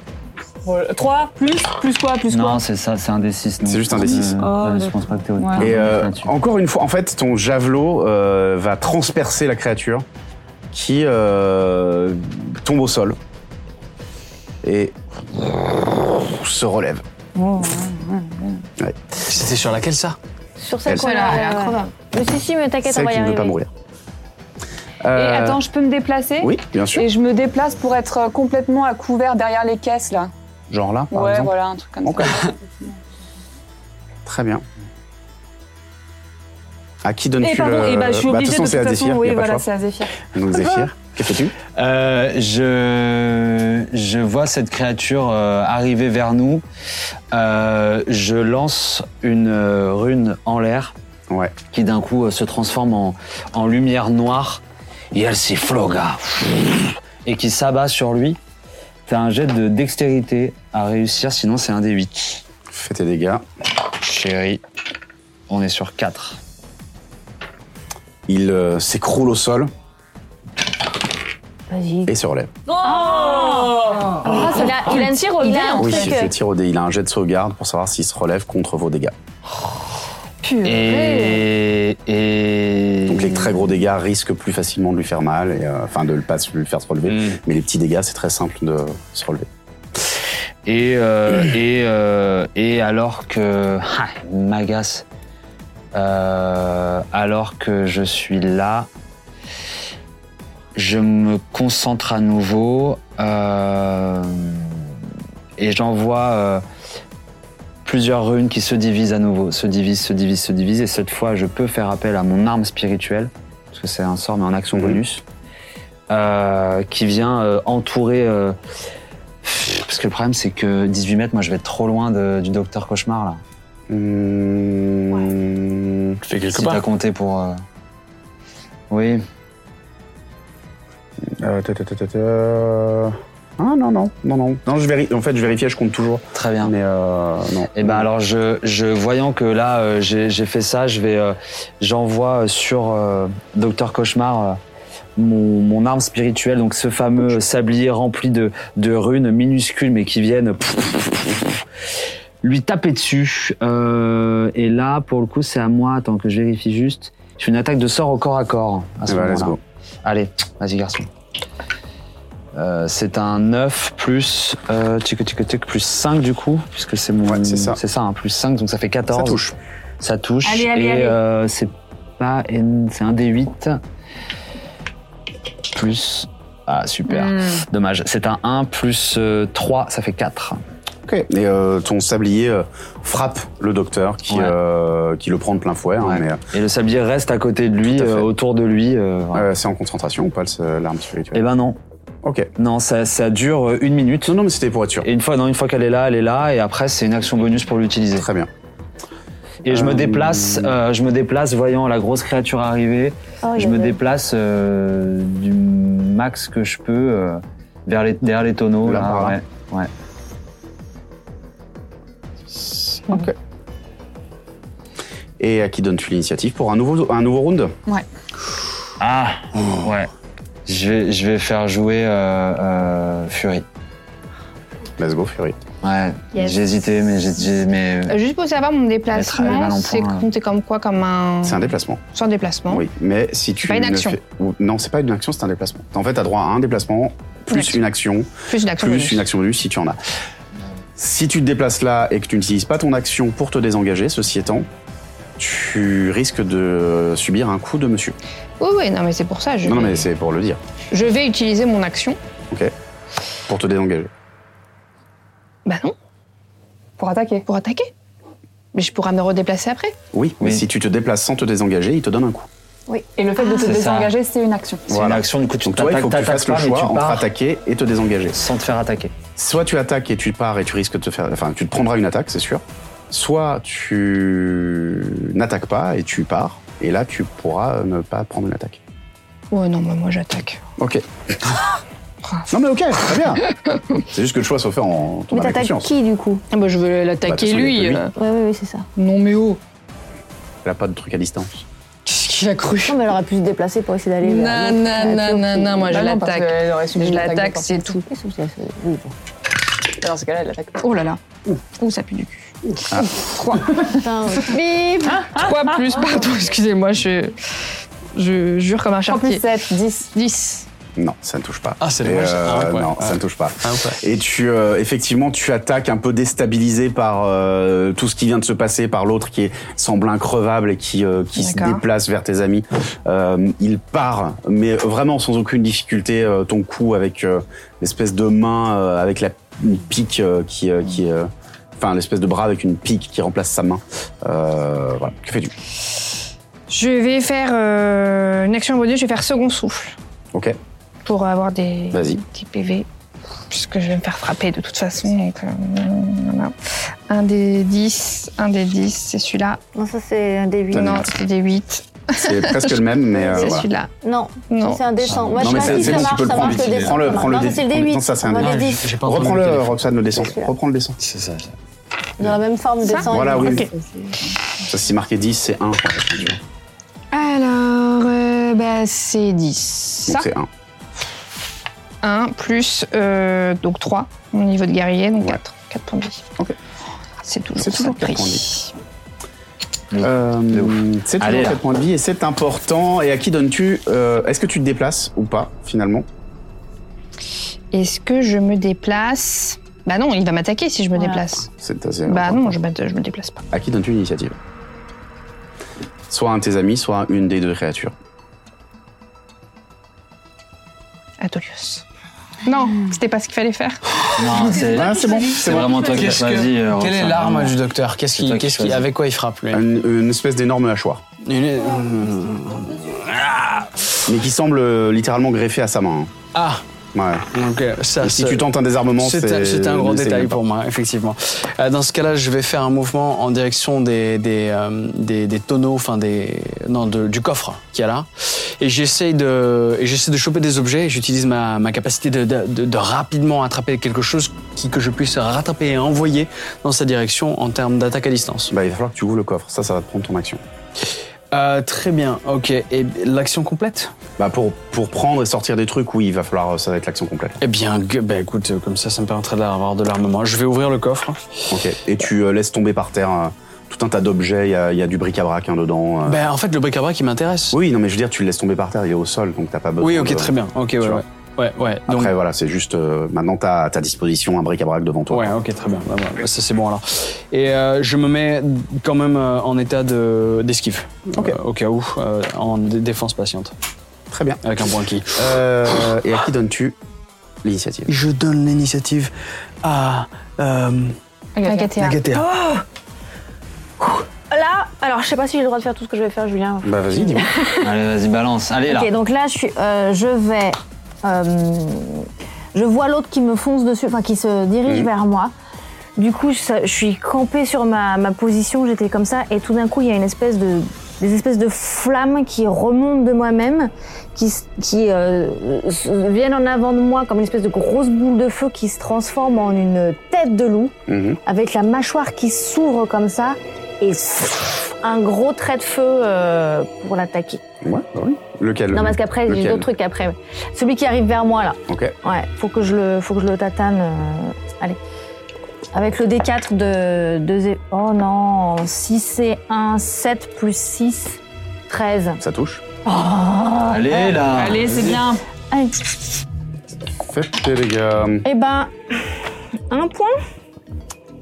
Speaker 4: 3 plus, plus quoi, plus
Speaker 11: Euh, Non,
Speaker 4: quoi
Speaker 11: c'est ça, c'est un des 6.
Speaker 1: C'est juste un des six.
Speaker 6: Oh,
Speaker 11: je pense pas que t'es au
Speaker 4: Ouais.
Speaker 1: Et euh, encore une fois, en fait, ton javelot euh, va transpercer la créature qui euh, tombe au sol et se relève. Ouais.
Speaker 3: C'était sur laquelle ça
Speaker 5: Sur celle
Speaker 1: Elle-
Speaker 5: qu'on a.
Speaker 6: Celle-là, elle est
Speaker 5: ouais, ouais.
Speaker 6: incroyable.
Speaker 5: Mais si, si, mais t'inquiète, on
Speaker 1: Celle
Speaker 5: va y
Speaker 1: qui ne veut
Speaker 5: arriver.
Speaker 1: pas mourir.
Speaker 4: Et
Speaker 1: Euh,
Speaker 4: attends, je peux me déplacer
Speaker 1: Oui, bien sûr.
Speaker 4: Et je me déplace pour être complètement à couvert derrière les caisses, là.
Speaker 1: Genre là, par
Speaker 4: ouais,
Speaker 1: exemple.
Speaker 4: voilà, un truc comme
Speaker 1: Ok.
Speaker 4: ça.
Speaker 1: Très bien. À qui
Speaker 4: Et
Speaker 1: donnes-tu
Speaker 4: pardon,
Speaker 1: le...
Speaker 4: et bah, je suis
Speaker 1: Bah, de
Speaker 4: obligée
Speaker 1: toute façon,
Speaker 4: de
Speaker 1: c'est à
Speaker 4: toute façon,
Speaker 1: Zéphyr,
Speaker 4: oui,
Speaker 1: y a pas de
Speaker 4: voilà,
Speaker 1: choix.
Speaker 4: c'est à Zéphyr.
Speaker 1: Donc Zéphyr, que fais-tu
Speaker 11: Euh, je, je vois cette créature euh, arriver vers nous. Euh, je lance une euh, rune en l'air
Speaker 1: ouais.
Speaker 11: qui d'un coup euh, se transforme en, en lumière noire et elle s'effloga et qui s'abat sur lui. T'as un jet de dextérité à réussir, sinon c'est un des 8.
Speaker 1: Fais tes dégâts.
Speaker 11: Chérie, on est sur 4.
Speaker 1: Il euh, s'écroule au sol
Speaker 5: Vas-y.
Speaker 1: et se relève.
Speaker 6: Oh
Speaker 5: Ah, il a, il a une tire au dé, en
Speaker 1: oui,
Speaker 5: fait.
Speaker 4: euh,
Speaker 1: je tire au dé. Il a un jet de sauvegarde pour savoir s'il se relève contre vos dégâts.
Speaker 11: Et, et...
Speaker 1: Donc les très gros dégâts risquent plus facilement de lui faire mal, et, euh, enfin de le pas de le faire se relever.
Speaker 11: Mmh.
Speaker 1: Mais les petits dégâts, c'est très simple de se relever.
Speaker 11: Et, euh, et, euh, et alors que. Ah, il m'agace. Euh, alors que je suis là, je me concentre à nouveau euh, et j'envoie euh, plusieurs runes qui se divisent à nouveau, se divisent, se divisent, se divisent. Et cette fois, je peux faire appel à mon arme spirituelle, parce que c'est un sort, mais en action bonus, euh, qui vient euh, entourer. euh, parce que le problème, c'est que 18 mètres, moi, je vais être trop loin de- du docteur Cauchemar, là.
Speaker 1: Mm.
Speaker 3: Tu fais quelque
Speaker 11: si
Speaker 3: part.
Speaker 11: t'as compté pour. euh, Oui.
Speaker 1: Euh, ta, ta, ta, ta, ta. Ah non, non, non, non. Non, je vérifie. En fait, je vérifiais, je compte toujours.
Speaker 11: Très bien.
Speaker 1: Mais euh, non.
Speaker 11: Et ben alors je, je voyant que là euh, j'ai j'ai fait ça, je vais euh, j'envoie euh, sur Docteur Cauchemar euh, mon, mon arme spirituelle, donc ce fameux sablier rempli de, de runes minuscules mais qui viennent pff, pff, pff, pff, lui taper dessus. Euh, et là pour le coup c'est à moi, attends que je vérifie juste. Je fais une attaque de sort au corps à corps à ce
Speaker 1: Eh ben, let's
Speaker 11: moment-là.
Speaker 1: go.
Speaker 11: Allez, vas-y garçon. Euh, c'est un 9 plus, euh, tic, tic, tic, plus 5 du coup, puisque c'est mon. c'est ça. hein, plus 5, donc ça fait 14. Ça touche. Ça touche.
Speaker 8: Allez, allez,
Speaker 11: et
Speaker 8: allez.
Speaker 11: euh, c'est pas. en- C'est un D8. Plus. Ah, super.
Speaker 8: Hmm.
Speaker 1: Mm.
Speaker 11: Dommage. C'est un 1 plus 3, ça fait 4.
Speaker 1: Ok. Et euh, ton sablier euh, frappe le docteur qui, euh, qui le prend de plein fouet. hein, mais, euh,
Speaker 11: Et le sablier reste à côté de lui, euh, autour de lui.
Speaker 1: euh, c'est en concentration ou pas le- l'arme spirituelle
Speaker 11: Eh ben non.
Speaker 1: Ok.
Speaker 11: Non, ça, ça dure euh, une minute. Non,
Speaker 1: non, mais c'était pour être sûr.
Speaker 11: Et une fois, non, une fois qu'elle est là, elle est là, et après, c'est une action bonus pour l'utiliser.
Speaker 1: Très bien.
Speaker 11: Et je me déplace, euh, je me déplace, voyant la grosse créature arriver,
Speaker 5: Oh, il y
Speaker 11: je me
Speaker 5: avait-
Speaker 11: déplace euh, du max que je peux euh, vers les, derrière les tonneaux.
Speaker 1: Là,
Speaker 11: Là,
Speaker 1: par là.
Speaker 11: Ouais, ouais.
Speaker 1: Ok. Et à qui donnes-tu l'initiative pour un nouveau, un nouveau round
Speaker 4: Ouais.
Speaker 11: Ah,
Speaker 1: Hmm.
Speaker 11: ouais. Je vais, je vais faire jouer euh, euh, Fury.
Speaker 1: Let's go, Fury.
Speaker 11: Ouais,
Speaker 6: Yes.
Speaker 11: j'ai hésité, mais j'ai. j'ai- mais...
Speaker 6: Euh, Juste pour savoir, mon
Speaker 11: Elle
Speaker 6: déplacement,
Speaker 11: travaille mal en
Speaker 6: c'est
Speaker 11: point, hein.
Speaker 6: compté comme quoi Comme un.
Speaker 1: euh, C'est un déplacement.
Speaker 6: Sans déplacement.
Speaker 1: Oui, mais si tu.
Speaker 6: pas une
Speaker 1: ne
Speaker 6: action.
Speaker 1: fais- ou- Non, c'est pas une action, c'est un déplacement. En fait, tu as droit à un déplacement, plus une action,
Speaker 6: Plus une action
Speaker 1: plus
Speaker 6: bonus.
Speaker 1: une action bonus si tu en as. Si tu te déplaces là et que tu n'utilises pas ton action pour te désengager, ceci étant, tu risques de subir un coup de monsieur.
Speaker 6: Oui, oui, non, mais c'est pour ça. Je,
Speaker 1: Non, non,
Speaker 6: vais-
Speaker 1: mais c'est pour le dire.
Speaker 6: je vais utiliser mon action.
Speaker 1: Ok Pour te désengager.
Speaker 6: Bah non.
Speaker 4: Pour attaquer.
Speaker 6: Pour attaquer. Mais je pourrais me redéplacer après.
Speaker 1: Oui, mais si tu te déplaces sans te désengager, il te donne un coup.
Speaker 4: Oui. Et le fait de te
Speaker 1: Ah, C'est ça.
Speaker 4: désengager, c'est une action.
Speaker 1: Voilà.
Speaker 11: du coup, tu
Speaker 1: Donc toi, il faut que tu
Speaker 11: t'attaques-
Speaker 1: fasses le
Speaker 11: t'attaques pas,
Speaker 1: choix
Speaker 11: mais tu
Speaker 1: entre
Speaker 11: pars.
Speaker 1: attaquer et te désengager.
Speaker 11: Sans te faire attaquer.
Speaker 1: Soit tu attaques et tu pars et tu risques de te faire. Enfin, tu te prendras une attaque, c'est sûr. Soit tu n'attaques pas et tu pars, et là, tu pourras ne pas prendre une attaque.
Speaker 6: Ouais, non, mais moi j'attaque.
Speaker 1: Ok. non, mais ok, très bien. C'est juste que le choix soit fait en ton âme et conscience.
Speaker 6: qui du coup ah bah, Je veux
Speaker 1: Bah, de
Speaker 6: l'attaquer
Speaker 1: toute façon, il y
Speaker 6: lui.
Speaker 1: a que lui.
Speaker 6: euh.
Speaker 5: Ouais, ouais, ouais, c'est ça.
Speaker 6: Non, mais oh
Speaker 1: Elle a pas de truc à distance.
Speaker 6: Qu'est-ce qu'il a cru
Speaker 5: Non, mais elle aurait pu se déplacer pour essayer d'aller. vers
Speaker 6: Non,
Speaker 5: l'autre
Speaker 6: non,
Speaker 5: créature
Speaker 6: non,
Speaker 5: qui-
Speaker 6: non, moi je
Speaker 5: Bah non, parce
Speaker 6: l'attaque.
Speaker 4: euh,
Speaker 5: qu'elle aurait subi
Speaker 6: Je
Speaker 5: une attaque
Speaker 6: l'attaque,
Speaker 5: d'opportunité.
Speaker 6: c'est tout.
Speaker 5: Oui, bon.
Speaker 4: Dans ce cas-là, elle attaque.
Speaker 6: Oh là là. Oh, ça pue du cul. 3. Bim 3 plus, pardon, excusez-moi, je, je jure comme un chartier. 3
Speaker 4: plus 7, 10.
Speaker 6: 10.
Speaker 1: Non, ça ne touche pas.
Speaker 3: Ah, c'est
Speaker 1: Et,
Speaker 3: dommage, ça.
Speaker 1: euh,
Speaker 3: Ah ouais, ouais.
Speaker 1: Non, ça ne touche pas.
Speaker 3: Ah ouais.
Speaker 1: Et tu, euh, effectivement, tu attaques un peu déstabilisé par euh, tout ce qui vient de se passer, par l'autre qui est, semble increvable et qui, euh, qui se
Speaker 3: D'accord.
Speaker 1: déplace vers tes amis. Euh, il part, mais vraiment sans aucune difficulté, euh, ton coup avec euh, l'espèce de main, euh, avec la une pique euh, qui... euh, qui euh, Enfin, l'espèce de bras avec une pique qui remplace sa main. Euh, voilà. Que fais-tu
Speaker 6: Je vais faire euh, une action bonus, je vais faire second souffle
Speaker 1: Ok.
Speaker 6: pour avoir des
Speaker 1: Vas-y.
Speaker 6: petits PV. Puisque je vais me faire frapper de toute façon. Donc, euh, voilà. Un des 10, un des 10, c'est celui-là.
Speaker 5: Non, ça c'est un D8.
Speaker 6: Non, c'est des 8.
Speaker 1: C'est presque le même, mais, euh,
Speaker 6: c'est
Speaker 1: voilà.
Speaker 6: celui-là.
Speaker 5: Non,
Speaker 6: Non.
Speaker 5: c'est un descend. Moi,
Speaker 1: non,
Speaker 5: je
Speaker 1: mais
Speaker 5: sais pas
Speaker 1: c'est
Speaker 5: si
Speaker 1: c'est
Speaker 5: ça
Speaker 1: bon, tu
Speaker 5: marche,
Speaker 1: peux le
Speaker 5: ça
Speaker 1: prendre.
Speaker 5: marche le
Speaker 1: l'utiliser.
Speaker 5: descend.
Speaker 1: Prends le,
Speaker 5: ça
Speaker 1: prends le
Speaker 5: marche. Non,
Speaker 1: dé-
Speaker 5: ça, c'est le
Speaker 1: prends-
Speaker 5: D8.
Speaker 1: non, ça, c'est un
Speaker 5: Moi,
Speaker 1: dé-
Speaker 5: le D10.
Speaker 1: Reprends-le, Roxane, le descend. Reprends le descend.
Speaker 11: C'est ça.
Speaker 5: Dans la même forme, descend.
Speaker 1: Voilà, oui.
Speaker 5: Ok.
Speaker 1: Ça, si marqué 10, c'est 1.
Speaker 6: Alors, euh, bah, c'est 10.
Speaker 1: Donc
Speaker 6: Ça,
Speaker 1: c'est 1.
Speaker 6: 1 plus euh, donc 3, mon niveau de guerrier, donc 4. 4 points de vie. C'est toujours
Speaker 1: C'est
Speaker 6: ça
Speaker 1: toujours
Speaker 6: de
Speaker 1: 4
Speaker 6: prix.
Speaker 1: points de vie. Euh, c'est toujours
Speaker 11: Allez, là.
Speaker 1: 4 points de vie et c'est important. Et à qui donnes-tu euh, Est-ce que tu te déplaces ou pas, finalement
Speaker 6: Est-ce que je me déplace Bah non, il va m'attaquer si je me déplace.
Speaker 1: C'est assez
Speaker 6: Bah
Speaker 1: important.
Speaker 6: non, je, m'atta- je me déplace pas.
Speaker 1: À qui donnes-tu l'initiative Soit un de tes amis, soit une des deux créatures.
Speaker 6: Atolios. Non, c'était pas ce qu'il fallait faire.
Speaker 2: Non, c'est
Speaker 3: Ah, c'est bon, c'est
Speaker 2: c'est
Speaker 3: bon.
Speaker 2: vraiment toi qui as
Speaker 3: Qu'est-ce que-
Speaker 2: choisi. euh,
Speaker 3: Quelle est
Speaker 2: Roxane,
Speaker 3: l'arme
Speaker 2: vraiment.
Speaker 3: du docteur Qu'est-ce
Speaker 2: C'est
Speaker 3: qui,
Speaker 2: toi qui
Speaker 3: qu'est-ce qui,
Speaker 2: choisis.
Speaker 3: avec quoi il frappe lui euh,
Speaker 1: Une, une espèce d'énorme hachoir.
Speaker 3: Une-
Speaker 1: Mais qui semble euh, littéralement greffé à sa main.
Speaker 3: Ah,
Speaker 1: hein. Ouais.
Speaker 3: donc euh, ça.
Speaker 1: Et si
Speaker 3: ça-
Speaker 1: tu tentes un désarmement,
Speaker 3: c'est un-
Speaker 1: c'est-
Speaker 3: c'est un gros
Speaker 1: n'essaye
Speaker 3: détail
Speaker 1: même pas.
Speaker 3: pour moi, effectivement. Euh, dans ce cas-là, je vais faire un mouvement en direction des des, euh, des, des tonneaux, enfin des non de- du coffre qu'il y a là, et j'essaye de et j'essaie de choper des objets. J'utilise ma, ma capacité de, de, de- de rapidement attraper quelque chose qui, que je puisse rattraper et envoyer dans sa direction en termes d'attaque à distance.
Speaker 1: Bah, il va falloir que tu ouvres le coffre. Ça, ça va te prendre ton action.
Speaker 3: Euh, très bien, ok. Et l'action complète
Speaker 1: Bah, pour, pour prendre et sortir des trucs, oui, il va falloir. euh, Ça va être l'action complète.
Speaker 3: Eh bien, gue- bah écoute, euh, comme ça, ça me permettrait d'avoir de l'armement. Je vais ouvrir le coffre.
Speaker 1: Ok. Et tu euh, laisses tomber par terre euh, tout un tas d'objets. Il y a, il y a du bric-à-brac hein, dedans. euh.
Speaker 3: Ben, en fait, le bric-à-brac, il m'intéresse.
Speaker 1: Oui, non, mais je veux dire, tu le laisses tomber par terre. Il est au sol, donc t'as pas besoin.
Speaker 3: Oui, ok,
Speaker 1: de-
Speaker 3: très bien. Ok, ouais,
Speaker 1: tu vois.
Speaker 3: ouais. Ouais, ouais. Donc,
Speaker 1: Après, voilà, c'est juste. euh, maintenant, t'as à ta disposition un bric-à-brac devant toi.
Speaker 3: ouais, ok, très bien. Bah, bah, ça, c'est bon alors. Et euh, je me mets quand même euh, en état de- d'esquive. ok. au cas où, euh, en dé- défense patiente.
Speaker 1: Très bien.
Speaker 3: Avec un point qui.
Speaker 1: Euh, et à qui donnes-tu l'initiative
Speaker 3: Je donne l'initiative à. Euh,
Speaker 5: Agathea.
Speaker 3: Agathea.
Speaker 5: Oh Là, alors je sais pas si j'ai le droit de faire tout ce que je vais faire, Julien.
Speaker 1: Bah vas-y, dis-moi.
Speaker 2: Allez, vas-y, balance. Allez, là.
Speaker 5: Ok, donc là, je, suis, euh, je vais. euh, je vois l'autre qui me fonce dessus, enfin qui se dirige
Speaker 2: Mhm.
Speaker 5: vers moi. Du coup, je, je suis campée sur ma, ma position, j'étais comme ça, et tout d'un coup, il y a une espèce de. des espèces de flammes qui remontent de moi-même, qui, s- qui euh, s- viennent en avant de moi comme une espèce de grosse boule de feu qui se transforme en une tête de loup
Speaker 1: Mhm.
Speaker 5: avec la mâchoire qui s'ouvre comme ça et un gros trait de feu euh, pour l'attaquer.
Speaker 1: Ouais, bah oui. Lequel
Speaker 5: Non parce qu'après j'ai
Speaker 1: lequel
Speaker 5: d'autres trucs après. Celui qui arrive vers moi là.
Speaker 1: Ok.
Speaker 5: Ouais, faut que je le, faut que je le tatane. euh, allez. Avec le D4 de, de zé- Oh non, 6 et 1, 7 plus 6, 13.
Speaker 1: Ça touche.
Speaker 5: Oh,
Speaker 1: Allez, là. Allez, c'est Vas-y. bien.
Speaker 5: Allez.
Speaker 1: Faites tes dégâts.
Speaker 5: Eh ben, un point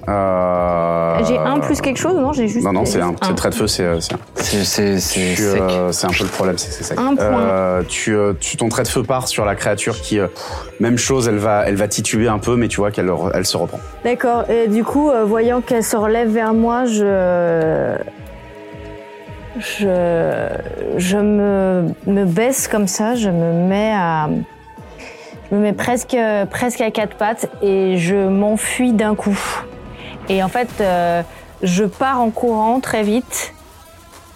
Speaker 1: Euh,
Speaker 5: J'ai un plus quelque chose, non J'ai juste.
Speaker 1: Non, non, c'est un.
Speaker 5: juste
Speaker 1: C'est le trait de feu, c'est. euh, C'est
Speaker 11: C'est
Speaker 1: tu, euh, c'est un peu le problème, c'est que c'est sec.
Speaker 5: Un point.
Speaker 1: Euh, tu, euh, tu, ton trait de feu part sur la créature qui, euh, même chose, elle va, elle va tituber un peu, mais tu vois qu'elle re- elle se reprend.
Speaker 5: D'accord, et du coup, euh, voyant qu'elle se relève vers moi, je. Je, je me, me baisse comme ça, je me mets à. Je me mets presque, presque à quatre pattes et je m'enfuis d'un coup. Et en fait, euh, je pars en courant très vite.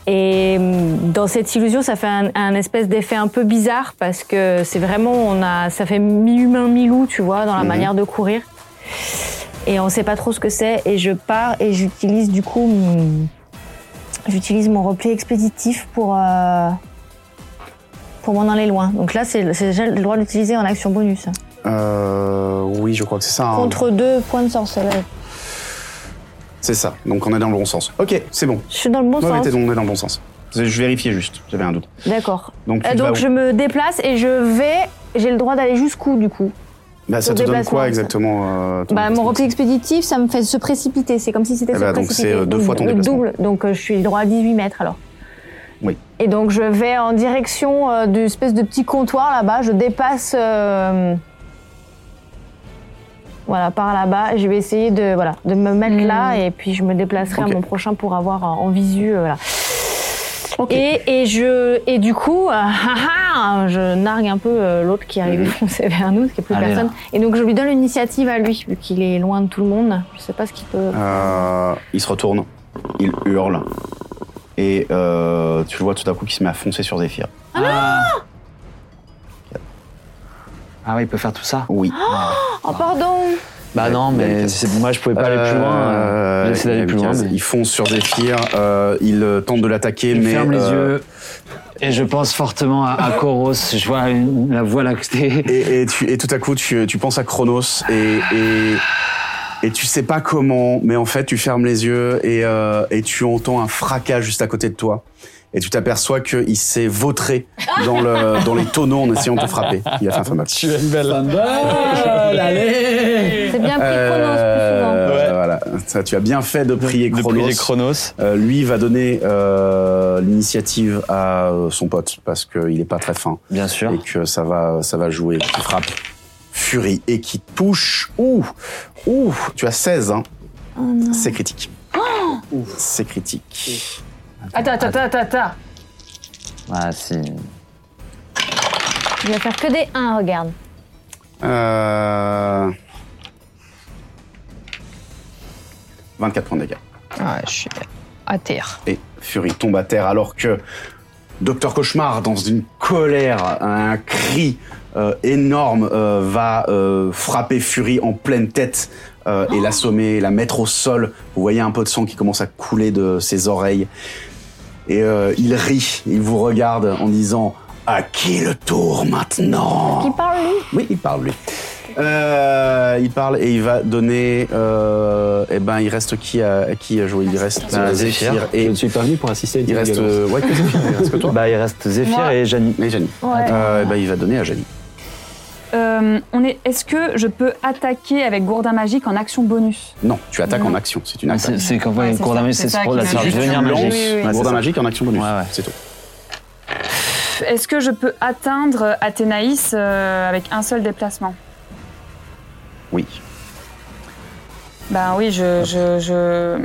Speaker 5: Et hum, dans cette illusion, ça fait un, un espèce d'effet un peu bizarre parce que c'est vraiment, on a, ça fait mi-humain, mi-loup, tu vois, dans la
Speaker 6: Mhm.
Speaker 5: manière de courir. Et on sait pas trop ce que c'est. Et je pars et j'utilise du coup, mon- j'utilise mon repli expéditif pour euh, pour m'en aller loin. Donc là, c'est c'est déjà le droit de l'utiliser en action bonus. hein.
Speaker 1: Euh, oui, je crois que c'est ça. hein.
Speaker 5: Contre deux points de sorcellerie.
Speaker 1: C'est ça. Donc on est dans le bon sens. Ok, c'est bon.
Speaker 5: Je suis dans le bon
Speaker 1: Ouais,
Speaker 5: sens.
Speaker 1: mais t'es dans- on est dans le bon sens. Je vérifiais juste. J'avais un doute.
Speaker 5: D'accord.
Speaker 1: Donc, tu
Speaker 5: Euh,
Speaker 1: te vas où
Speaker 5: donc je me déplace et je vais. J'ai le droit d'aller jusqu'où du coup
Speaker 1: Bah, ça
Speaker 5: Ton
Speaker 1: te donne
Speaker 5: déplacement,
Speaker 1: quoi
Speaker 5: ça.
Speaker 1: exactement euh, ton-
Speaker 5: Bah mon repli expéditif, ça me fait se précipiter. C'est comme si c'était
Speaker 1: Eh
Speaker 5: se
Speaker 1: bah, donc
Speaker 5: précipiter.
Speaker 1: c'est, euh, deux fois ton
Speaker 5: Le
Speaker 1: déplacement.
Speaker 5: double. Donc euh, je suis droit à 18 mètres alors.
Speaker 1: Oui.
Speaker 5: Et donc je vais en direction euh, d'une espèce de petit comptoir là-bas. Je dépasse. euh, Voilà, par là-bas, je vais essayer de, voilà, de me mettre là et puis je me déplacerai à mon prochain pour avoir en, en visu. euh, Voilà. Et, et, je, et du coup, euh, haha, je nargue un peu euh, l'autre qui arrive foncer vers nous, parce qu'il n'y a plus
Speaker 1: Hmm. Allez,
Speaker 5: personne.
Speaker 1: là.
Speaker 5: Et donc je lui donne l'initiative à lui, vu qu'il est loin de tout le monde. Je sais pas ce qu'il peut.
Speaker 1: Euh, il se retourne, il hurle, et euh, tu le vois tout à coup qui se met à foncer sur Zephyr.
Speaker 5: Ah non
Speaker 2: Ah ouais, il peut faire tout ça
Speaker 1: Oui.
Speaker 5: Oh pardon
Speaker 2: Bah non, mais c'est- moi je pouvais pas aller plus loin.
Speaker 1: Euh,
Speaker 2: euh, J'essaie d'aller plus loin. mais-
Speaker 1: Il fonce sur Zephyr, euh, il euh, tente de l'attaquer,
Speaker 2: Il
Speaker 1: mais.
Speaker 2: ferme les
Speaker 1: euh,
Speaker 2: yeux. Et je pense fortement à, à Koros. Je vois une- la voix lactée.
Speaker 1: Et, et tu- et tout à coup, tu, tu penses à Chronos et, et, et tu sais pas comment, mais en fait, tu fermes les yeux et, euh, et tu entends un fracas juste à côté de toi. Et tu t'aperçois qu'il s'est vautré dans, le, dans les tonneaux en essayant de te frapper. Il a fait un feu match.
Speaker 3: Tu es une belle.
Speaker 1: allez
Speaker 5: C'est bien pris
Speaker 1: Euh, voilà. Ça, tu as bien fait de prier Chronos.
Speaker 11: prier Chronos.
Speaker 1: Euh, lui va donner euh, l'initiative à euh, son pote parce qu'il n'est pas très fin.
Speaker 2: Bien sûr.
Speaker 1: Et que ça va, ça va jouer. Tu frappes. furie et qui touche. Ouh, ouh, tu as 16, hein.
Speaker 4: non.
Speaker 1: C'est critique. C'est critique.
Speaker 4: Attends, attends, attends, attends, attends.
Speaker 11: Ah, si.
Speaker 5: Il va faire que des 1, regarde.
Speaker 1: Euh... 24 points de dégâts.
Speaker 6: Ah, je suis à terre.
Speaker 1: Et Fury tombe à terre alors que Docteur Cauchemar, dans une colère, un cri euh, énorme, euh, va euh, frapper Fury en pleine tête euh, et l'assommer, la mettre au sol. Vous voyez un peu de sang qui commence à couler de ses oreilles. Et euh, il rit, il vous regarde en disant À qui le tour maintenant
Speaker 5: Qui parle lui
Speaker 1: oui, il parle lui. Euh, il parle et il va donner. Euh, eh ben, il reste qui à, à qui à jouer Il reste à Zephyr et
Speaker 7: Je ne suis pas venu pour assister à une
Speaker 1: il reste.
Speaker 7: galère.
Speaker 1: euh, ouais, que Zephyr, il reste que toi.
Speaker 11: Bah, il reste Zephyr
Speaker 4: Moi.
Speaker 11: et Jani.
Speaker 1: Et Jani.
Speaker 4: Ouais.
Speaker 1: Euh, eh ben, il va donner à Jani.
Speaker 4: Euh, on est. Est-ce que je peux attaquer avec gourdin magique en action bonus
Speaker 1: Non, tu attaques
Speaker 4: Non.
Speaker 1: en action. C'est
Speaker 2: Ah,
Speaker 1: une attaque.
Speaker 11: C'est c'est quand même
Speaker 4: Ouais,
Speaker 11: une
Speaker 4: c'est
Speaker 11: cour
Speaker 4: ça,
Speaker 11: d'armée,
Speaker 4: c'est
Speaker 11: Ah, c'est
Speaker 4: ça
Speaker 11: pour
Speaker 4: qui
Speaker 11: la
Speaker 4: m'a
Speaker 11: faire
Speaker 4: dit.
Speaker 11: devenir
Speaker 4: Oui, oui,
Speaker 11: magique.
Speaker 4: oui.
Speaker 11: Ouais, c'est
Speaker 1: Gourdin
Speaker 11: ça.
Speaker 1: magique en action bonus.
Speaker 11: Ouais, ouais.
Speaker 1: C'est tout.
Speaker 4: Est-ce que je peux atteindre Athénaïs euh, avec un seul déplacement
Speaker 1: Oui.
Speaker 4: Ben oui, je, je, je.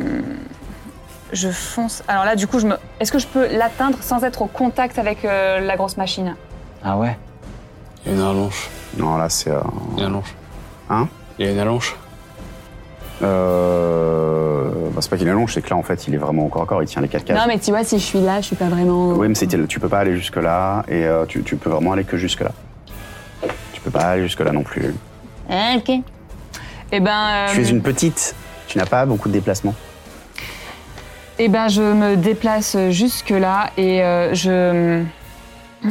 Speaker 4: je fonce. Alors là, du coup, je me. Est-ce que je peux l'atteindre sans être au contact avec euh, la grosse machine
Speaker 11: Ah ouais
Speaker 3: Il y a une allonge.
Speaker 1: Non, là, c'est. euh,
Speaker 3: Il y a une allonge.
Speaker 1: Hein
Speaker 3: Il y a une allonge.
Speaker 1: euh, bah, c'est pas qu'il est long, c'est que là, en fait, il est vraiment encore encore. Il tient les quatre cases.
Speaker 16: Non, mais tu vois, si je suis là, je suis pas vraiment.
Speaker 1: Oui, mais c'était- tu peux pas aller jusque là et euh, tu, tu peux vraiment aller que jusque là. Tu peux pas aller jusque là non plus.
Speaker 16: Ah, ok.
Speaker 4: Eh ben. euh,
Speaker 1: Tu es une petite. Tu n'as pas beaucoup de déplacements.
Speaker 4: Eh ben, je me déplace jusque-là et euh, je,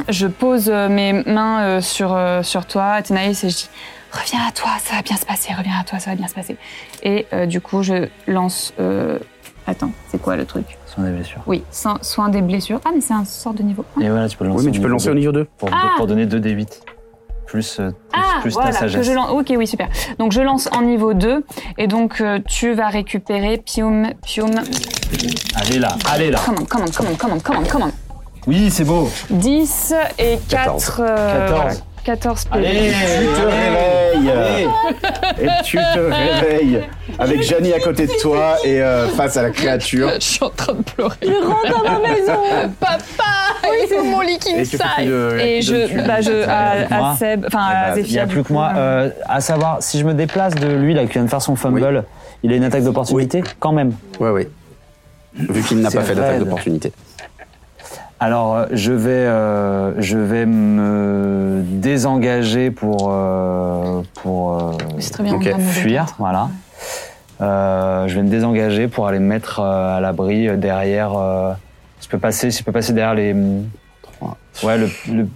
Speaker 4: je pose euh, mes mains euh, sur, euh, sur toi, Athénaïs, et je dis Reviens à toi, ça va bien se passer, reviens à toi, ça va bien se passer. Et euh, du coup, je lance. euh, Attends, c'est quoi le truc
Speaker 11: Soin des blessures.
Speaker 4: Oui, soin, soin des blessures. Ah, mais c'est un sort de niveau 1.
Speaker 11: Et voilà, tu peux le lancer.
Speaker 1: Oui, mais tu peux le lancer au niveau 2.
Speaker 11: Pour,
Speaker 4: Ah.
Speaker 11: pour donner 2 D8. Plus, euh, plus,
Speaker 4: Ah,
Speaker 11: plus
Speaker 4: voilà,
Speaker 11: ta
Speaker 4: que
Speaker 11: sagesse.
Speaker 4: je lance. Ok, oui, super. Donc je lance en niveau 2, et donc euh, tu vas récupérer Pium, Pium.
Speaker 11: Allez là, allez là.
Speaker 4: Commande, commande, commande, commande, commande, commande.
Speaker 11: Oui, c'est beau.
Speaker 4: 10 et
Speaker 1: 14.
Speaker 4: 4. euh,
Speaker 11: 14.
Speaker 4: voilà, 14 PV.
Speaker 11: Allez.
Speaker 1: Tu te réveilles Et tu te réveilles avec Janie à côté de toi et euh, face à la créature.
Speaker 6: Je suis en train de pleurer.
Speaker 16: Je rentre dans ma maison
Speaker 6: Papa,
Speaker 4: Ah
Speaker 6: il faut mon
Speaker 1: Et
Speaker 6: leaking
Speaker 1: que fais-tu
Speaker 6: side.
Speaker 1: de-
Speaker 4: Et je, bah je,
Speaker 11: Ouais,
Speaker 4: à, à
Speaker 11: moi.
Speaker 4: Seb, enfin
Speaker 11: Eh
Speaker 6: Ah,
Speaker 11: ben,
Speaker 4: à
Speaker 11: Il n'y
Speaker 4: Zephyr.
Speaker 11: a
Speaker 4: du
Speaker 11: plus que
Speaker 4: coup.
Speaker 11: moi. euh, à savoir, si je me déplace de lui là qui vient de faire son fumble, il a une attaque d'opportunité quand même.
Speaker 1: Ouais, ouais. Vu qu'il n'a
Speaker 11: C'est
Speaker 1: pas fait d'attaque
Speaker 11: raide.
Speaker 1: d'opportunité.
Speaker 11: Alors euh, je vais, euh, je vais me désengager pour euh, pour euh,
Speaker 6: C'est très bien,
Speaker 11: ok,
Speaker 6: on va nous
Speaker 11: fuir, voilà. Euh, je vais me désengager pour aller me mettre euh, à l'abri euh, derrière. euh, je peux passer, je peux passer derrière les. Ouais, le, le, le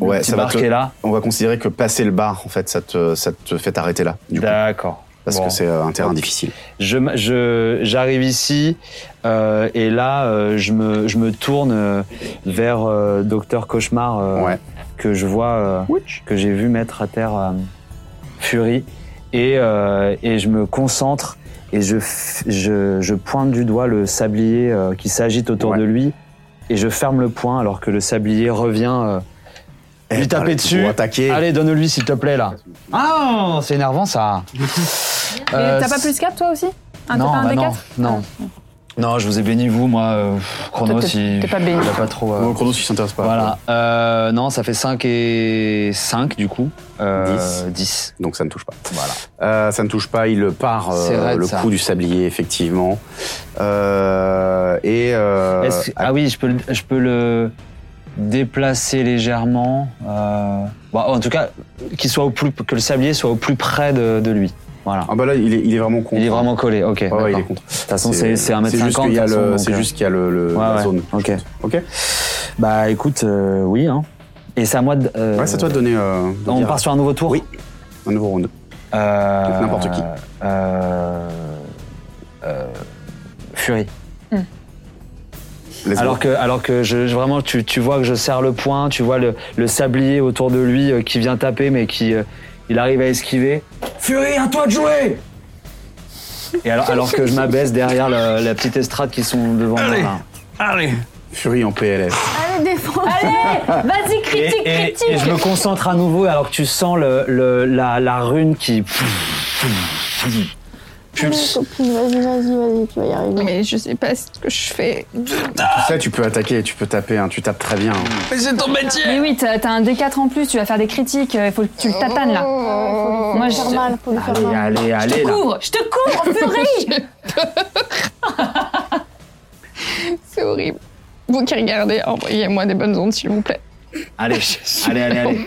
Speaker 1: Ouais,
Speaker 11: petit
Speaker 1: ça va
Speaker 11: bar
Speaker 1: te-
Speaker 11: qui est là.
Speaker 1: On va considérer que passer le bar, en fait, ça te, ça te fait t'arrêter là. Du coup,
Speaker 11: D'accord.
Speaker 1: parce
Speaker 11: Bon.
Speaker 1: que c'est euh, un terrain difficile.
Speaker 11: Je m- je- j'arrive ici euh, et là euh, je me je me tourne euh, vers euh, docteur cauchemar euh,
Speaker 1: Ouais.
Speaker 11: que je vois euh, que j'ai vu mettre à terre euh, Fury et euh, et je me concentre et je f- je, je pointe du doigt le sablier euh, qui s'agite autour
Speaker 1: Ouais.
Speaker 11: de lui et je ferme le poing alors que le sablier revient euh,
Speaker 1: Eh,
Speaker 11: lui taper
Speaker 1: allez,
Speaker 11: dessus.
Speaker 1: Pour attaquer.
Speaker 11: Allez, donne-lui s'il te plaît là. Ah, c'est énervant ça.
Speaker 4: Et
Speaker 11: Euh,
Speaker 4: T'as pas plus 4 toi aussi un,
Speaker 11: non,
Speaker 4: t'as pas un
Speaker 11: bah
Speaker 4: des
Speaker 11: non,
Speaker 4: quatre Ah.
Speaker 11: non. Non, je vous ai béni, vous, moi, euh, pff, Chronos,
Speaker 4: Toi, t'es-
Speaker 11: il.
Speaker 4: t'es pas béni.
Speaker 11: il a pas trop. euh,
Speaker 1: Bon, Chronos, il s'intéresse pas.
Speaker 11: Voilà. Euh, non, ça fait 5 et 5, du coup. Euh, 10.
Speaker 1: Donc ça ne touche pas.
Speaker 11: Voilà.
Speaker 1: Euh, ça ne touche pas, il part euh,
Speaker 11: C'est raide,
Speaker 1: le
Speaker 11: ça.
Speaker 1: coup du sablier, effectivement. Euh, et. euh,
Speaker 11: Est-ce- ah oui, je peux, le- je peux le déplacer légèrement. euh, bon, en tout cas, qu'il soit au plus, que le sablier soit au plus près de, de lui. Voilà.
Speaker 1: Ah bah là, il est, il est vraiment contre.
Speaker 11: Il est vraiment collé, ok.
Speaker 1: Ouais, ouais, il
Speaker 11: d'accord.
Speaker 1: est contre.
Speaker 11: De toute façon, c'est c'est 1m50.
Speaker 1: C'est juste qu'il y a,
Speaker 11: de toute façon,
Speaker 1: le,
Speaker 11: donc,
Speaker 1: c'est
Speaker 11: euh,
Speaker 1: juste qu'il y a le, le-
Speaker 11: Ouais,
Speaker 1: la
Speaker 11: ouais.
Speaker 1: zone.
Speaker 11: Ok.
Speaker 1: Ok
Speaker 11: Bah écoute, euh, oui. Hein. Et c'est à moi de. euh,
Speaker 1: Ouais, c'est à toi de donner. euh, de
Speaker 11: On
Speaker 1: dire
Speaker 11: part sur un nouveau tour
Speaker 1: Oui. un nouveau round.
Speaker 11: Euh,
Speaker 1: N'importe qui.
Speaker 11: Euh, euh, Fury.
Speaker 1: Let's go.
Speaker 11: Alors que, alors que je, je- vraiment, tu, tu vois que je serre le poing, tu vois le, le sablier autour de lui euh, qui vient taper, mais qui euh, il arrive à esquiver. Fury, à toi de jouer Et alors, alors que je m'abaisse derrière la, la petite estrade qui sont devant moi. là.
Speaker 3: Allez
Speaker 1: Fury en PLS.
Speaker 12: Allez,
Speaker 5: te défendre. Allez, vas-y, critique,
Speaker 2: et, et-
Speaker 5: critique.
Speaker 2: et je me concentre à nouveau alors que tu sens le, le- la, la rune qui pulse.
Speaker 5: Copine, vas-y, vas-y, vas-y, tu vas y arriver.
Speaker 6: Mais je sais pas ce que je fais.
Speaker 1: Tu sais, tu peux attaquer, tu peux taper, hein, tu tapes très bien. hein.
Speaker 3: Mais c'est ton métier
Speaker 4: Mais oui, t'as t'as un D4 en plus, tu vas faire des critiques, euh, il faut que tu le tatanes là. Moi, je...
Speaker 5: mal, faut lui faire mal.
Speaker 2: Allez,
Speaker 4: Je
Speaker 2: allez
Speaker 4: te
Speaker 2: là.
Speaker 4: couvre, je te couvre, furie
Speaker 6: C'est horrible. Vous qui regardez, envoyez-moi des bonnes ondes, s'il vous plaît.
Speaker 2: Allez, allez, allez, allez.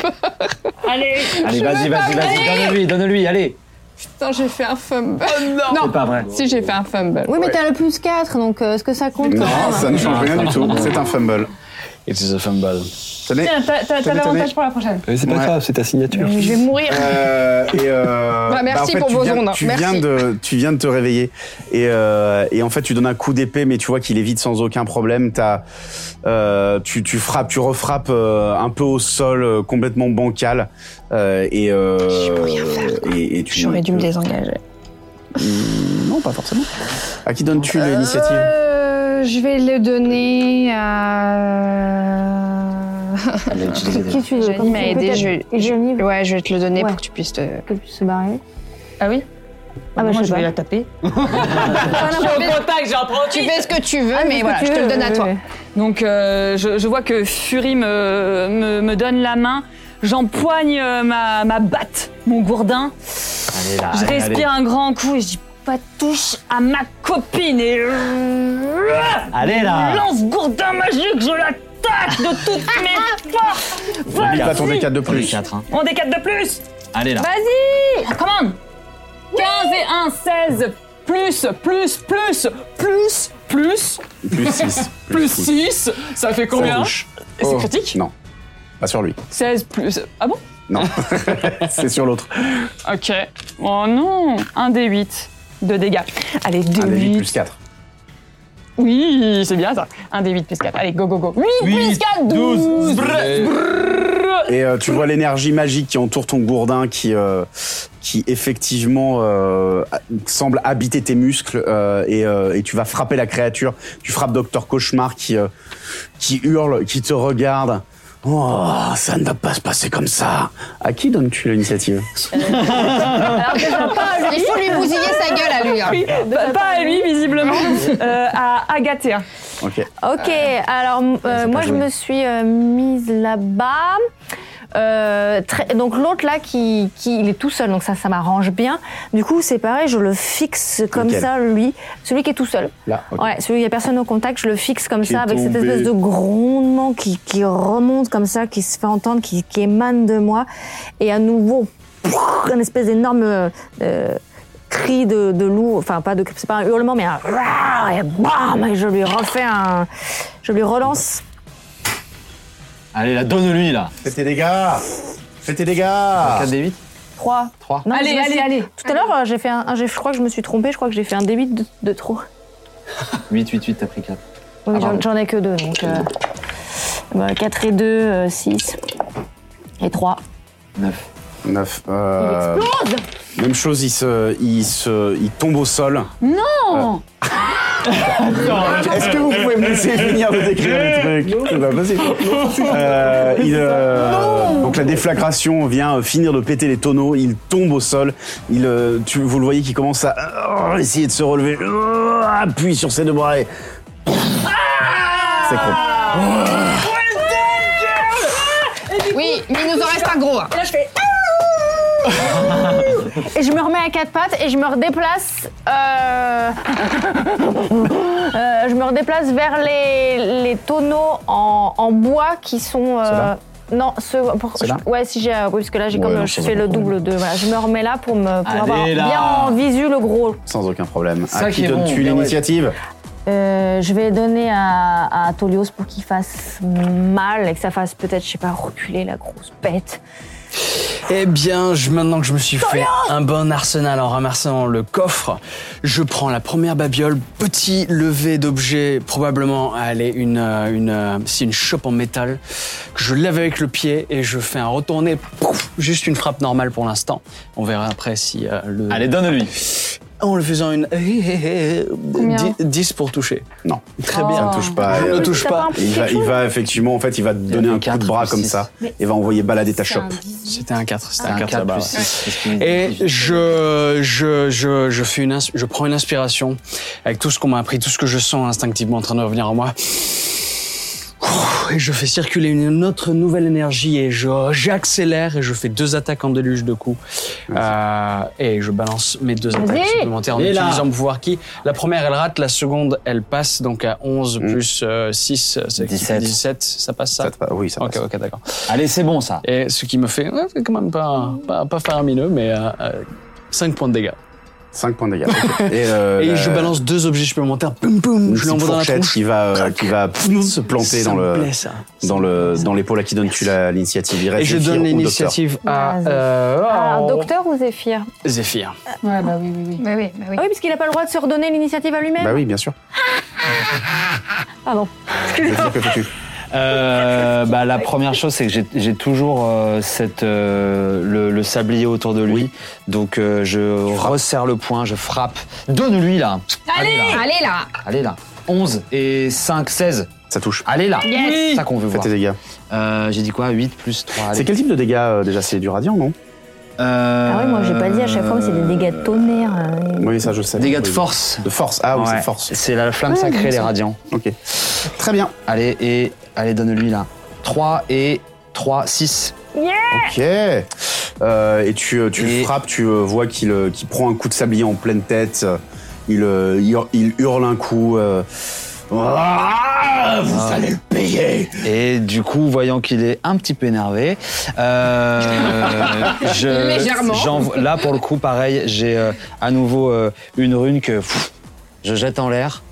Speaker 6: Allez
Speaker 2: Allez, vas-y, vas-y, vas-y, donne-lui, donne-lui, allez.
Speaker 6: Putain, j'ai fait un fumble. Oh non
Speaker 2: C'est pas vrai.
Speaker 6: Si, j'ai fait un fumble.
Speaker 5: Oui, mais t'as le plus 4, donc euh, est-ce que ça compte quand
Speaker 1: Non,
Speaker 5: même
Speaker 1: ça ne change rien du tout. C'est un fumble.
Speaker 3: It is a fumble.
Speaker 1: Tenez.
Speaker 4: Tiens, t'as- t'as- t'as
Speaker 1: Tenez,
Speaker 4: l'avantage
Speaker 1: tenez.
Speaker 4: pour la prochaine.
Speaker 7: Mais Euh, c'est pas grave, c'est ta signature.
Speaker 6: Je vais mourir.
Speaker 1: Euh, et euh,
Speaker 6: Bah, merci pour
Speaker 1: tu
Speaker 6: vos
Speaker 1: viens,
Speaker 6: ondes.
Speaker 1: Tu
Speaker 6: Merci.
Speaker 1: viens, de, tu viens de te réveiller. Et, euh, et en fait, tu donnes un coup d'épée, mais tu vois qu'il évite sans aucun problème. T'as, euh, tu, tu frappes, tu refrappes euh, un peu au sol, euh, complètement bancal. Euh, et, euh, et, et tu-
Speaker 6: J'aurais dû me désengager.
Speaker 1: Hmm, Non, pas forcément. À qui donnes-tu l'initiative
Speaker 6: Euh, je vais le donner à.
Speaker 5: Qui tu veux
Speaker 6: Johnny
Speaker 5: Comme
Speaker 6: m'a
Speaker 5: tu veux,
Speaker 6: aidé.
Speaker 5: peut-être
Speaker 6: Je, je- ouais, je vais te le donner
Speaker 5: Ouais.
Speaker 6: pour que tu puisses te.
Speaker 5: Que tu puisses se barrer.
Speaker 6: Ah oui
Speaker 5: Ah bah,
Speaker 6: Moi,
Speaker 5: je
Speaker 6: je
Speaker 5: sais
Speaker 6: vais la
Speaker 5: pas.
Speaker 6: taper.
Speaker 4: Je suis au contact, j'en profite.
Speaker 6: Tu fais ce que tu veux,
Speaker 5: Ah, mais
Speaker 6: mais
Speaker 5: ce que
Speaker 6: voilà,
Speaker 5: tu
Speaker 6: je te
Speaker 5: veux,
Speaker 6: le donne à
Speaker 5: oui,
Speaker 6: toi.
Speaker 5: oui.
Speaker 4: Donc euh, je, je vois que Fury me, me, me donne la main, j'empoigne euh, ma, ma batte, mon gourdin,
Speaker 2: Allez là.
Speaker 4: je
Speaker 2: allez,
Speaker 4: respire un grand coup et je dis pas de touche à ma copine et...
Speaker 2: Allez là.
Speaker 4: Lance gourdin magique, je l'attaque de toutes mes forces
Speaker 1: N'oublie pas ton
Speaker 4: Vas-y.
Speaker 1: D4 de plus.
Speaker 2: Quatre, hein.
Speaker 4: On décale de plus
Speaker 2: Allez là.
Speaker 4: Vas-y Ah, La Commande 15 et 1, 16 plus, plus, plus, plus, plus,
Speaker 1: Plus 6.
Speaker 4: plus 6, ça fait combien hein. Et c'est critique
Speaker 1: Non. Pas sur lui.
Speaker 4: 16 plus. Ah bon
Speaker 1: Non. c'est sur l'autre.
Speaker 4: Ok. Oh non 1 des 8 de dégâts. Allez,
Speaker 1: Un des
Speaker 4: 2
Speaker 1: huit
Speaker 4: 8.
Speaker 1: plus 4.
Speaker 4: Oui, c'est bien ça. 1 des 8 plus 4. Allez, go, go, go. 8, plus 4, 12.
Speaker 1: Et euh, tu vois l'énergie magique qui entoure ton gourdin, qui, euh, qui effectivement euh, semble habiter tes muscles, euh, et, euh, et tu vas frapper la créature. Tu frappes Docteur Cauchemar qui, euh, qui hurle, qui te regarde. Oh, ça ne va pas se passer comme ça. À qui donnes-tu l'initiative
Speaker 6: Alors déjà pas à lui. Il faut lui bousiller sa gueule à lui. hein.
Speaker 4: Oui, bah, pas à lui, visiblement.
Speaker 11: Ah,
Speaker 4: Euh, à Agathea.
Speaker 1: Ok.
Speaker 5: Ok, alors euh, moi je me suis euh, mise là-bas. Euh, très- donc l'autre là qui, qui il est tout seul donc ça ça m'arrange bien. Du coup c'est pareil je le fixe comme
Speaker 1: Lequel
Speaker 5: ça lui celui qui est tout seul.
Speaker 1: Là, ok.
Speaker 5: Ouais celui où il y a personne au contact je le fixe comme
Speaker 1: Qui
Speaker 5: ça
Speaker 1: est
Speaker 5: avec cette
Speaker 1: tombé.
Speaker 5: espèce de grondement qui, qui remonte comme ça qui se fait entendre qui, qui émane de moi et à nouveau un espèce d'énorme euh, euh, cri de, de loup, enfin pas de, c'est pas un hurlement, mais un rah, et bam, et je lui refais un, je lui relance.
Speaker 11: Allez, là, donne-lui, là.
Speaker 1: Fais tes dégâts Fais tes
Speaker 3: Ah.
Speaker 1: dégâts
Speaker 11: 4 des 8
Speaker 5: 3.
Speaker 11: 3.
Speaker 5: Non,
Speaker 4: Allez,
Speaker 5: je me
Speaker 4: allez,
Speaker 5: suis-
Speaker 4: allez.
Speaker 5: Tout à l'heure, euh, j'ai fait un, un- j'ai- je crois que je me suis trompée, je crois que j'ai fait un débit de, de trop.
Speaker 1: Ah,
Speaker 11: 8, 8, 8, t'as pris 4.
Speaker 5: Oui,
Speaker 11: Ah,
Speaker 5: j'en-
Speaker 11: pardon.
Speaker 5: j'en ai que deux, donc 4 et 2, 6 et 3.
Speaker 11: 9.
Speaker 1: 9. Euh, même chose, il, se, il, se, il tombe au sol. Euh.
Speaker 4: Non
Speaker 1: Est-ce que vous pouvez me laisser finir de décrire le truc C'est pas possible. Euh, il, euh, donc la déflagration vient euh, finir de péter les tonneaux. Il tombe au sol. Il, euh, tu, vous le voyez qui commence à euh, essayer de se relever. Euh, appuie sur ses deux bras et s'écroule.
Speaker 6: Oui, mais il nous en reste un gros. hein.
Speaker 5: Et je me remets à quatre pattes et je me redéplace. euh, euh, je me redéplace vers les, les tonneaux en, en bois qui sont. euh,
Speaker 1: Ceux-là
Speaker 5: non, ceux. pour-
Speaker 1: Ceux-là
Speaker 5: je- ouais, si j'ai. euh, Oui, parce que là, j'ai
Speaker 1: Ouais,
Speaker 5: comme.
Speaker 1: non,
Speaker 5: euh,
Speaker 1: ça
Speaker 5: Je
Speaker 1: va
Speaker 5: fais
Speaker 1: pas
Speaker 5: le
Speaker 1: de problème.
Speaker 5: double de. Voilà, je me remets là pour, me, pour
Speaker 11: Allez,
Speaker 5: avoir
Speaker 11: là.
Speaker 5: bien en visu le gros.
Speaker 1: Sans aucun problème.
Speaker 11: Ça
Speaker 1: à
Speaker 11: qui
Speaker 1: qui
Speaker 11: est bon,
Speaker 1: donnes-tu
Speaker 11: ouais.
Speaker 1: l'initiative
Speaker 5: Euh, je vais donner à, à Tolios pour qu'il fasse mal et que ça fasse peut-être, je sais pas, reculer la grosse bête.
Speaker 3: Eh bien, je, maintenant que je me suis fait un bon arsenal en ramassant le coffre, je prends la première babiole, petit lever d'objet, probablement allez, une, euh, une, euh, si, une chope en métal, que je lève avec le pied et je fais un retourné, pouf, juste une frappe normale pour l'instant. On verra après si euh, le...
Speaker 11: Allez, donne-lui.
Speaker 3: en le faisant une. eh,
Speaker 4: Combien
Speaker 3: 10, pour toucher.
Speaker 1: Non.
Speaker 3: Très bien.
Speaker 1: Ça ne touche pas.
Speaker 3: Oh. Je
Speaker 1: euh,
Speaker 3: ne touche
Speaker 1: ça
Speaker 3: pas.
Speaker 1: Il va, il va effectivement, en fait, il va te donner un coup de bras comme ça et va envoyer balader ta chope.
Speaker 3: C'était un 4. C'était
Speaker 1: Ah.
Speaker 3: un
Speaker 1: Un
Speaker 3: 4
Speaker 1: quatre
Speaker 3: là-bas.
Speaker 1: plus six,
Speaker 3: ouais. Et je, je, je, je, fais une ins- je prends une inspiration avec tout ce qu'on m'a appris, tout ce que je sens instinctivement en train de revenir en moi. Et je fais circuler une autre nouvelle énergie et je- j'accélère et je fais deux attaques en déluge de coups. Euh, et je balance mes deux
Speaker 6: Vas-y.
Speaker 3: attaques supplémentaires en
Speaker 6: Et là.
Speaker 3: utilisant mon pouvoir qui. La première, elle rate, la seconde, elle passe. Donc à 11 plus 6, c'est
Speaker 11: 17.
Speaker 3: 17. Ça passe ça,
Speaker 1: Oui, ça
Speaker 3: passe. Ok, ok, d'accord.
Speaker 11: Allez, c'est bon ça.
Speaker 3: Et ce qui me fait, ouais, c'est quand même pas, pas, pas faramineux, mais 5 points de dégâts.
Speaker 1: 5 points de dégâts. ok. Et, euh,
Speaker 3: Et
Speaker 1: la-
Speaker 3: je balance deux objets supplémentaires, boum boum,
Speaker 1: une
Speaker 3: je
Speaker 1: petite
Speaker 3: l'envoie dans la
Speaker 1: fourchette
Speaker 3: tronche. Ah,
Speaker 1: qui va, euh, qui va pff, se planter
Speaker 3: Ça
Speaker 1: dans
Speaker 3: me
Speaker 1: le,
Speaker 3: plaît, ça.
Speaker 1: dans le, dans l'épaule à qui donnes-tu la- l'initiative Irène,
Speaker 3: Et je
Speaker 1: Zéphyr
Speaker 3: donne
Speaker 1: ou Docteur
Speaker 3: l'initiative à
Speaker 5: Ah,
Speaker 3: euh,
Speaker 5: Alors,
Speaker 3: oh,
Speaker 5: docteur ou Zéphyr
Speaker 3: Zéphyr.
Speaker 5: Ouais, bah oui, oui, oui.
Speaker 6: Bah oui,
Speaker 5: Ah oui, parce qu'il n'a pas le droit de se redonner l'initiative à lui-même. Ah
Speaker 1: Bah oui, bien sûr.
Speaker 5: Pardon.
Speaker 1: Zéphyr, que fais-tu
Speaker 11: Euh, bah, la première chose, c'est que j'ai- j'ai toujours euh, cette, euh, le, le sablier autour de lui. Donc euh, je resserre le poing, je frappe. Donne-lui là.
Speaker 6: Allez, allez là.
Speaker 11: Allez là. 11 et 5, 16.
Speaker 1: Ça touche.
Speaker 11: Allez là.
Speaker 6: Yes.
Speaker 11: C'est ça qu'on veut
Speaker 3: Ah,
Speaker 1: Fais
Speaker 11: voir.
Speaker 1: tes dégâts.
Speaker 11: Euh, j'ai dit quoi 8 plus 3. allez.
Speaker 1: C'est quel type de dégâts euh, déjà C'est du radiant, non
Speaker 11: Euh,
Speaker 5: Ah oui, moi j'ai pas dit à chaque fois, mais c'est des dégâts de tonnerre. hein.
Speaker 1: Oui, ça je sais.
Speaker 11: Dégâts de
Speaker 1: Oui.
Speaker 11: force.
Speaker 1: De force, ah oui,
Speaker 11: Ouais.
Speaker 1: c'est force.
Speaker 11: C'est la flamme
Speaker 1: Ah,
Speaker 11: sacrée,
Speaker 1: bien
Speaker 11: les
Speaker 1: sûr.
Speaker 11: radiants.
Speaker 1: Ok. Très bien.
Speaker 11: Allez, et allez, donne-lui là. 3 et 3, 6.
Speaker 1: Ok. Euh, et tu, euh, tu frappes, tu euh, vois qu'il euh, qu'il prend un coup de sablier en pleine tête. euh, Il, euh, il, il hurle un coup. euh, Ah, vous allez le payer
Speaker 11: Et du coup, voyant qu'il est un petit peu énervé, euh, je,
Speaker 6: Légèrement.
Speaker 11: j'envoie- là pour le coup, pareil, j'ai euh, à nouveau euh, une rune que pff, je jette en l'air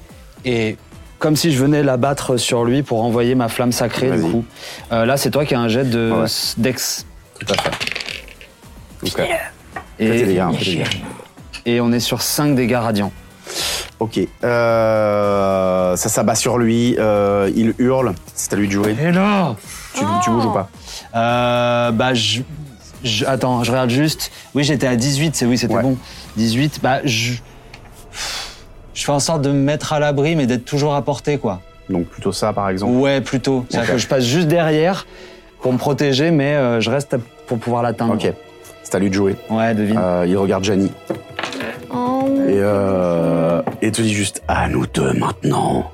Speaker 11: et comme si je venais la battre sur lui pour envoyer ma flamme sacrée. Du coup, Euh, là, c'est toi qui as un jet de
Speaker 1: Ouais.
Speaker 11: s- dex.
Speaker 1: Tout à fait. Ok.
Speaker 11: Et,
Speaker 1: Fais tes dégâts, hein, fais tes dégâts.
Speaker 11: et on est sur 5 dégâts radiants.
Speaker 1: Ok. Euh, ça s'abat sur lui. euh, il hurle. C'est à lui de jouer.
Speaker 11: Et là
Speaker 1: tu, tu bouges ou pas
Speaker 11: Euh, bah, je, je- Attends, je regarde juste. Oui, j'étais à 18, c'est oui, c'était bon. 18, bah, je. Je fais en sorte de me mettre à l'abri, mais d'être toujours à portée, quoi.
Speaker 1: Donc plutôt ça, par exemple.
Speaker 11: Ouais, plutôt. C'est-à-dire
Speaker 1: Ok.
Speaker 11: que je passe juste derrière pour me protéger, mais euh, je reste à- pour pouvoir l'atteindre.
Speaker 1: Ok. Euh, C'est à lui de jouer.
Speaker 11: Ouais, devine.
Speaker 1: il regarde Jani. Et, euh, et te dit juste à nous deux maintenant.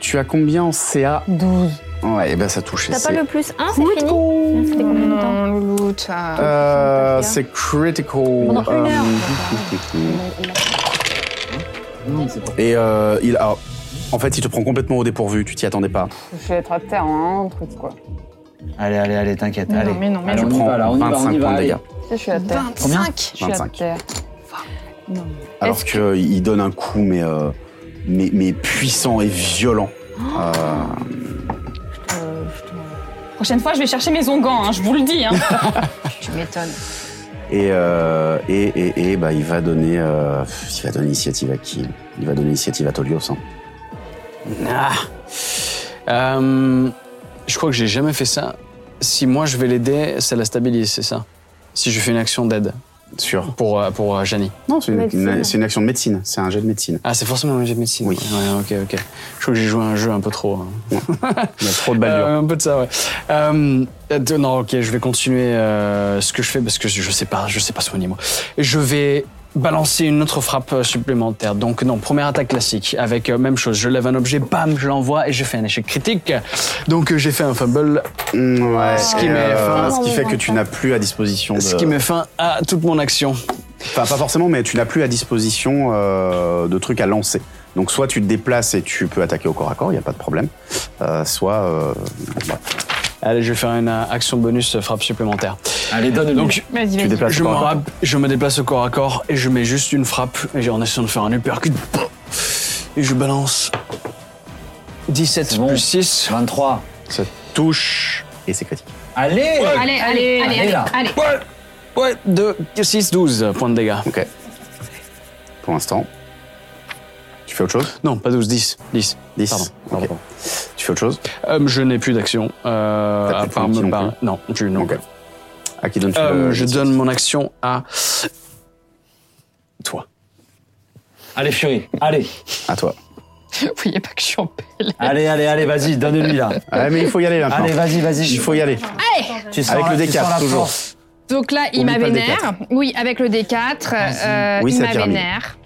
Speaker 1: Tu as combien en CA
Speaker 5: 12.
Speaker 1: Ouais, et ben ça touche. et
Speaker 5: T'as
Speaker 1: c'est-
Speaker 5: pas le plus 1, c'est fini C'était combien de temps
Speaker 4: Hum,
Speaker 1: Euh, c'est critical. euh,
Speaker 5: Pendant une heure.
Speaker 1: Et euh, il a. En fait, il te prend complètement au dépourvu, tu t'y attendais pas.
Speaker 4: Je vais être à terre en un truc, quoi.
Speaker 11: Allez, allez, allez, t'inquiète.
Speaker 4: Non,
Speaker 11: allez.
Speaker 4: mais non, mais
Speaker 11: Allez,
Speaker 4: non.
Speaker 11: on y
Speaker 1: Prends
Speaker 11: va, là, on y va, on
Speaker 1: 25
Speaker 11: y va.
Speaker 1: points de
Speaker 11: allez.
Speaker 1: dégâts.
Speaker 4: Tu sais, Je suis à terre.
Speaker 6: 25.
Speaker 11: Combien
Speaker 4: Je suis à
Speaker 1: 25.
Speaker 4: terre.
Speaker 1: Alors qu'il donne un coup, mais, euh, mais, mais puissant et violent. Euh,
Speaker 4: Prochaine fois, je vais chercher mes ongans, hein, je vous le dis. Hein. tu m'étonnes.
Speaker 1: et, euh, et, et, et, bah, il va donner. euh, il va donner l'initiative à qui Il va donner l'initiative à Tolios. hein.
Speaker 3: Ah. Euh, je crois que j'ai jamais fait ça. Si moi je vais l'aider, ça la stabilise, c'est ça Si je fais une action d'aide.
Speaker 1: Sûr.
Speaker 3: Pour, euh, pour euh, Jani.
Speaker 1: Non, c'est une,
Speaker 3: Médecine.
Speaker 1: une- c'est une action de médecine, c'est un jet de médecine.
Speaker 3: Ah, c'est forcément un jeu de médecine. Oui. Ouais, ok, ok. Je crois que j'ai joué à un jeu un peu trop. hein.
Speaker 1: Il y a trop de ballures.
Speaker 3: Euh, un peu de ça, ouais. Euh, attends, non, ok, je vais continuer euh, ce que je fais parce que je je sais pas, je sais pas soigner moi. Je vais balancer une autre frappe euh, supplémentaire. Donc non, première attaque classique avec euh, même chose. Je lève un objet, bam, je l'envoie et je fais un échec critique. Donc euh, j'ai fait un fumble.
Speaker 1: Ouais,
Speaker 3: Ce qui
Speaker 1: et,
Speaker 3: met
Speaker 1: euh,
Speaker 3: fin-
Speaker 1: ce qui fait que tu n'as plus à disposition.
Speaker 3: Ce
Speaker 1: de-
Speaker 3: qui met fin à toute mon action.
Speaker 1: Enfin, pas forcément, mais tu n'as plus à disposition euh, de trucs à lancer. Donc, soit tu te déplaces et tu peux attaquer au corps à corps, il n'y a pas de problème. Euh, soit. euh, voilà.
Speaker 3: Allez, je vais faire une euh, action bonus euh, frappe supplémentaire.
Speaker 11: Allez, donne-le.
Speaker 3: Donc,
Speaker 4: Vas-y, vas-y.
Speaker 1: Tu déplaces
Speaker 3: je
Speaker 1: au
Speaker 3: me,
Speaker 1: corps à corps.
Speaker 3: rappe- je me déplace au corps à corps et je mets juste une frappe et j'ai- en essayant de faire un uppercut. Et je balance 17 plus 6.
Speaker 11: 23.
Speaker 1: Ça touche et c'est critique.
Speaker 11: Allez
Speaker 6: Allez, allez, allez, allez,
Speaker 11: là.
Speaker 6: allez.
Speaker 3: Ouais, ouais, 2, 6, 12 points de dégâts.
Speaker 1: Ok. Pour l'instant. Tu fais autre chose
Speaker 3: Non, pas 12, 10. 10.
Speaker 1: 10.
Speaker 3: Pardon.
Speaker 1: Ok. Tu fais autre chose
Speaker 3: Euh, je n'ai plus d'action. Euh,
Speaker 1: T'as
Speaker 3: à
Speaker 1: plus de
Speaker 3: part
Speaker 1: points
Speaker 3: me
Speaker 1: qui
Speaker 3: par-
Speaker 1: non plus
Speaker 3: Non, Euh, tu non.
Speaker 1: Ok. À qui donnes-tu
Speaker 3: Euh,
Speaker 1: le-
Speaker 3: je donne mon action à
Speaker 11: Allez, Fury, allez.
Speaker 1: À toi.
Speaker 4: Vous voyez pas que je suis en pelle.
Speaker 11: Allez, allez, allez, vas-y, donne-lui là.
Speaker 1: Ouais, Ah, mais il faut y aller là.
Speaker 11: Allez, vas-y, vas-y.
Speaker 1: Il faut y aller.
Speaker 4: Allez
Speaker 11: Tu sens
Speaker 1: Avec
Speaker 11: la-
Speaker 1: le
Speaker 11: tu sens la
Speaker 1: D4, toujours.
Speaker 11: force.
Speaker 6: Donc là, il
Speaker 1: Oublie pas
Speaker 6: m'a
Speaker 1: le
Speaker 6: vénère. Oui, avec le D4, euh,
Speaker 1: Oui,
Speaker 6: il
Speaker 1: c'est
Speaker 6: m'a
Speaker 1: la pyramide.
Speaker 6: vénère.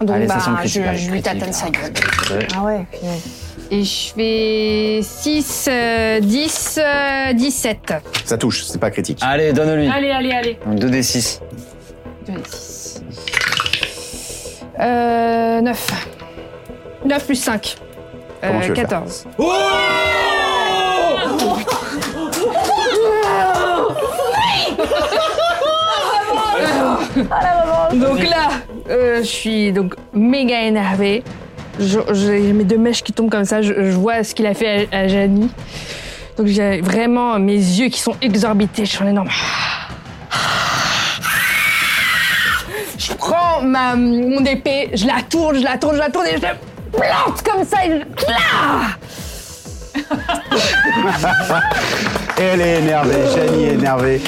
Speaker 6: Donc
Speaker 1: Allez, ça
Speaker 6: bah,
Speaker 1: sent le critique,
Speaker 6: je,
Speaker 1: allez,
Speaker 6: je lui tâtonne sa gueule.
Speaker 5: Ah ouais.
Speaker 6: Et je fais 6, euh, 10, euh, 17.
Speaker 1: Ça touche, c'est pas critique.
Speaker 11: Allez, donne-lui.
Speaker 6: Allez, allez, allez.
Speaker 11: Donc 2d6.
Speaker 6: 9. 9 Euh, plus Euh, 5.
Speaker 11: Comment tu veux faire
Speaker 6: 14. Donc là, euh, je suis donc méga énervée. Je- J'ai mes deux mèches qui tombent comme ça. Je, je vois ce qu'il a fait à, à Jani. Donc j'ai vraiment mes yeux qui sont exorbités. Je suis en énorme. Je prends ma, mon épée, je la tourne, je la tourne, je la tourne et je la plante comme ça et je. Clac
Speaker 1: Elle est énervée, Jenny est énervée.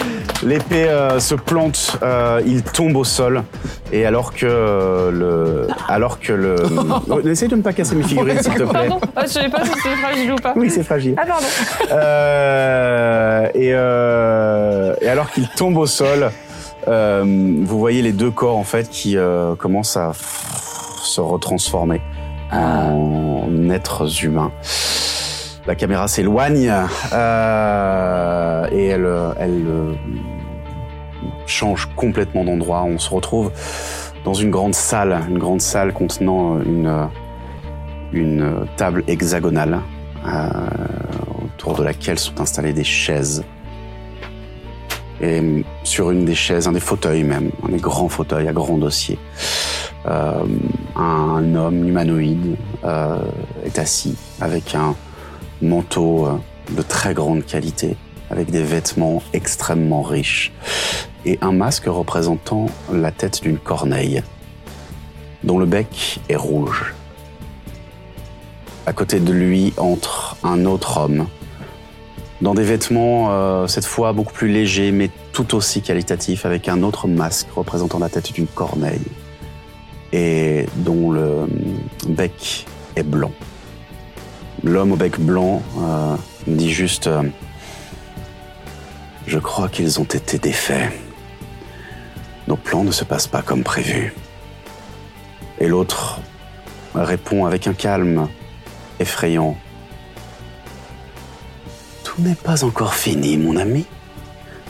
Speaker 1: L'épée euh, se plante, euh, il tombe au sol. Et alors que euh, le. Alors que le. Oh, Essaye de ne pas casser mes figurines, s'il te plaît.
Speaker 4: Pardon, Ah, je savais pas si c'était fragile ou pas.
Speaker 1: Oui, c'est fragile.
Speaker 4: Ah, pardon.
Speaker 1: Euh, et, euh, et alors qu'il tombe au sol, euh, vous voyez les deux corps en fait qui euh, commencent à se retransformer en êtres humains. La caméra s'éloigne euh, et elle, elle euh, change complètement d'endroit. On se retrouve dans une grande salle, une grande salle contenant une, une table hexagonale euh, autour de laquelle sont installées des chaises. Et hum, sur une des chaises, un des fauteuils même, un des grands fauteuils à grand dossier, euh, un homme humanoïde euh, est assis avec un manteau euh, de très grande qualité, avec des vêtements extrêmement riches et un masque représentant la tête d'une corneille dont le bec est rouge. À côté de lui entre un autre homme, dans des vêtements euh, cette fois beaucoup plus légers mais tout aussi qualitatifs, avec un autre masque représentant la tête d'une corneille et dont le euh, bec est blanc. L'homme au bec blanc euh, dit juste euh, Je crois qu'ils ont été défaits. Nos plans ne se passent pas comme prévu. Et l'autre répond avec un calme effrayant. Tout n'est pas encore fini, mon ami.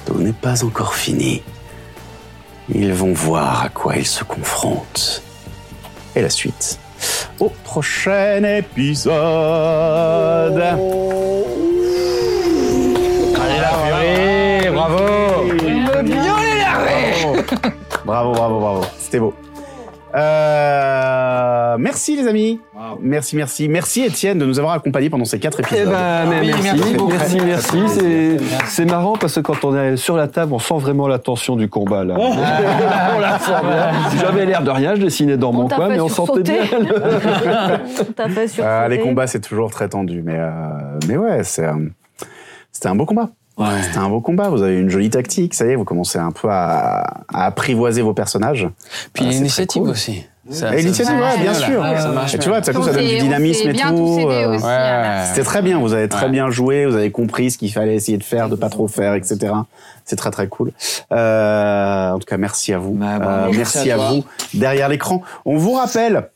Speaker 1: Tout n'est pas encore fini. Ils vont voir à quoi ils se confrontent. Et la suite. Au prochain épisode.
Speaker 11: Allez,
Speaker 1: Ah,
Speaker 11: la furie, bravo.
Speaker 1: bien Bravo, bravo, bravo. C'était beau. Euh, merci les amis. Merci, merci. Merci Étienne de nous avoir accompagnés pendant ces quatre épisodes.
Speaker 7: Eh ben, mais merci, merci, merci. C'est- C'est marrant parce que quand on est sur la table, on sent vraiment la tension du combat là. on la sent bien. J'avais l'air de rien, je dessinais dans mon
Speaker 5: t'a
Speaker 7: coin,
Speaker 5: pas
Speaker 7: mais on sentait
Speaker 5: sursauté.
Speaker 7: bien. le-
Speaker 5: T'as pas sur.
Speaker 1: Euh, les combats, c'est toujours très tendu, mais, euh, mais ouais, c'est, euh, c'était un beau combat. C'était un beau combat, vous avez une jolie tactique, ça y est, vous commencez un peu à, à apprivoiser vos personnages.
Speaker 3: Puis
Speaker 1: Euh, c'est
Speaker 3: l'initiative
Speaker 1: très cool.
Speaker 3: aussi.
Speaker 1: Et l'initiative, ouais, bien sûr. et tu vois, tout à coup, ça donne du dynamisme et tout. euh,
Speaker 6: hein,
Speaker 1: C'était très bien, vous avez très bien joué, vous avez compris ce qu'il fallait essayer de faire, de pas trop faire, etc. C'est très très cool. Euh, en tout cas, merci à vous. Euh,
Speaker 3: Bah, merci
Speaker 1: merci
Speaker 3: à
Speaker 1: à,
Speaker 3: toi.
Speaker 1: vous. Derrière l'écran, on vous rappelle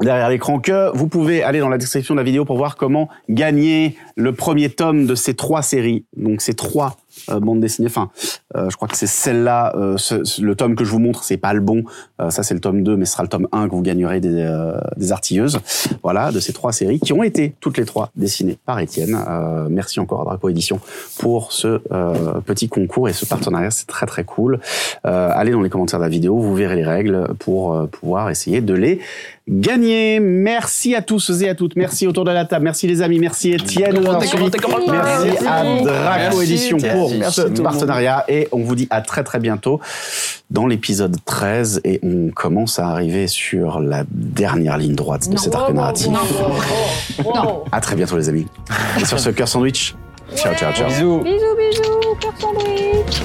Speaker 1: derrière l'écran que vous pouvez aller dans la description de la vidéo pour voir comment gagner le premier tome de ces trois séries. Donc ces trois euh, bandes dessinées. Enfin, euh, je crois que c'est celle-là. euh, ce- ce- le tome que je vous montre, c'est pas le bon. Euh, ça, c'est le tome 2, mais ce sera le tome 1 que vous gagnerez des, euh, des artilleuses. Voilà, de ces trois séries qui ont été toutes les trois dessinées par Étienne. Euh, merci encore à Draco Édition pour ce euh, petit concours et ce partenariat. C'est très très cool. Euh, allez dans les commentaires de la vidéo, vous verrez les règles pour euh, pouvoir essayer de les gagner. Merci à tous et à toutes. Merci autour de la table. Merci les amis. Merci Étienne. de nous avoir
Speaker 3: Commentez,
Speaker 1: suivis.
Speaker 3: commentez, commentez.
Speaker 1: Merci à
Speaker 3: Merci.
Speaker 1: Draco
Speaker 3: Merci,
Speaker 1: Édition
Speaker 3: Étienne.
Speaker 1: pour ce
Speaker 3: Merci tout le monde.
Speaker 1: partenariat et on vous dit à très très bientôt dans l'épisode 13 et on commence à arriver sur la dernière ligne droite de cet arc narratif. À très bientôt les amis. Et sur ce cœur sandwich. Ciao ciao ciao.
Speaker 11: Bisous.
Speaker 5: Bisous, bisous, cœur sandwich.